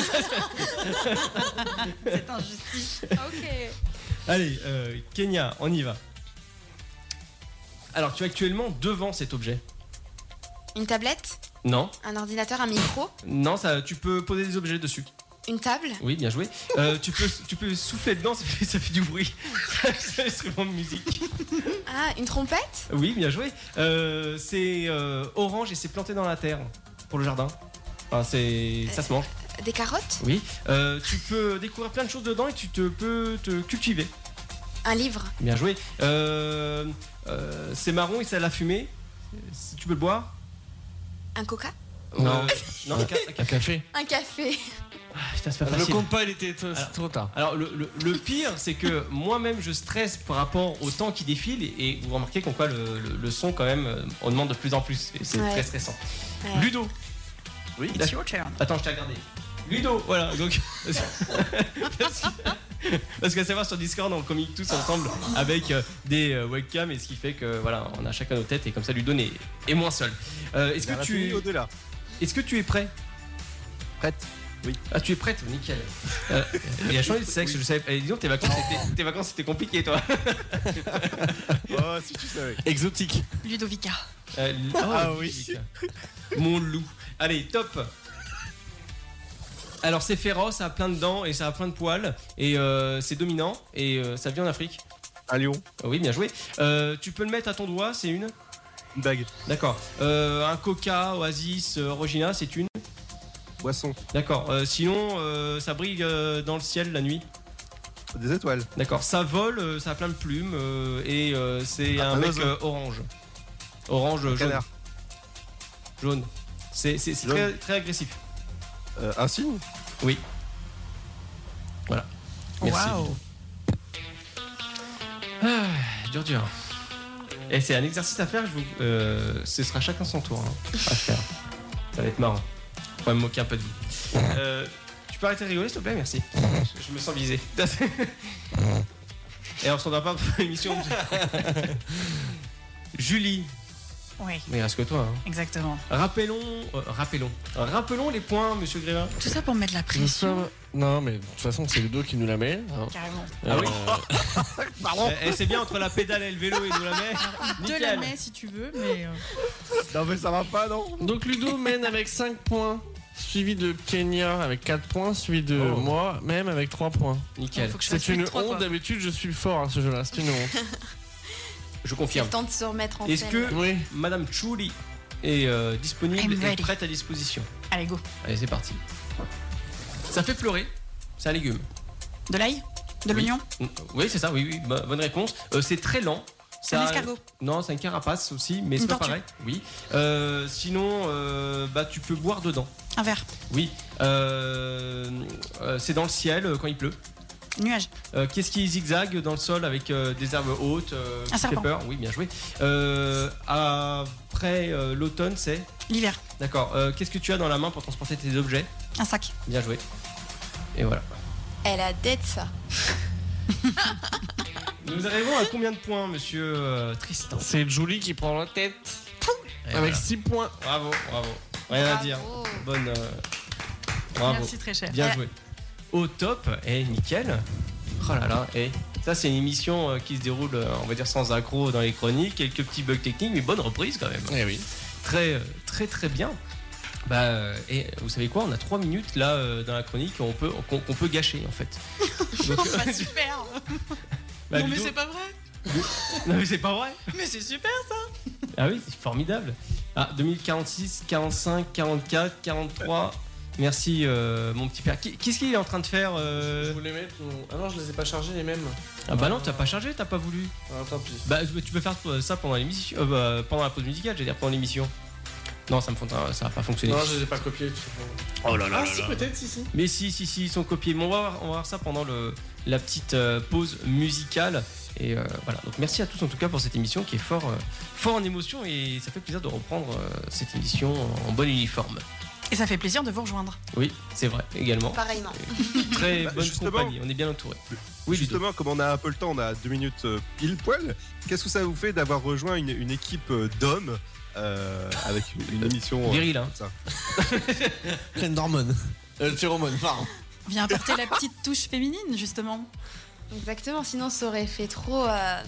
F: C'est injustice.
D: Ok.
B: Allez, euh, Kenya, on y va. Alors, tu es actuellement devant cet objet
D: Une tablette,
B: Non.
D: un ordinateur, un micro,
B: Non, ça, tu peux poser des objets dessus.
D: une table.
B: Oui, bien joué. Euh, tu, peux, tu peux souffler dedans, ça fait, ça fait du bruit. *laughs* c'est un instrument de musique.
D: Ah, une trompette
B: Oui, bien joué. Euh, c'est euh, orange et c'est planté dans la terre pour le jardin. Enfin, c'est, ça se mange.
D: Des carottes
B: Oui. Euh, tu peux découvrir plein de choses dedans et tu te peux te cultiver.
D: Un livre
B: Bien joué. Euh, euh, c'est marron et ça l'a fumé. Si tu peux le boire.
D: Un coca
B: Non. non, un, ca- un ca-
C: café.
D: Un café
B: Putain, c'est pas
C: Je
B: facile.
C: compte pas, il était t- c'est trop tard.
B: Alors le, le- le pire, c'est que moi-même je stresse par rapport au temps qui défile et, et vous remarquez qu'on quoi le, le- le son quand même, euh, on demande de plus en plus. et C'est
C: Ouais.
B: très stressant.
C: Ouais.
B: Ludo. Oui.
F: It's your turn.
B: Attends, je t'ai regardé. Ludo, voilà. Donc *laughs* parce que- parce qu'à savoir sur Discord, on communique tous ensemble avec euh, des euh, webcams et ce qui fait que voilà, on a chacun nos têtes et comme ça Ludo n'est est moins seul. Euh, Est-ce
E: Il a
B: que
E: la
B: tu
E: tenue au-delà.
B: Est-ce que tu es prêt Prête. Oui. Ah, tu es prête, nickel. Euh, il a changé de sexe, je savais. Eh, dis donc, tes vacances, c'était, tes vacances, c'était compliqué, toi.
E: *laughs* Oh, si tu savais.
B: Exotique.
F: Ludovica.
B: Euh,
E: Ah oui.
B: Mon loup. Allez, top. Alors, c'est féroce, ça a plein de dents et ça a plein de poils. Et euh, c'est dominant et euh, ça vient en Afrique.
E: Un lion.
B: Oui, bien joué. Euh, tu peux le mettre à ton doigt, c'est une
E: Une bague.
B: D'accord. Euh, un coca, oasis, euh, Regina, c'est une
E: Boisson.
B: D'accord. Euh, sinon, euh, ça brille euh, dans le ciel la nuit.
E: Des étoiles.
B: D'accord. Ça vole, euh, ça a plein de plumes euh, et euh, c'est
E: Ah,
B: un
E: un
B: mec
E: oiseau.
B: euh, orange. Orange, euh, jaune.
E: canard.
B: Jaune. C'est c'est- c'est
E: Jaune.
B: très, très agressif.
E: Euh, un signe
B: Oui. Voilà. Merci.
F: Waouh.
B: Ah, dur, dur. Et c'est un exercice à faire. Je vous, euh, ce sera chacun son tour hein, à faire. Ça va être marrant. On va me moquer un peu de *laughs* vous. Euh, tu peux arrêter de rigoler, s'il te plaît *laughs* Merci. Je, je me sens *laughs* visé. Et on se rendra pas pour *laughs* l'émission. Julie.
F: Oui,
B: Mais il reste que toi. hein.
F: exactement.
B: Rappelons, euh, rappelons, rappelons les points, Monsieur Grévin.
F: Tout ça pour mettre la
C: Nous
F: pression.
C: sommes- Non, mais de toute façon, c'est Ludo qui nous la met. hein.
F: Carrément.
B: Ah oui.
C: Euh,
B: Pardon. Eh, c'est bien entre la pédale et le vélo et nous la mer.
F: Il te la met si tu veux, mais. euh,
E: Non, mais ça va pas, non
C: Donc Ludo mène avec 5 points, suivi de Kenya avec 4 points, suivi de
B: Oh.
C: moi même avec 3 points.
B: Nickel.
F: faut que je fasse
C: C'est
F: plus
C: une
F: que trois,
C: honte,
F: quoi.
C: d'habitude je suis fort à ce jeu-là, c'est une honte.
B: Je
D: C'est
B: confirme.
D: le temps de se remettre en
B: Est-ce
D: scène.
B: que
C: Oui.
B: Madame Chouli est euh, disponible
F: I'm
B: et
F: ready.
B: prête à disposition
F: Allez, go.
B: Allez, c'est parti. Ça fait pleurer. C'est un légume.
F: De l'ail De l'oignon
B: Mm, Oui, c'est ça. Oui, oui. bo- Bonne réponse. Euh, c'est très lent.
F: C'est un
B: Ça-
F: escargot.
B: Non, c'est une carapace aussi, mais c'est
F: Une
B: pas
F: tortue.
B: pareil. Oui. Euh, sinon, euh, bah tu peux boire dedans.
F: Un verre.
B: Oui. Euh, euh, c'est dans le ciel euh, quand il pleut.
F: Nuage.
B: Euh, Qu'est-ce qui zigzague dans le sol avec euh, des herbes hautes euh, qui fait
F: serpent.
B: peur Oui, bien joué. Euh, après euh, l'automne, c'est
F: L'hiver.
B: D'accord. Euh, Qu'est-ce que tu as dans la main pour transporter tes objets
F: Un sac.
B: Bien joué. Et voilà.
D: Elle a dette ça.
B: Nous arrivons à combien de points, monsieur euh, Tristan
C: C'est Julie qui prend la tête
B: Et
C: avec
B: voilà.
C: 6 points.
B: Bravo, bravo. Rien à
D: Bravo.
B: dire. Bonne. euh, Bravo.
F: Merci très cher.
B: Bien joué. Au top. Et nickel. Oh là là. Et ça, c'est une émission euh, qui se déroule, euh, on va dire, sans accro dans les chroniques. Quelques petits bugs techniques, mais bonne reprise quand même.
C: Eh oui.
B: très euh, très très bien. Bah, euh, et vous savez quoi, on a trois minutes là euh, dans la chronique qu'on peut, qu'on qu'on peut gâcher en
F: *laughs*
B: fait. Donc, euh,
F: Bah, super.
B: *laughs* bah,
F: non mais
B: Ludo-
F: c'est pas vrai.
B: non, mais c'est pas vrai.
F: Mais c'est super ça.
B: Ah oui, c'est formidable. Ah, 2046, 45, 44, 43. Merci euh, mon petit père. Qui- Qu'est-ce qu'il est en train de faire euh
C: Je voulais mettre mon- Ah non, je les ai pas chargés les mêmes.
B: Ah bah non, t'as pas chargé, t'as pas voulu.
C: Ah, tant pis.
B: euh, Bah tu peux faire ça pendant l'émission, euh, bah, pendant la pause musicale, j'allais dire pendant l'émission. Non, ça me font- ça va pas fonctionner.
C: Non, je les ai pas copiés. tout simplement.
B: Oh là là
C: Ah,
B: là
C: si,
B: là.
C: peut-être, si, si.
B: Mais si, si, si, ils sont copiés. Mais on va voir, on va voir ça pendant le, la petite euh, pause musicale. Et euh, voilà, donc merci à tous en tout cas pour cette émission qui est fort, euh, fort en émotion et ça fait plaisir de reprendre euh, cette émission en bon uniforme.
F: Et ça fait plaisir de vous rejoindre.
B: Oui, c'est vrai également.
D: Pareillement.
B: Très
E: Bah,
B: bonne
E: justement.
B: compagnie, on est bien entouré. Oui, Ludo.
E: Justement, comme on a un peu le temps, on a deux minutes euh, pile poil. Qu'est-ce que ça vous fait d'avoir rejoint une, une équipe euh, d'hommes euh, avec une, une émission euh,
B: Viril, hein.
E: comme ça
C: Pleine d'hormones. Euh, de phéromones, pardon.
F: On vient apporter la petite touche féminine, justement.
D: Exactement, sinon ça aurait fait trop euh,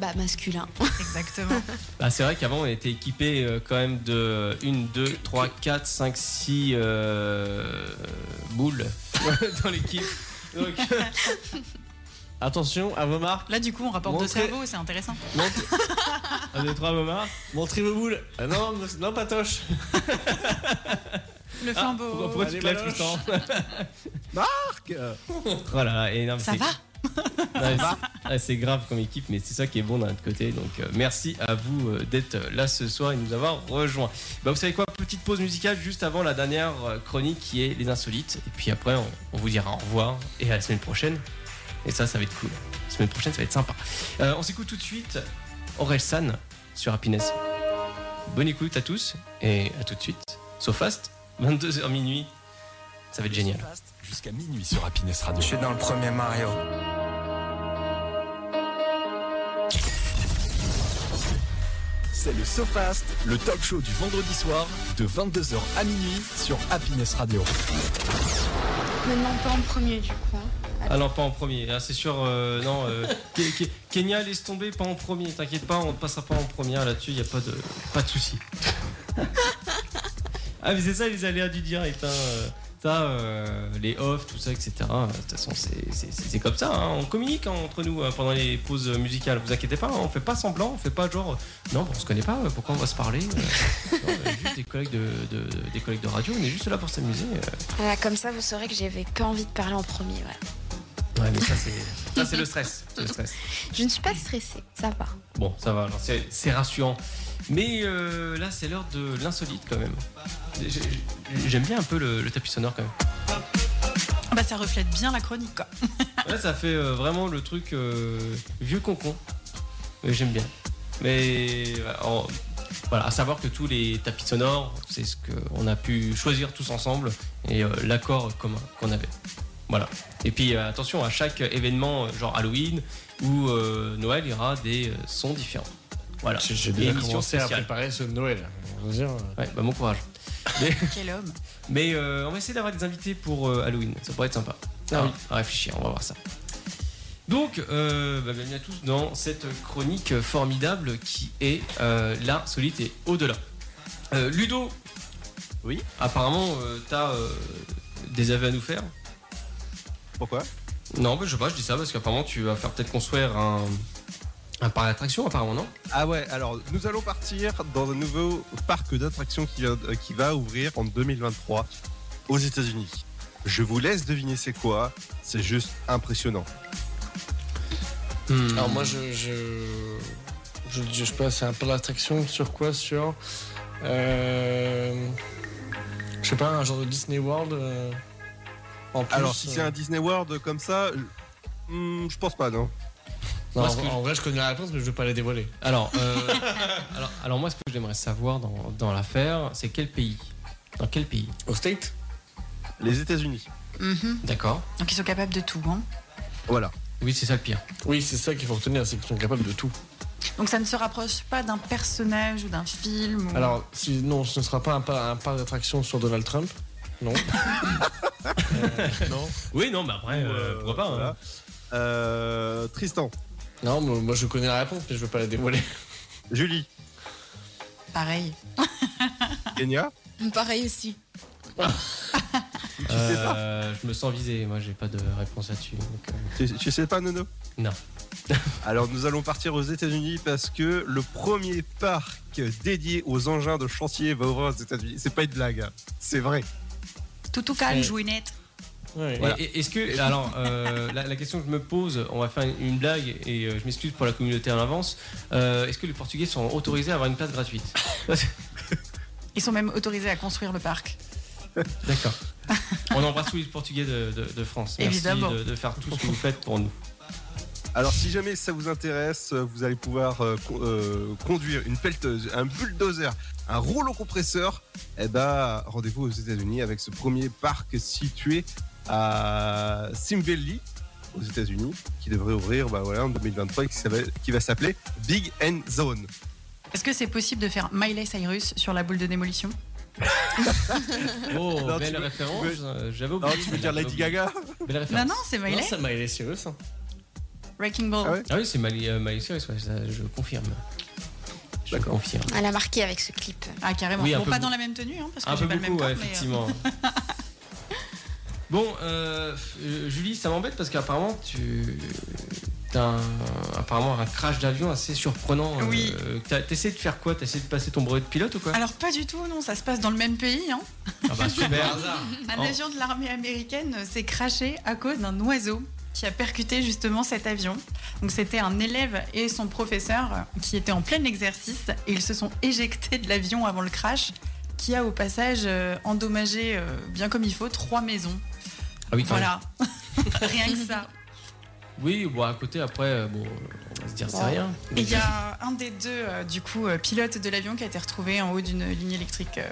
D: bah, masculin.
F: Exactement.
B: Bah, c'est vrai qu'avant on était équipé euh, quand même de 1, 2, 3, 4, 5, 6 euh, boules *laughs* dans l'équipe. Donc,
C: *laughs* Attention à vos marques.
F: Là, du coup, on rapporte deux
C: Montrer-
F: cerveaux, c'est intéressant.
C: Montrez,
B: 1, 2, 3, Momar.
C: montrez vos boules. Ah non, non, patoche.
F: Le flambeau.
B: Pourquoi, pourquoi tu
C: allez,
B: te lèves,
C: Baloche.
B: Tristan
C: *laughs*
B: *laughs* Voilà, et non, mais
F: Ça
B: c'est-
F: va
B: non, mais c'est- ah, C'est grave comme équipe, mais c'est ça qui est bon d'un autre côté. Donc euh, merci à vous euh, d'être là ce soir et de nous avoir rejoints. Bah, vous savez quoi Petite pause musicale juste avant la dernière euh, chronique qui est les insolites. Et puis après, on, on vous dira au revoir et à la semaine prochaine. Et ça, ça va être cool. La semaine prochaine, ça va être sympa. Euh, on s'écoute tout de suite Aurel San sur Happiness. Bonne écoute à tous et à tout de suite. Sofast, 22h minuit. Ça va être génial.
A: Jusqu'à minuit sur Happiness Radio.
H: suis dans le premier Mario.
A: C'est le SoFast, le talk show du vendredi soir de 22h à minuit sur Happiness Radio.
D: Maintenant pas en premier du coup. hein.
B: Ah non, pas en premier. Ah, c'est sûr, euh, non. euh, Ke- Ke- Kenya laisse tomber, pas en premier. T'inquiète pas, on ne passera pas en première là-dessus. Il a pas de, pas de *laughs* souci. ah mais c'est ça les aléas du direct. Hein. euh, Ça, euh, les off, tout ça, etc. Euh, De toute façon, c'est- c'est c'est- c'est comme ça. hein. On communique hein, entre nous euh, pendant les pauses musicales. Vous inquiétez pas, hein, on fait pas semblant, on fait pas genre. euh, Non, bon, on se connaît pas. euh, Pourquoi on va se parler euh, non, euh, Juste des collègues de, de- des collègues de radio. On est juste là pour s'amuser. euh.
D: Voilà, comme ça vous saurez que j'avais pas envie de parler en premier. voilà.
B: Ouais, mais ça c'est- ça, c'est le stress. *laughs* C'est le stress.
D: Je ne suis pas stressée, ça va.
B: Bon, ça va, alors c'est c'est rassurant. Mais euh, là, c'est l'heure de l'insolite quand même. J'ai- j'ai- J'aime bien un peu le, le tapis sonore quand même.
F: Ah Bah, ça reflète bien la chronique, quoi.
B: Là, ça fait euh, vraiment le truc euh, vieux concon. Mais J'aime bien. Mais euh, en- voilà, à savoir que tous les tapis sonores, c'est ce qu'on a pu choisir tous ensemble et euh, l'accord commun qu'on avait. Voilà. Et puis euh, attention, à chaque événement, euh, genre Halloween ou euh, Noël, il y aura des euh, sons différents. Voilà.
C: J'ai
B: Et
C: déjà
B: émission
C: commencé à
B: spéciale.
C: préparer ce Noël. Je veux dire, euh,
B: Ouais, bah bon courage.
F: *laughs* Quel homme.
B: Mais euh, on va essayer d'avoir des invités pour euh, Halloween. Ça pourrait être sympa.
C: Ah
B: à,
C: oui.
B: à réfléchir, on va voir ça. Donc, euh, bah, bienvenue à tous dans cette chronique formidable qui est euh, la solide et au-delà. Euh, Ludo,
E: Oui
B: apparemment, euh, t'as euh, des aveux à nous faire.
E: Pourquoi
B: Non, mais je sais pas, je dis ça parce qu'apparemment, tu vas faire peut-être construire un, un parc d'attractions, apparemment, non
E: Ah ouais, alors nous allons partir dans un nouveau parc d'attractions qui, vient- euh, qui va ouvrir en 2023 aux États-Unis. Je vous laisse deviner c'est quoi, c'est juste impressionnant.
B: Hmm.
C: Alors moi je je je, je sais pas c'est un peu l'attraction sur quoi sur euh, je sais pas un genre de Disney World euh, en plus,
E: Alors si c'est
C: euh,
E: un Disney World comme ça, je- hmm, je pense pas, non
C: euh, non,
B: Moi, ce
C: en,
B: que je-
C: en vrai je connais la réponse mais je veux pas la dévoiler.
B: Alors, euh, *laughs* alors, alors moi, ce que j'aimerais savoir dans, dans l'affaire, c'est quel pays Dans quel pays
C: Au state
E: Les États-Unis.
F: Mhm.
B: D'accord
F: Donc, ils sont capables de tout, hein.
E: Voilà.
B: Oui, c'est ça le pire.
C: Oui c'est ça qu'il faut retenir c'est qu'ils sont capables de tout.
F: Donc, ça ne se rapproche pas d'un personnage ou d'un film. ou-
C: Alors si non ce ne sera pas un, pa- un parc d'attraction sur Donald Trump non. Euh, non.
B: Oui, non, mais après,
E: Euh,
B: pourquoi pas hein.
E: voilà. Euh, Tristan,
C: Non, mais moi je connais la réponse, mais je veux pas la *laughs* dévoiler.
E: Julie,
F: Pareil.
E: Kenya,
D: Pareil aussi.
E: tu sais
B: Euh,
E: pas
B: Je me sens visé, moi, j'ai pas de réponse là-dessus. donc, euh,
E: tu, tu sais pas Nono
B: Non.
E: *laughs* Alors nous allons partir aux États-Unis parce que le premier parc dédié aux engins de chantier va ouvrir aux États-Unis. C'est pas une blague, hein. c'est vrai.
F: Toutou calme,
C: Ouais.
F: Jouinette.
C: Ouais.
B: Et- et- Est-ce que. Alors, euh, la, la question que je me pose, on va faire une, une blague et euh, je m'excuse pour la communauté en avance. Euh, Est-ce que les Portugais sont autorisés à avoir une place gratuite
F: Ils sont même autorisés à construire le parc.
B: D'accord. On embrasse tous les Portugais de, de- de France. Merci
F: Évidemment.
B: de- de faire tout ce que vous faites pour nous.
E: Alors si jamais ça vous intéresse, euh, vous allez pouvoir euh, con- euh, conduire une pelleteuse, un bulldozer, un rouleau compresseur. Eh ben, rendez-vous aux États-Unis avec ce premier parc situé à Simbelli aux États-Unis, qui devrait ouvrir bah, voilà, en 2023 et qui, s'appelle- qui va s'appeler Big End Zone.
F: Est-ce que c'est possible de faire Miley Cyrus sur la boule de démolition
B: Oh,
E: Non, tu
B: belle
E: veux-
B: référence.
E: tu
B: euh, J'avais oublié.
E: Oh, tu veux dire
B: J'avais
E: Lady
B: oublié.
E: Gaga
B: Belle
F: Non,
B: référence.
F: non, c'est Miley.
C: Non, c'est Miley Cyrus. hein.
F: Wrecking Ball.
E: Ah ouais
B: Ah oui, c'est Miley euh, Miley Cyrus, ouais, ça, je confirme. Je
E: D'accord.
B: confirme.
D: Elle a marqué avec ce clip.
F: Ah, carrément.
B: Oui, un
F: bon,
B: peu
F: pas
B: beau-
F: dans la même tenue, hein, parce que
B: Un
F: j'ai
B: peu
F: pas le même
B: beaucoup,
F: corps.
B: ouais,
F: mais, euh,
B: effectivement. bon, euh, euh, Julie, ça m'embête parce qu'apparemment, tu as un, apparemment un crash d'avion assez surprenant.
F: Oui. Ah
B: Euh, t'as- T'essaies de faire quoi T'essaies de passer ton brevet de pilote ou quoi
F: Alors, pas du tout, non, ça se passe dans le même pays. hein.
B: Ah bah
F: *laughs*
B: super.
F: Un
B: Oh.
F: avion de l'armée américaine euh, s'est crashé à cause d'un oiseau qui a percuté justement cet avion. Donc c'était un élève et son professeur euh, qui étaient en plein exercice et ils se sont éjectés de l'avion avant le crash qui a au passage euh, endommagé euh, bien comme il faut trois maisons.
B: Ah oui, quand
F: Voilà. *laughs* Rien que ça.
B: même. Oui, bon, à côté, après, euh, bon, on va se dire, c'est
D: Bon.
B: rien.
F: Et il y a un des deux euh, du coup euh, pilote de l'avion qui a été retrouvé en haut d'une ligne électrique. euh.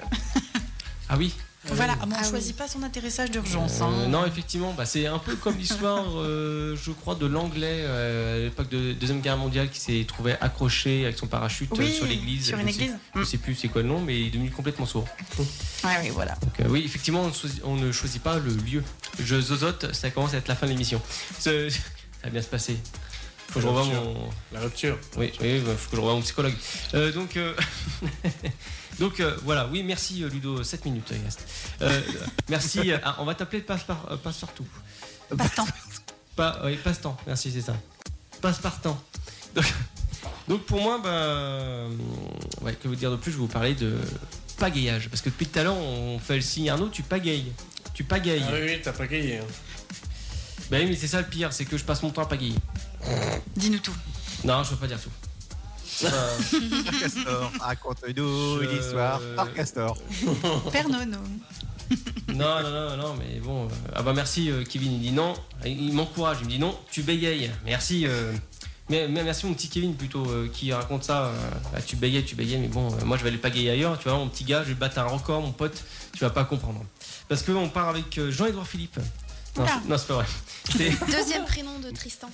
B: Ah oui
F: Voilà, Ah, mais on
D: Ah oui.
F: choisit pas son atterrissage d'urgence. hein.
B: Euh, non, effectivement, bah, c'est un peu comme l'histoire, *laughs* euh, je crois, de l'anglais euh, à l'époque de Deuxième Guerre mondiale qui s'est trouvé accroché avec son parachute euh,
F: Oui,
B: sur l'église.
F: sur
B: Je
F: une
B: ne sais-
F: église. Mm.
B: Je ne sais plus c'est quoi le nom, mais il est devenu complètement sourd.
F: Ouais, oui,
B: *laughs*
F: voilà.
B: Donc, euh, oui, effectivement, on, ne choisit- on ne choisit pas le lieu. Je zozote, ça commence à être la fin de l'émission. Ce- *laughs* Ça va bien se passer. Faut que je revoie mon.
C: La rupture.
B: Oui, oui, bah, faut que je revoie mon psychologue. Euh, donc, euh, *laughs* donc euh, voilà, oui, merci euh, Ludo, 7 minutes, il reste. Euh, merci, euh, ah, on va t'appeler passe-par- euh, passe-partout.
F: Passe-temps.
B: Pas, oui, passe-temps, merci, c'est ça. Passe-partant. Donc, *laughs* donc pour moi, bah, ouais, que vous dire de plus, je vais vous parler de pagayage. Parce que depuis tout à l'heure, on fait le signe Arnaud, tu pagayes. Tu pagayes.
C: Ah oui, oui, t'as pas gagné. hein.
B: Bah oui, mais c'est ça le pire, c'est que je passe mon temps à pagayer.
F: Dis-nous tout.
B: Non, je veux pas dire tout. Euh,
E: Castor, *laughs* raconte-nous
B: Je-
E: une histoire par Castor.
F: Père Nono.
B: Non, non, non, non, mais bon. euh, Ah bah merci euh, Kevin, il dit non. Il m'encourage, il me dit non, tu bégayes. Merci. euh, mais, mais merci mon petit Kevin plutôt euh, qui raconte ça. euh, Ah, tu bégayes, tu bégayes, mais bon, euh, moi je vais aller pagayer ailleurs. Tu vois, mon petit gars, je vais battre un record, mon pote, tu vas pas comprendre. Parce que on part avec euh, Jean-Édouard Philippe. Non,
F: Oula.
B: c'est- non, c'est pas vrai. C'est-
D: Deuxième prénom de Tristan.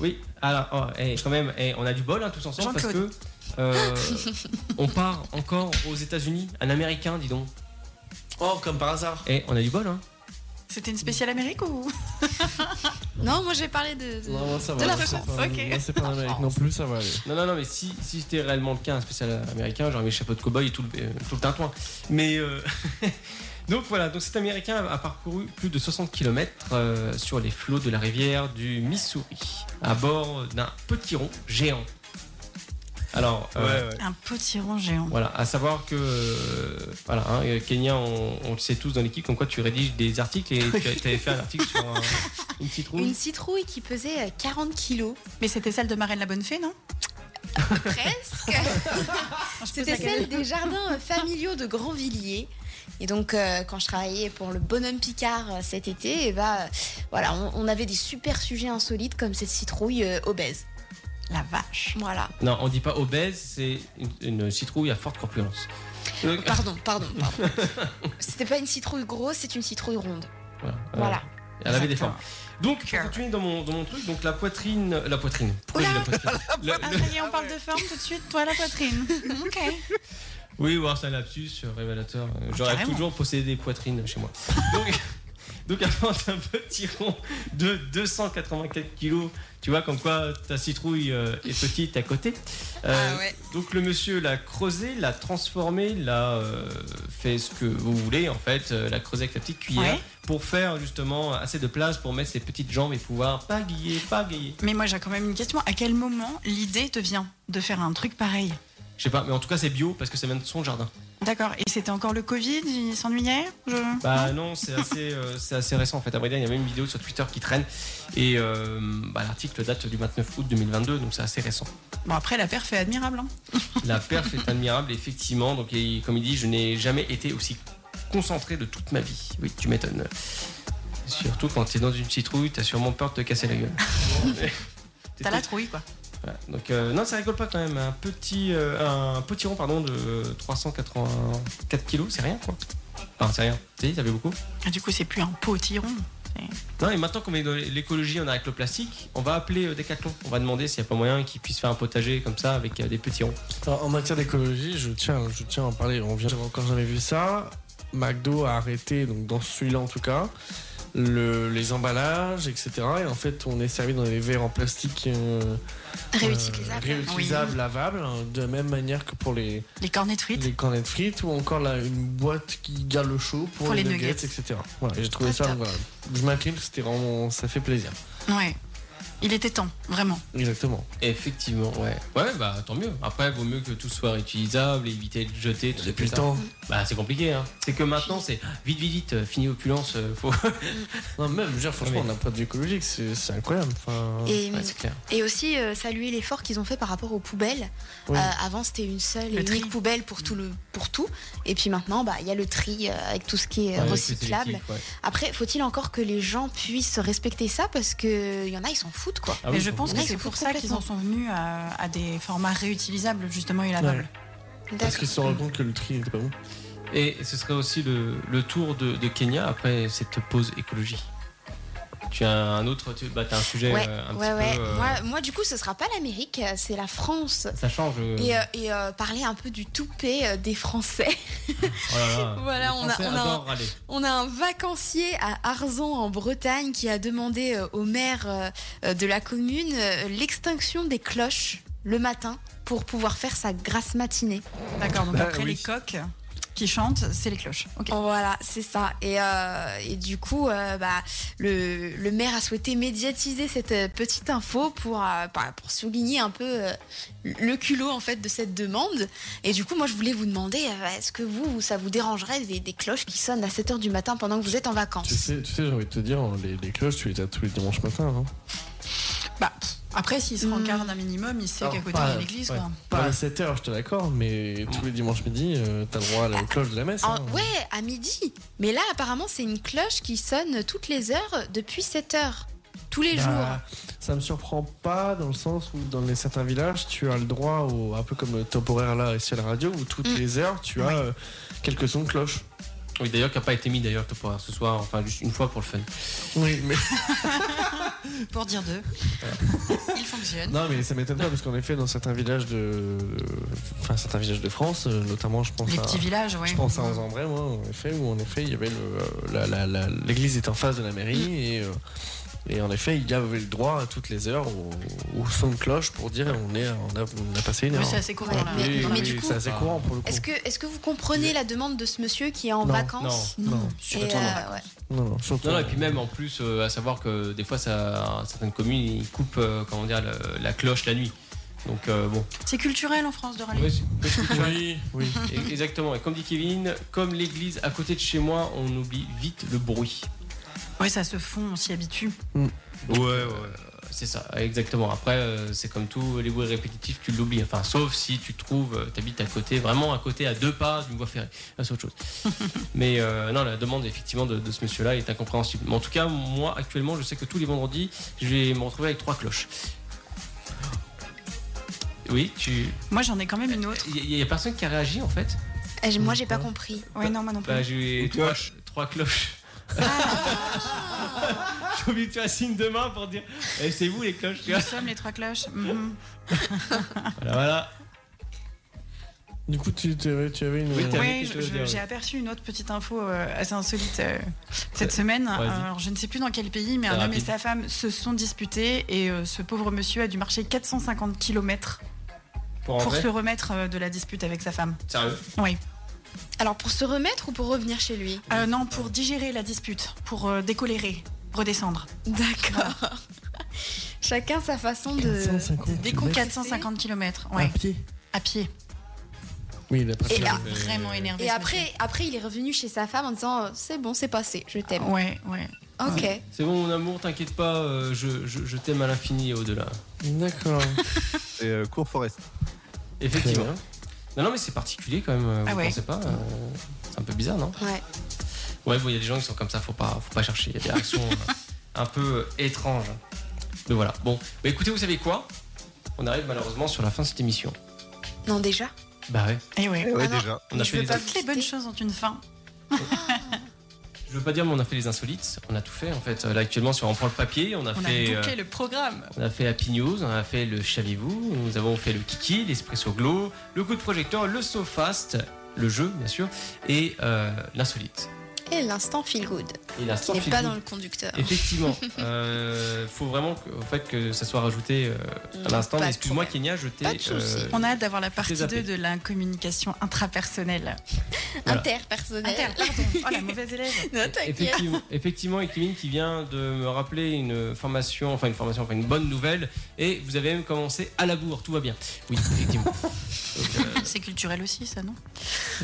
B: oui, alors, oh, eh, quand même, eh, on a du bol hein, tous ensemble parce que euh, *laughs* on part encore aux États-Unis. Un Américain, dis donc.
C: Oh, comme par hasard.
B: Et on a du bol, hein.
F: C'était une spéciale Amérique ou
D: Non, moi je vais parler de. de-
C: ça
D: De la
C: c'est
D: France,
C: pas-
F: ok.
C: non, c'est pas en Amérique Ah, non plus, ça va aller.
B: Non, non, non, mais si, si c'était réellement le cas, un spécial américain, j'aurais mis le chapeau de cow-boy et tout le, euh, tout le tintouin. Mais. euh, *laughs* donc voilà, donc cet américain a parcouru plus de 60 km sur les flots de la rivière du Missouri, à bord d'un petit rond géant. Alors,
E: Ouais,
B: euh,
E: ouais.
F: Un petit rond géant.
B: voilà, à savoir que. euh, voilà, hein, euh, Kenya, on, on le sait tous dans l'équipe, comme quoi tu rédiges des articles et tu avais fait un article sur un- une petite roue.
D: Une citrouille qui pesait euh, 40 kilos.
F: Mais c'était celle de Marraine la Bonne Fée, non *laughs*
D: Presque. C'était
F: pose la
D: celle des jardins euh, familiaux de Grandvilliers. Et donc, euh, quand je travaillais pour le Bonhomme Picard euh, cet été, et bah, euh, voilà, on, on avait des super sujets insolites comme cette citrouille euh, obèse.
F: La vache.
D: Voilà.
B: Non, on dit pas obèse, c'est une, une citrouille à forte corpulence. Donc-
D: Pardon, pardon,
F: *laughs*
D: pardon. C'était pas une citrouille grosse, c'est une citrouille ronde.
B: Voilà.
D: Voilà.
B: Euh, Elle avait des formes. Donc, pour
F: Sure.
B: continuer dans mon, dans mon truc, donc la poitrine. La poitrine. Pourquoi
F: Oula.
B: j'ai dit la poitrine Le-
F: Ah,
B: le-
F: ça y est, on parle de forme tout de suite, toi la poitrine. ok.
B: Oui, voir ça lapsus, euh, révélateur. Euh, J'aurais
F: carrément.
B: toujours possédé des poitrines chez moi. Donc, *laughs* donc avant un petit rond de 284 kilos, tu vois, comme quoi ta citrouille euh, est petite à côté. Euh,
F: Ah ouais.
B: Donc le monsieur l'a creusé, l'a transformé, l'a euh, fait ce que vous voulez en fait, euh, l'a creusé avec la petite cuillère
F: Ouais.
B: pour faire justement assez de place pour mettre ses petites jambes et pouvoir pagayer, pagayer.
F: Mais moi j'ai quand même une question. À quel moment l'idée te vient de faire un truc pareil
B: Je sais pas, mais en tout cas, c'est bio parce que ça vient de son jardin.
F: D'accord. Et c'était encore le Covid Il s'ennuyait Je-
B: Bah non, c'est assez, euh, c'est assez récent en fait. À vrai dire, il y a même une vidéo sur Twitter qui traîne et euh, bah, l'article date du 29 août 2022, donc c'est assez récent.
F: Bon, après, la perf est admirable. hein.
B: La perf est admirable, effectivement. Donc, et comme il dit, je n'ai jamais été aussi concentré de toute ma vie. Oui, tu m'étonnes. Surtout quand t'es dans une citrouille, t'as sûrement peur de te casser la gueule.
F: T'as la trouille, quoi.
B: Voilà. Donc euh, non, ça rigole pas quand même. Un petit, euh, un petit rond pardon de euh, 384 kilos, c'est rien quoi. Enfin, c'est rien. Tu sais, ça fait beaucoup.
F: Et Ah, du coup, c'est plus un potiron.
B: Non, et maintenant qu'on est dans l'écologie, on arrête le plastique, on va appeler euh, Decathlon. On va demander s'il n'y a pas moyen qu'ils puissent faire un potager comme ça avec euh, des petits ronds.
C: Alors, en matière d'écologie, je tiens, je tiens à en parler. On vient, j'avais encore jamais vu ça. McDo a arrêté, donc dans celui-là en tout cas, le- les emballages, etc. Et en fait, on est servi dans des verres en plastique euh,
F: Réutilisable.
C: euh, réutilisables, lavables, hein, de la même manière que pour les
F: Les cornets de frites.
C: les cornets de frites ou encore là, une boîte qui garde le chaud pour,
F: Pour
C: les,
F: les
C: nuggets, Ah,
F: nuggets.
C: etc. Voilà, et j'ai trouvé ça. voilà. Je m'incline, parce que c'était vraiment, ça fait plaisir.
F: Ouais. Il était temps, vraiment.
C: Exactement.
B: Effectivement, ouais. Ouais, bah tant mieux. Après, vaut mieux que tout soit réutilisable, éviter de jeter. Tout Depuis
C: le temps.
B: Bah c'est compliqué, hein. C'est que maintenant, c'est vite, vite, vite, euh, fini opulence, euh, faut. *laughs*
C: non, même, je veux dire, franchement, d'un point de vue écologique, c'est c'est incroyable. Enfin,
D: Et,
C: ouais, c'est clair.
D: et aussi euh, saluer l'effort qu'ils ont fait par rapport aux poubelles.
C: Oui.
D: Euh, avant, c'était une seule et
C: Le tri.
D: unique poubelle pour tout, le, pour tout. Et puis maintenant, bah, il y a le tri euh, avec tout ce qui est euh,
K: Ouais,
D: recyclable.
K: c'est sélectif, ouais.
D: Après, faut-il encore que les gens puissent respecter ça Parce qu'il y en a, ils s'en foutent. Quoi.
B: Ah
C: Ah
F: Mais je pense
D: Il y en
F: que
D: a, ils
F: c'est
D: s'en
F: pour
D: foutent
F: ça qu'ils en sont venus à, à des formats réutilisables, justement, et lavables.
C: Parce qu'ils se sont rendus compte que le tri n'était pas bon.
B: Et ce serait aussi le, le tour de, de Kenya après cette pause écologie. Tu as un autre, tu, bah, t'as un sujet
D: Ouais,
B: euh, un
D: ouais,
B: petit
D: ouais.
B: peu. euh,
D: Moi, moi, du coup, ce sera pas l'Amérique, euh, c'est la France.
B: Ça change. euh,
D: Et, euh, et, euh, parler un peu du toupet euh, des Français.
B: oh là là.
D: *laughs* voilà,
B: Les
D: on a,
B: Français
D: on, a
B: adorent
D: un,
B: râler.
D: on a un vacancier à Arzon en Bretagne qui a demandé euh, au maire euh, euh, de la commune euh, l'extinction des cloches le matin pour pouvoir faire sa grasse matinée.
F: D'accord, donc
C: Bah
F: après les coques qui chantent, c'est les cloches. Ok.
D: Voilà, c'est ça. Et, euh, et du coup, euh, bah, le, le maire a souhaité médiatiser cette euh, petite info pour, euh, bah, pour souligner un peu euh, le culot en fait de cette demande. Et du coup, moi, je voulais vous demander, euh, est-ce que vous, ça vous dérangerait des, des cloches qui sonnent à 7h du matin pendant que vous êtes en vacances
C: Tu sais, tu sais j'ai envie de te dire, les, les cloches, tu les as tous les dimanches matin. Hein.
F: Bah, pff, après, s'il se rencarde un minimum, il sait
C: Oh,
F: qu'à côté, il y a l'église, quoi.
C: Pas à 7h, je te l'accorde, mais tous les dimanches midi, euh, t'as le droit à la cloche de la messe.
F: Ah,
D: En-
C: hein.
D: Ah, ouais, à midi. Mais là, apparemment, c'est une cloche qui sonne toutes les heures depuis 7h. Tous les
C: Bah,
D: jours.
C: Ça me surprend pas dans le sens où dans les, certains villages, tu as le droit au un peu comme le top horaire là ici à la radio où
F: Mm.
C: toutes les heures tu as euh, quelques sons de cloche.
B: Oui, d'ailleurs, qui n'a pas été mis d'ailleurs pour euh, ce soir, enfin juste une fois pour le fun.
C: Oui, mais
F: Pour dire *laughs* deux. il fonctionne.
C: non, mais ça m'étonne pas parce qu'en effet dans certains villages de, enfin certains villages de France, euh, notamment je pense
F: Les
C: à
F: petits villages, ouais.
C: Je pense à Anzambray, moi, en effet, où en effet il y avait le, euh, la- la- la- l'église était en face de la
D: Mm.
C: mairie et euh, et en effet, il y avait le droit à toutes les heures au, au son de cloche pour dire on, est, on, a, on a passé une
D: Oui,
C: heure.
D: c'est assez courant,
C: Ouais.
D: là.
C: Oui,
D: Mais-
C: oui,
D: mais du coup-
C: c'est assez courant
B: oh.
C: pour le coup.
D: Est-ce que, est que vous comprenez la demande de ce monsieur qui est en
C: Non,
D: vacances
C: non, non.
D: Et,
C: Surtout
D: euh,
C: non.
D: ouais.
C: Non, non,
B: Non, non, et puis même en plus, euh, à savoir que des fois, ça, certaines communes, ils coupent euh, comment dire, la, la cloche la nuit. Donc euh, bon.
F: C'est culturel en France de râler.
B: Oui, c'est- c'est culturel.
C: oui.
B: Et- Exactement. Et comme dit Kevin, comme l'église à côté de chez moi, on oublie vite le bruit.
F: Ouais, ça se fond, on s'y habitue.
B: Ouais, ouais. euh, C'est ça, exactement. Après, euh, c'est comme tout, les bruits répétitifs, tu l'oublies. Enfin, sauf si tu trouves, euh, t'habites à côté, vraiment à côté, à deux pas d'une voie ferrée. Là, c'est autre *laughs* chose. Mais euh, non, la demande, effectivement, de, de ce monsieur-là est incompréhensible. Mais en tout cas, moi, actuellement, je sais que tous les vendredis, je vais me retrouver avec trois cloches. Oui, tu.
F: Moi, j'en ai quand même une autre.
B: Il n'y a, personne qui a réagi, en fait
D: Euh, Moi, j'ai pas compris.
F: Ouais, non, moi non plus.
B: Bah, j'ai trois, trois cloches. *laughs* j'ai oublié de faire signe de main pour dire Eh, c'est vous les cloches, tu
F: Nous
B: vois.
F: sommes les trois cloches. Mhm.
B: Voilà, voilà.
C: Du coup, tu, tu avais, tu avais une.
F: Oui, je- je- j'ai aperçu une autre petite info euh, assez insolite euh, cette semaine.
C: vas-y.
F: Euh, alors, je ne sais plus dans quel pays, mais
C: C'est
F: un homme et
C: rapide.
F: sa femme se sont disputés et euh, ce pauvre monsieur a dû marcher 450 km
B: Pour
F: pour
B: rentrer
F: se remettre euh, de la dispute avec sa femme.
B: Sérieux
F: Oui.
D: Alors pour se remettre ou pour revenir chez lui
F: Euh, non, pour digérer la dispute, pour euh, décolérer, redescendre.
D: D'accord. *laughs* Chacun sa façon de.
F: 450
D: de décompresser.
F: 450 km, ouais. À pied. À pied.
C: Oui, il a
D: Et là,
F: vraiment énervé.
D: Et
F: ce
D: après, après, il est revenu chez sa femme en disant euh, C'est bon, c'est passé, je t'aime.
F: Ouais, ouais.
D: Ok.
B: C'est bon, mon amour, t'inquiète pas, euh, je, je- je t'aime à l'infini et au-delà.
C: D'accord.
E: Et euh, Cours Forest.
B: Effectivement.
E: Très bien.
B: Non, non, mais c'est particulier quand même, euh, vous
F: Ah ouais.
B: pensez pas euh, C'est un peu bizarre, non
D: Ouais.
B: Ouais, bon, il y a des gens qui sont comme ça, faut pas, faut pas chercher. Il y a des réactions euh, un peu euh, étranges. Donc voilà. Bon, bah, écoutez, vous savez quoi On arrive malheureusement sur la fin de cette émission.
D: Non, déjà.
B: Bah ouais.
F: Et ouais.
E: Eh ouais, déjà.
B: On a
F: je
B: fait
F: veux
B: les
F: pas
B: ins-
F: toutes les bonnes choses ont une fin.
B: Je veux pas dire, mais on a fait les insolites. On a tout fait en fait. Euh, Là actuellement, si on prend le papier, on a
F: On a
B: fait.
F: bouclé
B: euh,
F: le programme.
B: On a fait Happy News, on a fait le Chavez-vous, nous avons fait le Kiki, l'Espresso Glow, le coup de projecteur, le SoFast, le jeu bien sûr, et euh, l'insolite.
D: Et l'instant feel good.
B: Et l'instant
D: Il n'est
B: feel
D: pas
B: good.
D: dans le conducteur.
B: Effectivement,
D: *laughs*
B: euh, faut vraiment que, en fait, que ça soit rajouté euh, à
D: Mm,
B: l'instant.
D: pas
B: Mais
D: de
B: Excuse-moi Kenya, je t'ai...
D: Pas de souci.
B: euh,
F: On a hâte d'avoir la partie
B: Très
F: 2
B: zappé.
F: de la communication intrapersonnelle.
B: voilà.
D: Interpersonnel.
F: Inter, pardon. Oh la
D: *laughs*
F: mauvaise élève.
D: Non, t'inquiète.
B: Effectivement, effectivement, et Kevin qui vient de me rappeler une formation, enfin une formation, enfin une bonne nouvelle, et vous avez même commencé à la bourre, tout va bien. Oui, effectivement. Donc, euh,
F: C'est culturel aussi, ça, non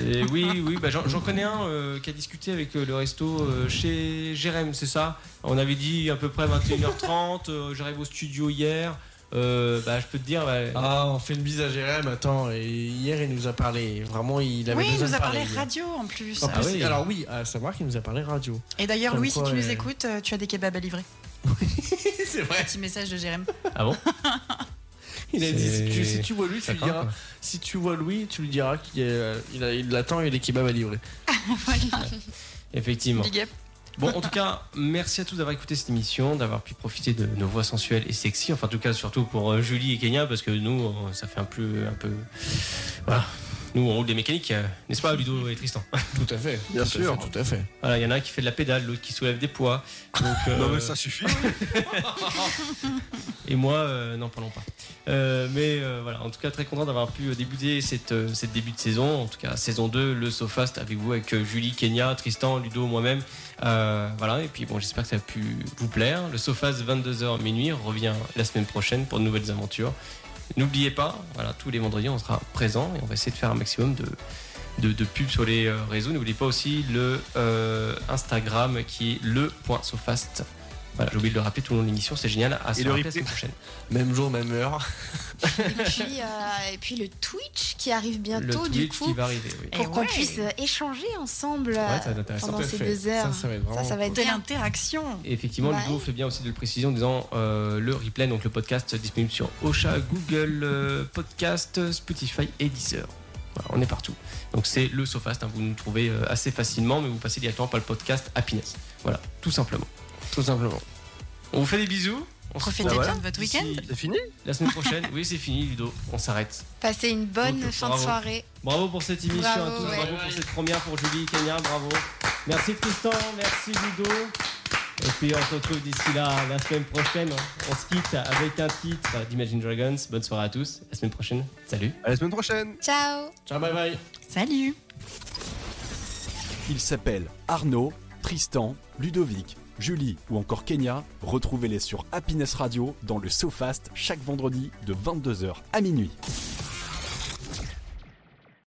B: Et oui, oui, bah, j'en j'en connais un euh, qui a discuté avec euh, le resto euh, chez Jérém, c'est ça On avait dit à peu près 21h30, euh, j'arrive au studio hier. euh, bah, je peux te dire, bah,
C: Ah, on fait une bise à Jérém. Attends, et hier il nous a parlé. Vraiment, il avait
F: Oui, il
C: besoin
F: nous
C: de
F: a parlé
C: parler.
F: radio en plus.
C: En plus,
B: Ah oui.
C: Alors oui, euh, à savoir qu'il nous a parlé
F: *laughs*
C: radio.
F: Et d'ailleurs,
C: Comme
F: Louis, si
C: quoi,
F: tu nous
C: euh,
F: écoutes, euh, tu as des kebabs à livrer.
C: C'est vrai.
F: Petit message de Jérém.
B: ah bon
C: Il a dit si tu,
B: C'est-
C: si tu vois Louis, tu lui
B: craint,
C: diras.
B: quoi.
C: Si tu vois Louis, tu lui diras qu'il est- euh, il a- il l'attend et il est kebab à livrer.
B: Effectivement.
F: Big up.
B: Bon, en tout cas, merci à tous d'avoir écouté cette émission, d'avoir pu profiter de nos voix sensuelles et sexy. Enfin, en tout cas, surtout pour euh, Julie et Kenya, parce que nous, euh, ça fait un peu, un peu, voilà. Nous, on roule des mécaniques, euh, n'est-ce pas, Ludo et Tristan
C: Tout à fait. Tout
E: Bien
C: à
E: sûr.
C: fait, Tout à fait.
B: Voilà, il y en a un qui fait de la pédale, l'autre qui soulève des poids. Donc, euh,
E: Non, mais ça suffit.
B: Et moi, euh, n'en parlons pas. Euh, mais euh, voilà, en tout cas, très content d'avoir pu euh, débuter cette, euh, cette début de saison. En tout cas, saison 2, le SoFast avec vous, avec euh, Julie, Kenya, Tristan, Ludo, moi-même. Euh, voilà, et puis bon, j'espère que ça a pu vous plaire. Le SoFast, 22h minuit, revient la semaine prochaine pour de nouvelles aventures. N'oubliez pas, voilà, tous les vendredis, on sera présent et on va essayer de faire un maximum de, de, de pubs sur les euh, réseaux. N'oubliez pas aussi le euh, Instagram qui est le.sofast. Voilà, j'ai oublié de le rappeler tout le long de l'émission, c'est génial. À se
E: le
B: rappeler la
E: replay.
B: semaine prochaine.
C: Même jour, même heure.
D: Et puis, euh, et puis le Twitch qui arrive bientôt,
B: le
D: du
B: Twitch qui
D: coup,
B: va arriver. Oui.
F: Eh
D: pour qu'on
F: ouais.
D: puisse euh, échanger ensemble euh,
B: Ouais, ça va être intéressant.
D: pendant
C: Tout à
D: ces
C: fait.
D: deux heures.
C: Ça, ça va être vraiment
D: ça va être
F: De
D: bien.
F: l'interaction.
B: Et effectivement,
D: Ouais.
B: Ludo fait bien aussi de le préciser en disant euh, le replay, donc le podcast disponible sur Ocha, Google euh, Podcast, Spotify et Deezer. Voilà, on est partout. Donc c'est le Sofast, hein, vous nous trouvez euh, assez facilement, mais vous passez directement par le podcast Happiness. Voilà, tout simplement.
C: Tout simplement.
B: On vous fait des bisous. On se
F: Profitez
B: retrouve
F: bien de votre
B: d'ici
F: week-end.
E: C'est fini
B: La semaine prochaine, oui, c'est fini, Ludo. On s'arrête.
D: Passer une bonne
B: Ok,
D: fin
B: bravo.
D: de soirée.
B: Bravo pour cette émission à
D: Bravo,
B: tous.
D: ouais.
B: Bravo pour cette première pour Julie, Kenya. Bravo. Merci Tristan. Merci Ludo. Et puis on se retrouve d'ici là la semaine prochaine. On se quitte avec un titre d'Imagine Dragons. Bonne soirée à tous. À la semaine prochaine. Salut.
E: À la semaine prochaine.
D: Ciao
C: Ciao, bye bye.
F: Salut.
A: Ils s'appellent Arnaud, Tristan, Ludovic, Julie ou encore Kenya. Retrouvez-les sur Happiness Radio dans le SoFast chaque vendredi de 22h à minuit.